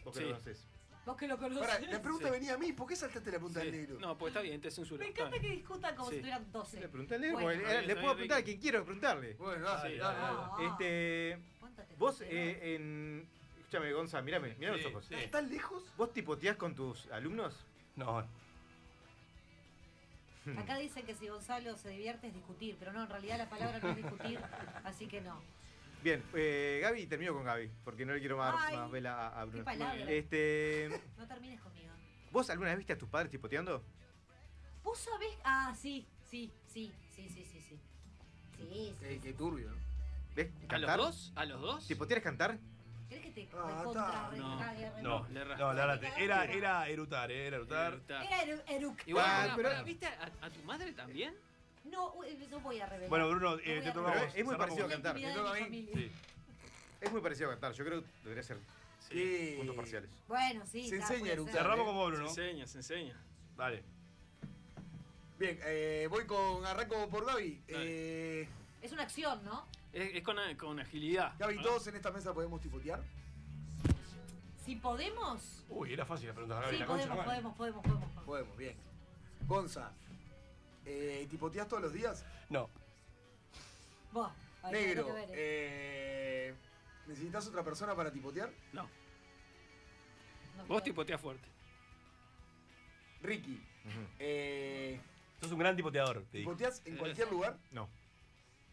S6: Vos que
S5: Sí.
S6: lo conocés.
S2: Vos que lo conoces.
S3: Pará, la pregunta
S5: Sí.
S3: venía a mí, ¿por qué saltaste la punta del negro?
S5: No, pues está bien, te censuro.
S2: Me encanta que discutan como
S5: Sí.
S2: si tuvieran 12.
S6: Le pregunté al negro,
S2: Bueno.
S6: como- eh, le
S5: está
S6: puedo
S5: bien,
S6: preguntar a
S5: Ricky.
S6: quien quiero preguntarle.
S3: Bueno, dale,
S5: Sí,
S3: dale, dale.
S2: Ah,
S6: Este,
S2: ¿cuánto te
S6: vos
S2: considero?
S6: eh, en... Escúchame, Gonza, mírame, mírame los ojos.
S4: sí.
S3: ¿Estás tan lejos?
S6: ¿Vos tipoteás con tus alumnos?
S4: No,
S2: Acá dicen que si Gonzalo se divierte es discutir, pero no, en realidad la palabra no es discutir, así que no.
S6: Bien, eh, Gaby, termino con Gaby, porque no le quiero más,
S2: Ay,
S6: más vela a, a Bruno.
S2: palabra.
S6: Este,
S2: No termines conmigo.
S6: ¿Vos alguna vez viste a tus padres tipoteando?
S2: ¿Vos sabés? Ah, sí, sí, sí, sí, sí, sí, sí. Sí, sí.
S3: Eh, qué turbio. ¿no?
S6: ¿Ves?
S5: ¿A los
S6: ¿Cantar?
S5: dos? ¿A los dos?
S6: ¿Tipotear es cantar?
S2: ¿Crees que te
S3: Ah,
S2: contra
S3: está,
S5: no,
S4: no.
S5: No, le erraste.
S4: No, la verdad, era, era erutar, eh, era erutar.
S2: Era eru- eructar.
S5: Igual,
S6: Ah,
S5: pará,
S6: pero-
S5: pará, ¿viste a, a tu madre también?
S2: No, uy, no voy a revelar.
S4: Bueno, Bruno,
S2: No
S4: eh,
S2: voy
S4: te
S2: a
S4: toca a
S6: Pero
S4: vos.
S6: es muy
S4: cerramos
S6: parecido a
S4: con-
S6: cantar.
S2: revelar la intimidad de
S3: Yo
S2: mi
S3: lo vi.
S2: familia.
S4: Sí.
S6: Es muy parecido a cantar, yo creo que debería ser
S3: Qué-
S6: puntos parciales.
S2: Bueno, sí. está,
S3: Se enseña
S2: puede
S3: a eructar.
S2: ser.
S4: Cerramos con vos,
S5: Se
S4: Bruno.
S5: enseña, se enseña.
S4: Dale.
S3: Bien, eh, voy con arranco por Gaby. Eh,
S2: Es una acción, ¿no?
S5: Es, es con, con agilidad.
S3: Gaby,
S5: Ah,
S3: todos en esta mesa podemos tipotear.
S2: Si podemos.
S3: Uh,
S4: Uy, era fácil la pregunta, Gaby,
S2: Sí,
S4: la concha,
S2: podemos,
S4: madre.
S2: podemos, podemos, podemos, podemos.
S3: Podemos, bien. Gonza, eh, ¿tipoteas todos los días?
S4: No,
S2: Vos. ahí
S3: Negro,
S2: tenés que ver, eh.
S3: eh, ¿necesitas otra persona para tipotear?
S5: No,
S2: No
S5: vos
S2: creo.
S5: tipoteás fuerte.
S3: Ricky, eh,
S4: sos un gran tipoteador, te digo.
S3: ¿tipoteas en cualquier lugar?
S6: No,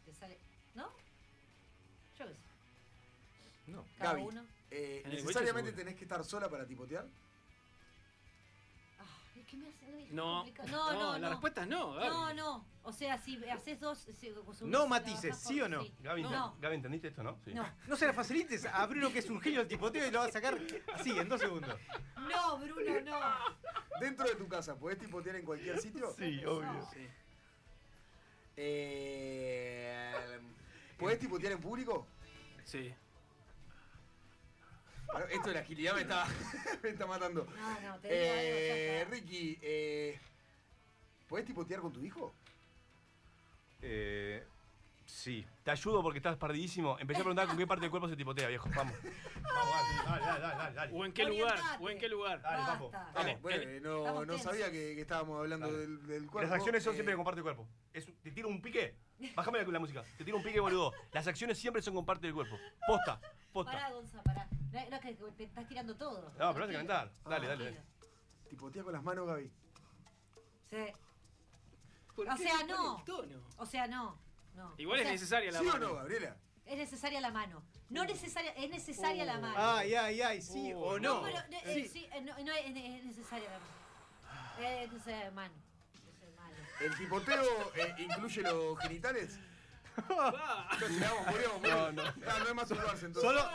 S2: Te sale- ¿No? Yo qué sé.
S6: no.
S2: Cada
S3: Gaby.
S2: uno.
S3: Eh,
S5: En el
S3: ¿Necesariamente
S5: boliche seguro.
S3: tenés que estar sola para tipotear?
S2: Ay, ¿qué me hace? No, es
S5: No.
S2: complicado. no, no.
S5: La
S2: no.
S5: respuesta es no, Gaby.
S2: No, no. O sea, si haces dos. si- consumís-
S6: No matices,
S2: trabajás
S6: ¿sí
S2: por-
S6: o no?
S4: Gaby,
S2: No.
S4: Gaby, ¿entendiste esto, no? Sí.
S2: No,
S6: No se la facilites a Bruno que es un genio del tipoteo y lo va a sacar así, en dos segundos.
S2: no, Bruno, no.
S3: Dentro de tu casa, ¿podés tipotear en cualquier sitio?
S4: Sí, obvio.
S5: Sí.
S3: Eh, ¿Podés tipotear en público?
S5: Sí.
S3: Ahora, Esto de la agilidad me está, me está matando.
S2: No, no, te digo
S3: Eh,
S2: algo. ya está.
S3: Ricky, eh, ¿podés tipotear con tu hijo?
S6: Eh, sí.
S4: Te ayudo porque estás perdidísimo. Empecé a preguntar con qué parte del cuerpo se tipotea, viejo. Vamos. Vamos, dale, dale, dale, dale, dale.
S5: ¿O en qué lugar?
S2: Orientate.
S5: ¿O en qué lugar?
S4: Dale,
S2: Basta.
S4: papo.
S3: Ah,
S5: Dale,
S3: bueno,
S5: dale.
S3: no,
S2: Estamos
S3: no
S2: tensos.
S3: sabía que, que estábamos hablando
S4: Dale.
S3: del, del cuerpo.
S4: Las acciones son
S3: Eh,
S4: siempre con parte del cuerpo. Es un- te tiro un pique. Bájame la, la música. Te tiro un pique, boludo. Las acciones siempre son con parte del cuerpo. Posta,
S2: Pará,
S4: posta.
S2: Gonza, pará. No, no, es que te estás tirando todo.
S4: No, pero vas a
S2: Tranquilo.
S4: calentar. Dale, dale, dale.
S2: Tranquilo.
S3: Tipoteas con las manos, Gaby.
S2: Sí.
S5: ¿Por
S2: O
S5: qué
S2: sea,
S5: le pone
S2: no.
S5: el tono?
S2: O sea, no. no.
S5: Igual
S2: O
S5: es
S2: sea,
S5: necesaria la
S3: ¿Sí o
S5: mano.
S3: no, Gabriela?
S2: Es necesaria la mano. No necesaria, es necesaria
S5: Oh.
S2: la mano.
S6: Ay, ay, ay, sí
S5: Uh,
S6: Ah, o
S2: no,
S6: no.
S2: pero no, eh, sí, eh, no, no, es, es necesaria la mano. Eh, Es necesaria la mano. Es necesaria la mano.
S3: ¿El tipoteo eh, incluye los genitales?
S5: Ah,
S3: No, sigamos, murió, murió. No, no. no hay más salvarse entonces.
S6: Solo,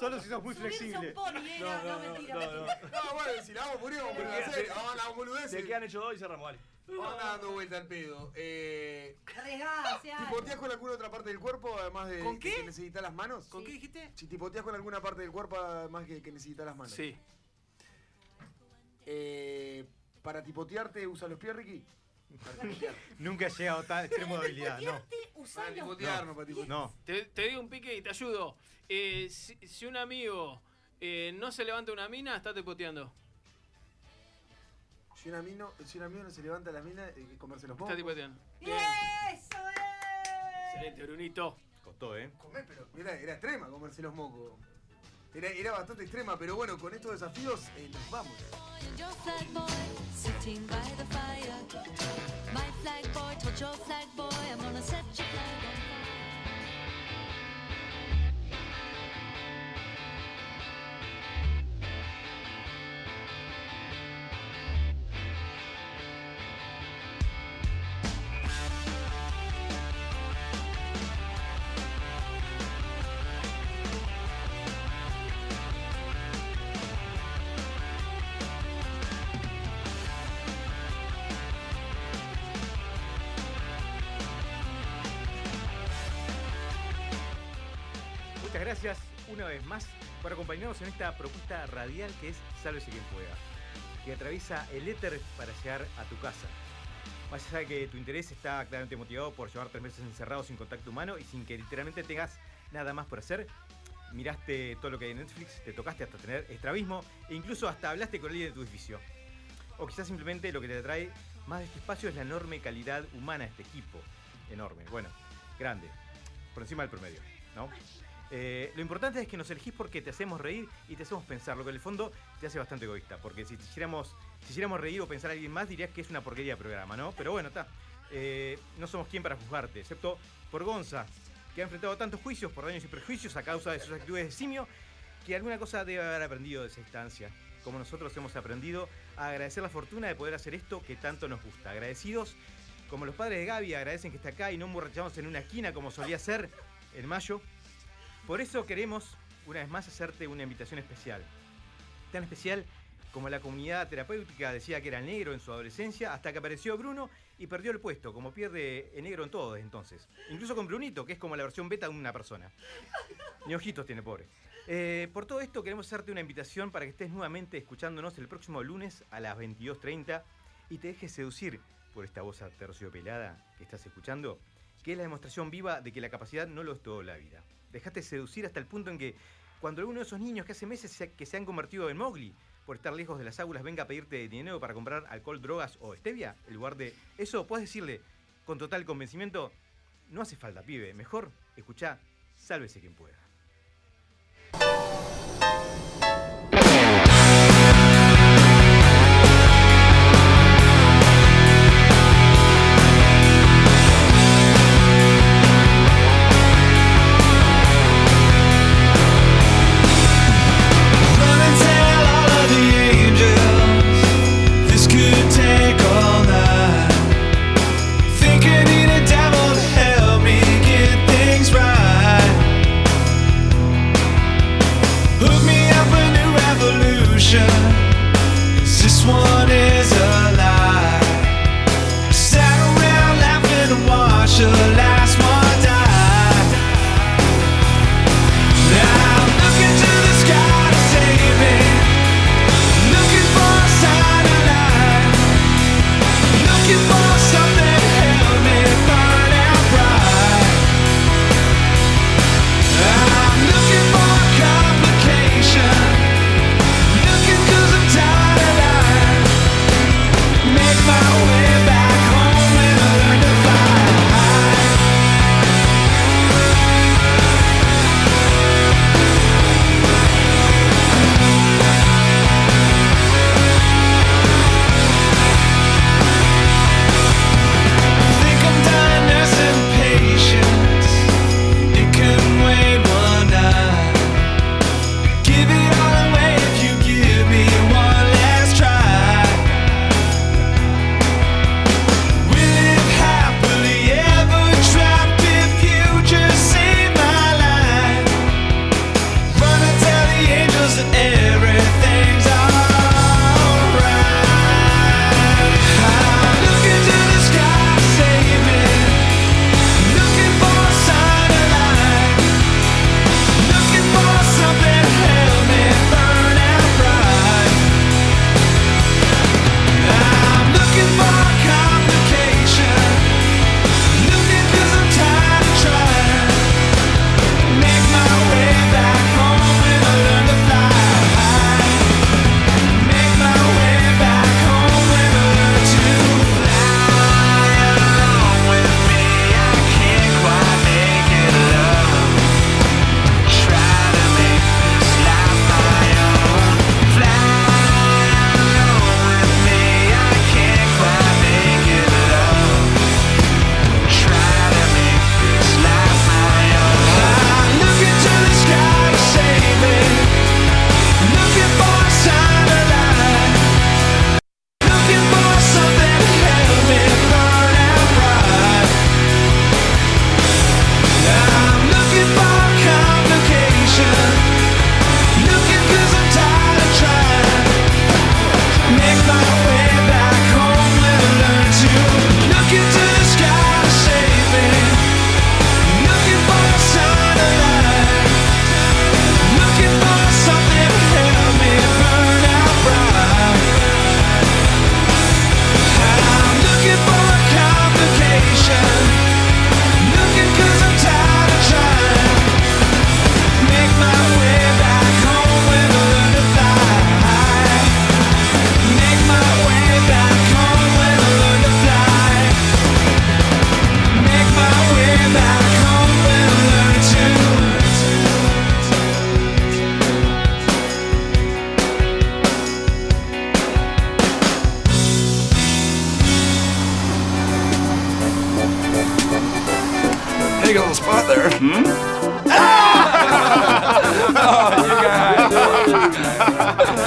S6: solo si sos muy
S2: Subirse a un
S6: flexible.
S2: pony, eh, no, no, mentira, mentira.
S3: No, bueno, si la vamos, murió, pero en serio, vamos a la boludez.
S4: Se quedan hechos dos y cerramos, dale.
S3: Vamos dando vuelta al pedo. Eh,
S2: Arriesgá, hacia algo.
S3: ¿Tipoteas con alguna otra parte del cuerpo además de
S5: ¿Con
S3: que-
S5: qué?
S3: que necesitas las manos?
S5: ¿Con
S2: Sí.
S5: qué dijiste?
S3: Si tipoteas con alguna parte del cuerpo además que, que necesitas las manos.
S5: Sí.
S3: Eh, ¿Para tipotearte usas los pies, Ricky?
S6: Nunca he llegado tan extremo de habilidad, no.
S2: Usar los
S4: pues.
S6: No.
S5: Te, te digo un pique y te ayudo. Eh, si, si un amigo eh, no se levanta una mina, estate puteando.
S3: Si un, amigo, si un amigo no se levanta la mina, hay que comerse los
S5: Estate
S3: mocos.
S5: puteando.
S2: ¡Eso
S5: Excelente, Brunito.
S6: Costó, ¿eh?
S3: Comé, pero era, era extrema comerse los mocos. Era, era bastante extrema, pero bueno, con estos desafíos eh, nos vamos.
S15: Your flag boy, sitting by the fire. My flag boy, touch your flag boy. I'm gonna set your flag on
S6: Muchas gracias una vez más por acompañarnos en esta propuesta radial que es Sálvese quien pueda, que atraviesa el éter para llegar a tu casa. Más allá de que tu interés está claramente motivado por llevar tres meses encerrado sin contacto humano y sin que literalmente tengas nada más por hacer, miraste todo lo que hay en Netflix, te tocaste hasta tener estrabismo e incluso hasta hablaste con alguien de tu edificio. O quizás simplemente lo que te atrae más de este espacio es la enorme calidad humana de este equipo. Enorme, bueno, grande, por encima del promedio, ¿no? Eh, lo importante es que nos elegís porque te hacemos reír y te hacemos pensar, lo que en el fondo te hace bastante egoísta, porque si te hiciéramos, si hiciéramos reír o pensar a alguien más dirías que es una porquería de programa, ¿no? Pero bueno, está. Eh, no somos quien para juzgarte, excepto por Gonza, que ha enfrentado tantos juicios por daños y prejuicios a causa de sus actitudes de simio, que alguna cosa debe haber aprendido de esa instancia. Como nosotros hemos aprendido a agradecer la fortuna de poder hacer esto que tanto nos gusta. Agradecidos, como los padres de Gaby agradecen que está acá y no emborrachamos en una esquina como solía ser en mayo. Por eso queremos, una vez más, hacerte una invitación especial. Tan especial como la comunidad terapéutica decía que era negro en su adolescencia, hasta que apareció Bruno y perdió el puesto, como pierde el negro en todo desde entonces. Incluso con Brunito, que es como la versión beta de una persona. Ni ojitos tiene, pobre. Eh, por todo esto queremos hacerte una invitación para que estés nuevamente escuchándonos el próximo lunes a las 22.30 y te dejes seducir por esta voz aterciopelada que estás escuchando, que es la demostración viva de que la capacidad no lo es todo en la vida. Dejaste seducir hasta el punto en que cuando alguno de esos niños que hace meses se- que se han convertido en Mowgli por estar lejos de las aulas venga a pedirte dinero para comprar alcohol, drogas o stevia, en lugar de eso, puedes decirle con total convencimiento, no hace falta, pibe, mejor escuchá, sálvese quien pueda.
S15: Hook me up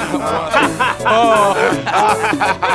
S18: Oh.